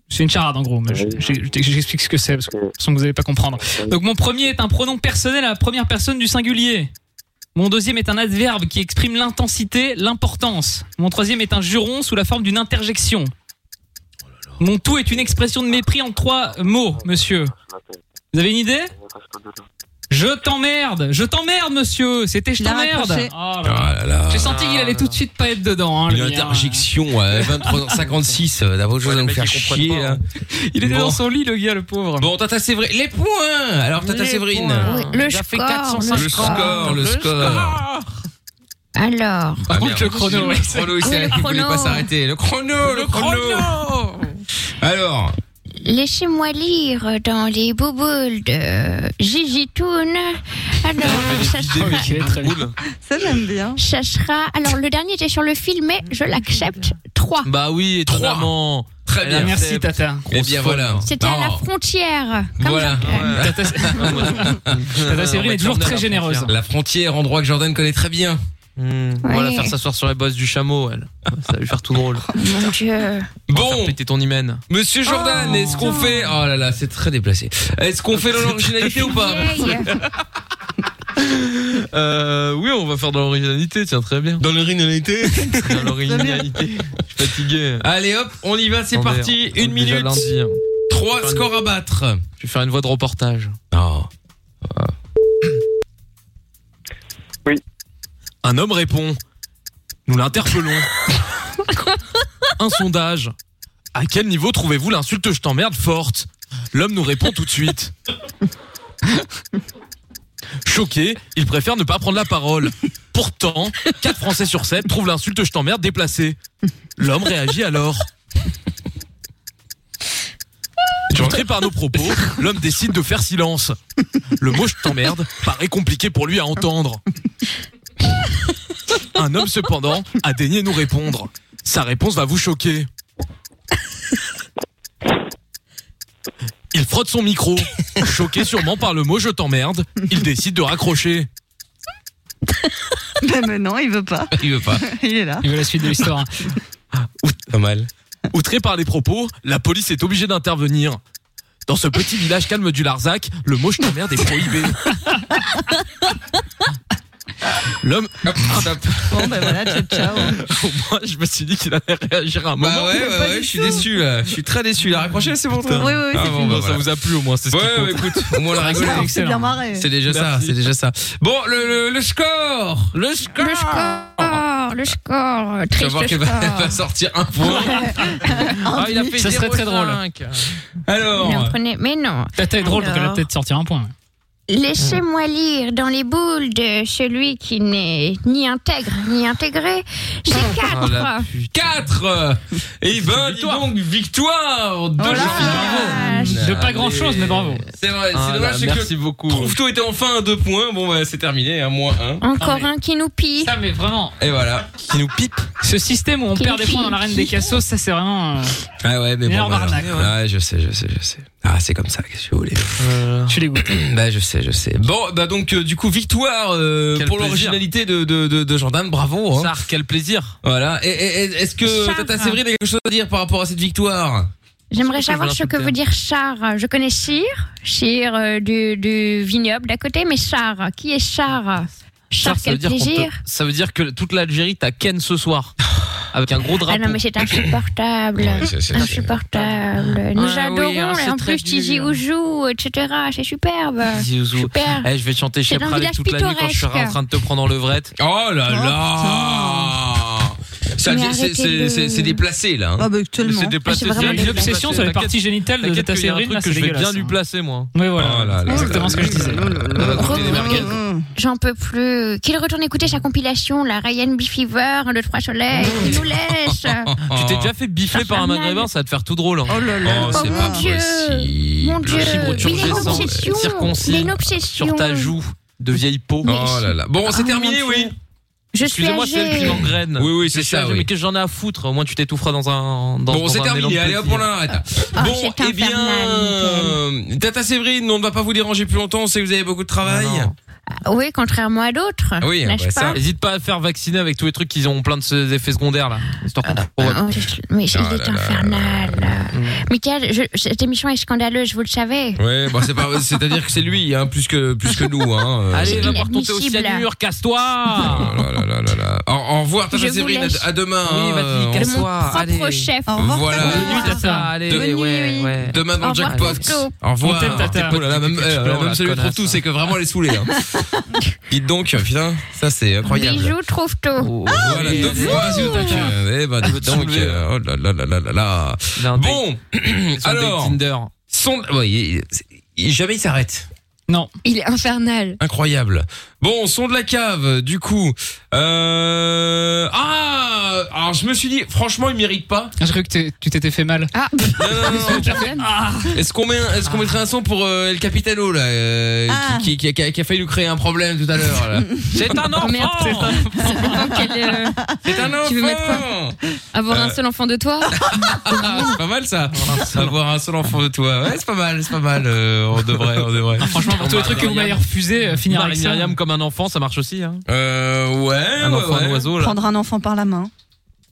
C'est une charade en gros, mais je- je- je- j'explique ce que c'est parce que de toute façon, vous n'allez pas comprendre. Donc mon premier est un pronom personnel à la première personne du singulier. Mon deuxième est un adverbe qui exprime l'intensité, l'importance. Mon troisième est un juron sous la forme d'une interjection. Mon tout est une expression de mépris en trois mots, monsieur. Vous avez une idée Je t'emmerde, je t'emmerde, monsieur. C'était je Il a t'emmerde. raccroché. Oh Oh là là. J'ai senti qu'il allait tout de suite pas être dedans. Hein, Une lui, hein. interjection à 23h56, euh, d'avoir autre chose à nous faire chier. hein. là. Il était Bon. dans son lit, le gars, le pauvre. Bon, Tata Séverine. Les points Alors, Tata Les Séverine. points. Oui, le Il a fait score, 450. Le score, le score. Ah, Alors. merde. contre le chrono, Le ouais, c'est- chrono, il Ah oui, s'est- le il voulait chrono. pas s'arrêter. Le chrono, le chrono. Alors, Ah, Laissez-moi lire dans les bouboules de Gigi Toon. Alors, ça sera, Ça, j'aime bien. ça sera- Alors, le dernier était sur le film, mais je l'accepte. 3. Bah oui, étonnamment. Très bien. Merci, Tata. Eh bien, voilà. C'était à la frontière. Comme Voilà. Tata Tata Séverine est toujours très généreuse. La frontière, endroit que Jordan connaît très bien. On va la Ouais. Hmm. faire s'asseoir sur les bosses du chameau, elle. Ça va lui faire tout drôle. Mon Dieu. Bon. Péter ton hymen. Monsieur Jordan, est-ce qu'on fait Oh là là, c'est très déplacé. Est-ce qu'on fait dans l'originalité ou pas Euh, oui, on va faire dans l'originalité, tiens, très bien. Dans l'originalité Dans l'originalité. Je suis fatigué. Allez hop, on y va, c'est Attendez, parti. on est Une déjà minute. lundi, hein. Trois scores à battre. Je vais faire une voix de reportage. Oui. Un homme répond. Nous l'interpellons. Un sondage. À quel niveau trouvez-vous l'insulte je t'emmerde forte L'homme nous répond tout de suite. Choqué, il préfère ne pas prendre la parole. Pourtant, 4 Français sur 7 trouvent l'insulte je t'emmerde déplacée. L'homme réagit alors. Entré par nos propos, l'homme décide de faire silence. Le mot je t'emmerde paraît compliqué pour lui à entendre. Un homme cependant a daigné nous répondre. Sa réponse va vous choquer. Il frotte son micro. Choqué sûrement par le mot je t'emmerde, il décide de raccrocher. Mais, mais non, il veut pas. Il veut pas. Il est là. Il veut la suite de l'histoire. Pas mal. Outré par les propos, la police est obligée d'intervenir. Dans ce petit village calme du Larzac, le mot je t'emmerde est prohibé. L'homme. Bon, ben voilà, ciao, ciao. Au moins, je me suis dit qu'il allait réagir à un moment. Bah ouais, ouais, ouais, je suis déçu là. Je suis très déçu. La raccroché, c'est bon toi Oui, oui, oui, Ah c'est bon, fini. bah, Bon, voilà. Ça vous a plu au moins, c'est ce qui Ouais, ouais, compte. écoute, au moins on l'a rigolé. On s'est bien marré. C'est déjà ça, c'est déjà ça. Bon, le, le, le score Le score Le score. Le score. Tu vas Triste voir qu'elle va, elle va score. sortir un point. Ah, il a fait Ça serait très drôle. 0,5. Mais, Alors, prenez... mais non. Tata est drôle, donc elle va Alors. peut-être sortir un point. Laissez-moi lire dans les boules de celui qui n'est ni intègre ni intégré. J'ai Oh Ah, la 4. 4 Et ben, dis donc, victoire de Oh là Jordan. De pas grand chose, mais bravo. C'est vrai, Ah c'est là, dommage. c'est merci que beaucoup. Trouve-tout était enfin à deux points. Bon, bah, c'est terminé, à moins un. Ah, Encore un qui nous pille. Ça, mais vraiment. Et voilà. Qui nous pipe. Ce système où on Qui perd des qui- points dans l'arène des cassos, ça c'est vraiment. euh, Ah ouais, mais bon. Énorme bah, alors. arnaque, ouais. Ouais, je sais, je sais, je sais. Ah, c'est comme ça, qu'est-ce que vous voulez Euh, Tu les goûtes. bah, je sais, je sais. Bon, bah, donc, euh, du coup, victoire euh, Quel pour plaisir. l'originalité de, de, de, de Jordan. Bravo. Hein. Sarr, quel plaisir. Voilà. Et, et- et- est-ce que Sarr. Tata Séverine a quelque chose à dire par rapport à cette victoire J'aimerais Je pense que savoir je ce vais que veut dire char. Je connais Chir, Chir euh, du, du vignoble d'à côté, mais char, qui est char Char, Sarr, ça quel veut dire qu'on te- plaisir Ça veut dire que toute l'Algérie t'a ken ce soir. Avec un gros Ah drapeau. non, mais c'est insupportable. Ouais, c'est- c'est- c'est- insupportable. Nous Ah oui, adorons, hein, et c'est en très plus, Tiji dur. Ouzou, etc. C'est superbe. Zizou. Super. Eh, je vais chanter C'est chez dans le Pralé village toute la nuit quand je serai en pittoresque. train de te prendre en levrette. Oh là là Ça, Mais c'est- c'est- arrêtez c'est c'est- de- c'est déplacé, là. hein. C'est déplacé. une obsession sur les parties génitales de T'inquiète ta qu'il y a un série. truc que je vais bien lui placer, moi. Oui, voilà. Oh là là C'est exactement là ce que je disais. Mm, J'en peux plus. Qu'il retourne écouter sa compilation, la Ryan B. Fever, 1, 2, 3 soleil. Mm. Il nous laisse. Ah, Tu t'es déjà fait bifler par un maghrébin, ça va te faire tout drôle. Oh là là. Oh mon Dieu. Mon Dieu. Il a une turgescent, obsession. circoncis Il a une obsession. sur ta joue de vieille peau. Oh là là. Bon, c'est terminé, oui. Je suis Excusez-moi, c'est elle qui âgée. m'engraine. Oui, oui, Je c'est suis ça, âgée, oui. Mais qu'est-ce que j'en ai à foutre Au moins, tu t'étoufferas dans un. Dans, Bon, dans c'est un terminé. élan de Allez, hop, plaisir. on arrête. Oh, Ah, bon, eh bien, euh, Tata Séverine, on ne va pas vous déranger plus longtemps. On sait que vous avez beaucoup de travail. bah, Oui, contrairement à d'autres. N'est-ce Ah, pas N'hésite pas à faire vacciner avec tous les trucs qui ont plein de ces effets secondaires là. Histoire qu'on Oh, je- Mais c'est infernal. Mm. Michael, je- cette émission est scandaleuse, vous le savez. Euh, Ouais, bon, c'est pas, c'est-à-dire que c'est lui, hein, plus que, plus que nous, hein. euh, Allez, va voir ton thé au Inadmissible. cyanure, casse-toi Oh là là là là là. Au, au revoir, Tata Je vous Séverine. laisse. À, à demain. Oui, vas-y, hein, on- casse-toi, De mon propre allez. chef. Voilà. De- Demain dans le jackpot. Au revoir. Oh là là, même, euh, même celui qui trouve tout, c'est que vraiment les saoulés. Hein. Dites donc, putain, ça c'est incroyable. Oh, Bijou trouve tout. Ah, Voilà, deux fois. donc, euh, Eh ben, dites donc, euh, oh là là là là là là. Bon, alors, son, ouais, il- il- jamais il s'arrête. Non. Il est infernal. Incroyable. Bon, son de la cave, du coup. Euh... Ah Alors, je me suis dit, franchement, il mérite pas. Je croyais que t'es- tu t'étais fait mal. Ah Oh, Est-ce qu'on met, un- est-ce qu'on mettrait un son pour euh, El Capitano là, euh, Ah. qui, qui- qui a, qui a failli nous créer un problème tout à l'heure là. C'est un Ah, enfant. C'est un euh, Tu veux mettre enfant. quoi Avoir un Euh. seul enfant de toi Ah, c'est pas mal ça. Avoir un seul enfant de toi, ouais, c'est pas mal, c'est pas mal. euh, on devrait, on devrait. Ah, Franchement, pour tous les trucs que vous m'avez refusé, euh, finir avec ça. Myriam comme un enfant, ça marche aussi. Hein. Euh, ouais. Un enfant, un Oh oiseau là. Prendre un enfant par la main.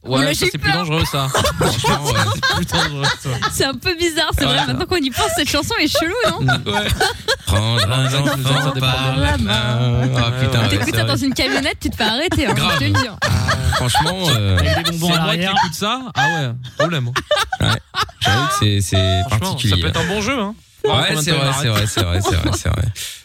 Ouais, Mais ça j'ai c'est plus dangereux ça. Franchement, ouais, c'est plus dangereux ça. C'est un peu bizarre, c'est Ouais. vrai. Maintenant qu'on y pense, cette chanson est chelou, non Prendre un enfant par la main. Ah putain. ouais, T'écoutes c'est ça vrai. dans une camionnette, tu te fais arrêter, hein, je te le dis. Franchement, euh, C'est moi qui écoute ça Ah ouais, problème. j'avoue que c'est- c'est particulier. Ça peut être un bon jeu. Hein. Ouais, c'est vrai, c'est vrai, c'est vrai, c'est vrai, c'est vrai.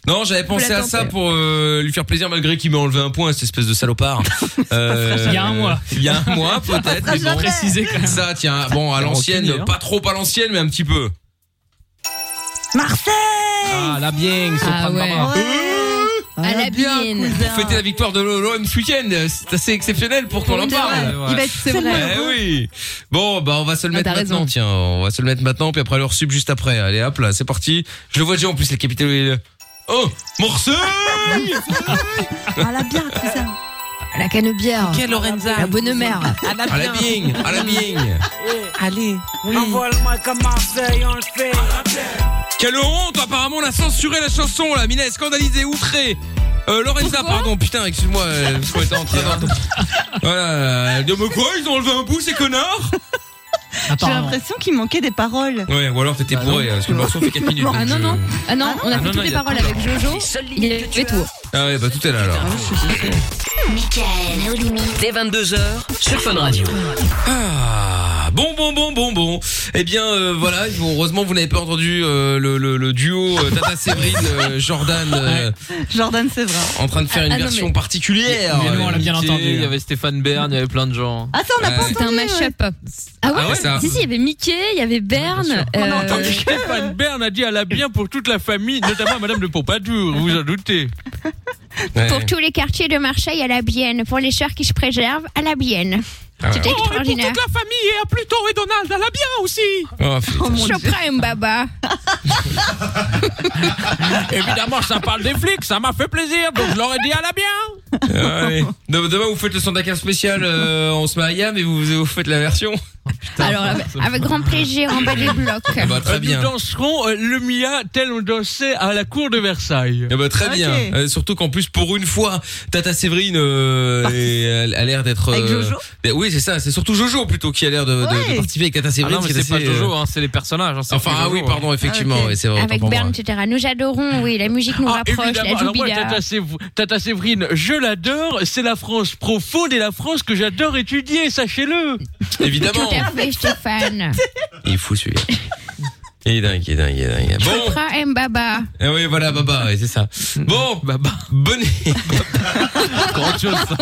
Non, j'avais pensé à l'attendez. ça pour euh, lui faire plaisir malgré qu'il m'ait enlevé un point, cette espèce de salopard. Euh, Il y a un mois. Il y a un mois, peut-être. Ça mais bon. jamais. Préciser quand même. Ça, tiens, bon, à Faut l'ancienne, reculer, hein. pas trop à l'ancienne, mais un petit peu. Marseille Ah, la bien, Ah ouais. À Ah, la Ah, bienne. Pour fêter la victoire de l'OM ce week-end, c'est assez exceptionnel pour qu'on en C'est parle. vrai. Il va être Eh célèbre. oui. Bon, bah on va se le Ah, mettre t'as maintenant. raison. Tiens, on va se le mettre maintenant, puis après le sub juste après. Allez, hop là, c'est parti. Je le vois déjà en plus, les capitales. il- Oh, Marseille Ah, À Ah, la bière, c'est ça. À Ah, la canebière. Lorenza. La bonne mère. Ah, À la bing, à la bing. Allez, envoie-le-moi comme Marseille, on le fait. Quelle honte Apparemment, on a censuré la chanson, là. Mina est scandalisée, outrée. Euh, Lorenza, pardon, putain, excuse-moi, euh, parce qu'on était en train d'entendre. Voilà, elle dit, mais quoi, ils ont enlevé un bout, ces connards Ah, J'ai l'impression qu'il manquait des paroles. Ouais, ou alors t'étais bourré, parce que le morceau fait 4 minutes. Ah non, donc, euh, non. Ah non, on Ah non, a fait non, toutes il les y a paroles tout. avec Jojo. Il a fait tout. Ah ouais, bah tout est là, alors. Michael, nos limites. Dès 22h sur Fun Radio. Ah, bon, bon, bon, bon, bon. Eh bien, euh, voilà, bon, heureusement, vous n'avez pas entendu euh, le, le, le duo euh, Tata Séverine, euh, Jordan, euh, Jordan, c'est vrai. en train de faire une Ah, non, version mais- particulière. Mais nous, on l'a bien Mickey, entendu. hein. il y avait- Stéphane Bern, il y avait plein de gens. Ah ça, on n'a pas Ouais. C'était un mashup. Ah Ah ouais, ouais ça. Si, si, il y avait Mickey, il y avait Berne. euh, Stéphane Bern a dit à la bien pour toute la famille, notamment Madame de Pompadour, vous en doutez. Pour tous les quartiers de Marseille, à la Bienne. Pour les sœurs qui se préservent, à la Bienne. Ah C'était ouais. extraordinaire. Oh, toute la famille et à Pluton Oh, et Donald, à la bien aussi. Oh, putain. Chopra et Mbaba. Évidemment, ça parle des flics, ça m'a fait plaisir, donc je leur ai dit à la bien. Ah, ouais. Demain, demain, vous faites le sondage spécial, euh, on se marie, mais vous, vous faites la version. Alors, avec- avec grand plaisir, en bas des blocs. Ah bah, très Euh, bien. Nous danserons euh, le Mia tel on dansait à la cour de Versailles. Ah bah, très bien. Euh, surtout qu'en plus pour une fois, Tata Séverine euh, est- elle a l'air d'être. Avec Jojo ben oui, c'est ça. C'est surtout Jojo plutôt qui a l'air de, de- de Ouais. participer avec Tata Ah Séverine. non, mais qui est c'est pas assez, Jojo, euh, hein, c'est les personnages. hein, c'est Enfin, pas ah Jojo, oui, hein. pardon, effectivement, ouais, c'est vrai. Avec autant pour moi. Bern, etc. Nous adorons, oui, la musique nous Ah, rapproche, la évidemment. Alors moi, jubila. Tata, Sév- Tata Séverine, je l'adore. C'est la France profonde et la France que j'adore étudier, sachez-le. Évidemment. Tout à fait, Stéphane. Il est fou celui-là. Il est dingue, il est dingue, il est dingue. Je Bon, crois Mbaba. eh oui, voilà, Baba, ouais, c'est ça. Bon, Baba, bonne nuit. Grande chose, ça.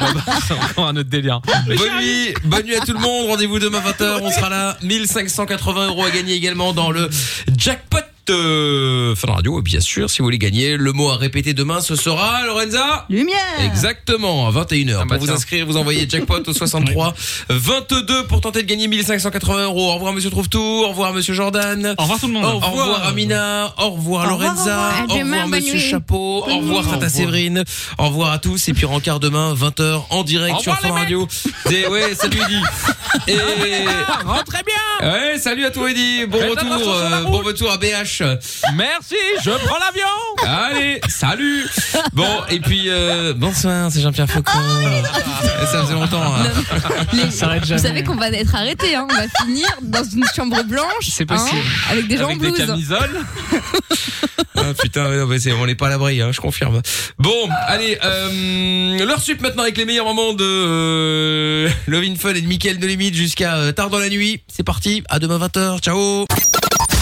Baba, c'est encore un autre délire. Bonne nuit, bonne nuit à tout le monde. Rendez-vous demain 20h, on sera là. 1580 euros à gagner également dans le jackpot euh, Fun Radio. Et bien sûr, si vous voulez gagner, le mot à répéter demain, ce sera Lorenza. Lumière. Exactement, à 21h. bah Pour vous tiens. inscrire, vous envoyez jackpot au 63 22 pour tenter de gagner 1580 euros. Au revoir Monsieur Trouve-Tout, au revoir Monsieur Jordan. Au revoir tout le monde. Au revoir, Amina, au revoir Au revoir, Lorenza, au revoir. À au demain, revoir bonne Monsieur nuit. Chapeau, Bonne au revoir nuit. Au Tata revoir. Séverine, au revoir à tous et puis rencard demain 20h en direct Au sur revoir, France les Radio. Et ouais, salut Eddy. Et Rentrez bien. ouais, salut à toi Eddy. Bon Faites retour, attention sur la euh, bon retour à BH. Merci, je prends l'avion. Allez, salut Bon, et puis, euh, bonsoir, c'est Jean-Pierre Foucault. ça faisait longtemps. hein. Les- Vous savez qu'on va être arrêté, hein. on va finir dans une chambre blanche. C'est possible. hein, avec des gens en Avec des blouse. camisoles. Ah, putain, ouais, non, mais c'est- on n'est pas à l'abri, hein, je confirme. Bon, allez, euh, l'heure sup maintenant avec les meilleurs moments de euh, Love in Fun et de Mickaël de Limite jusqu'à euh, tard dans la nuit. C'est parti, à demain 20h, ciao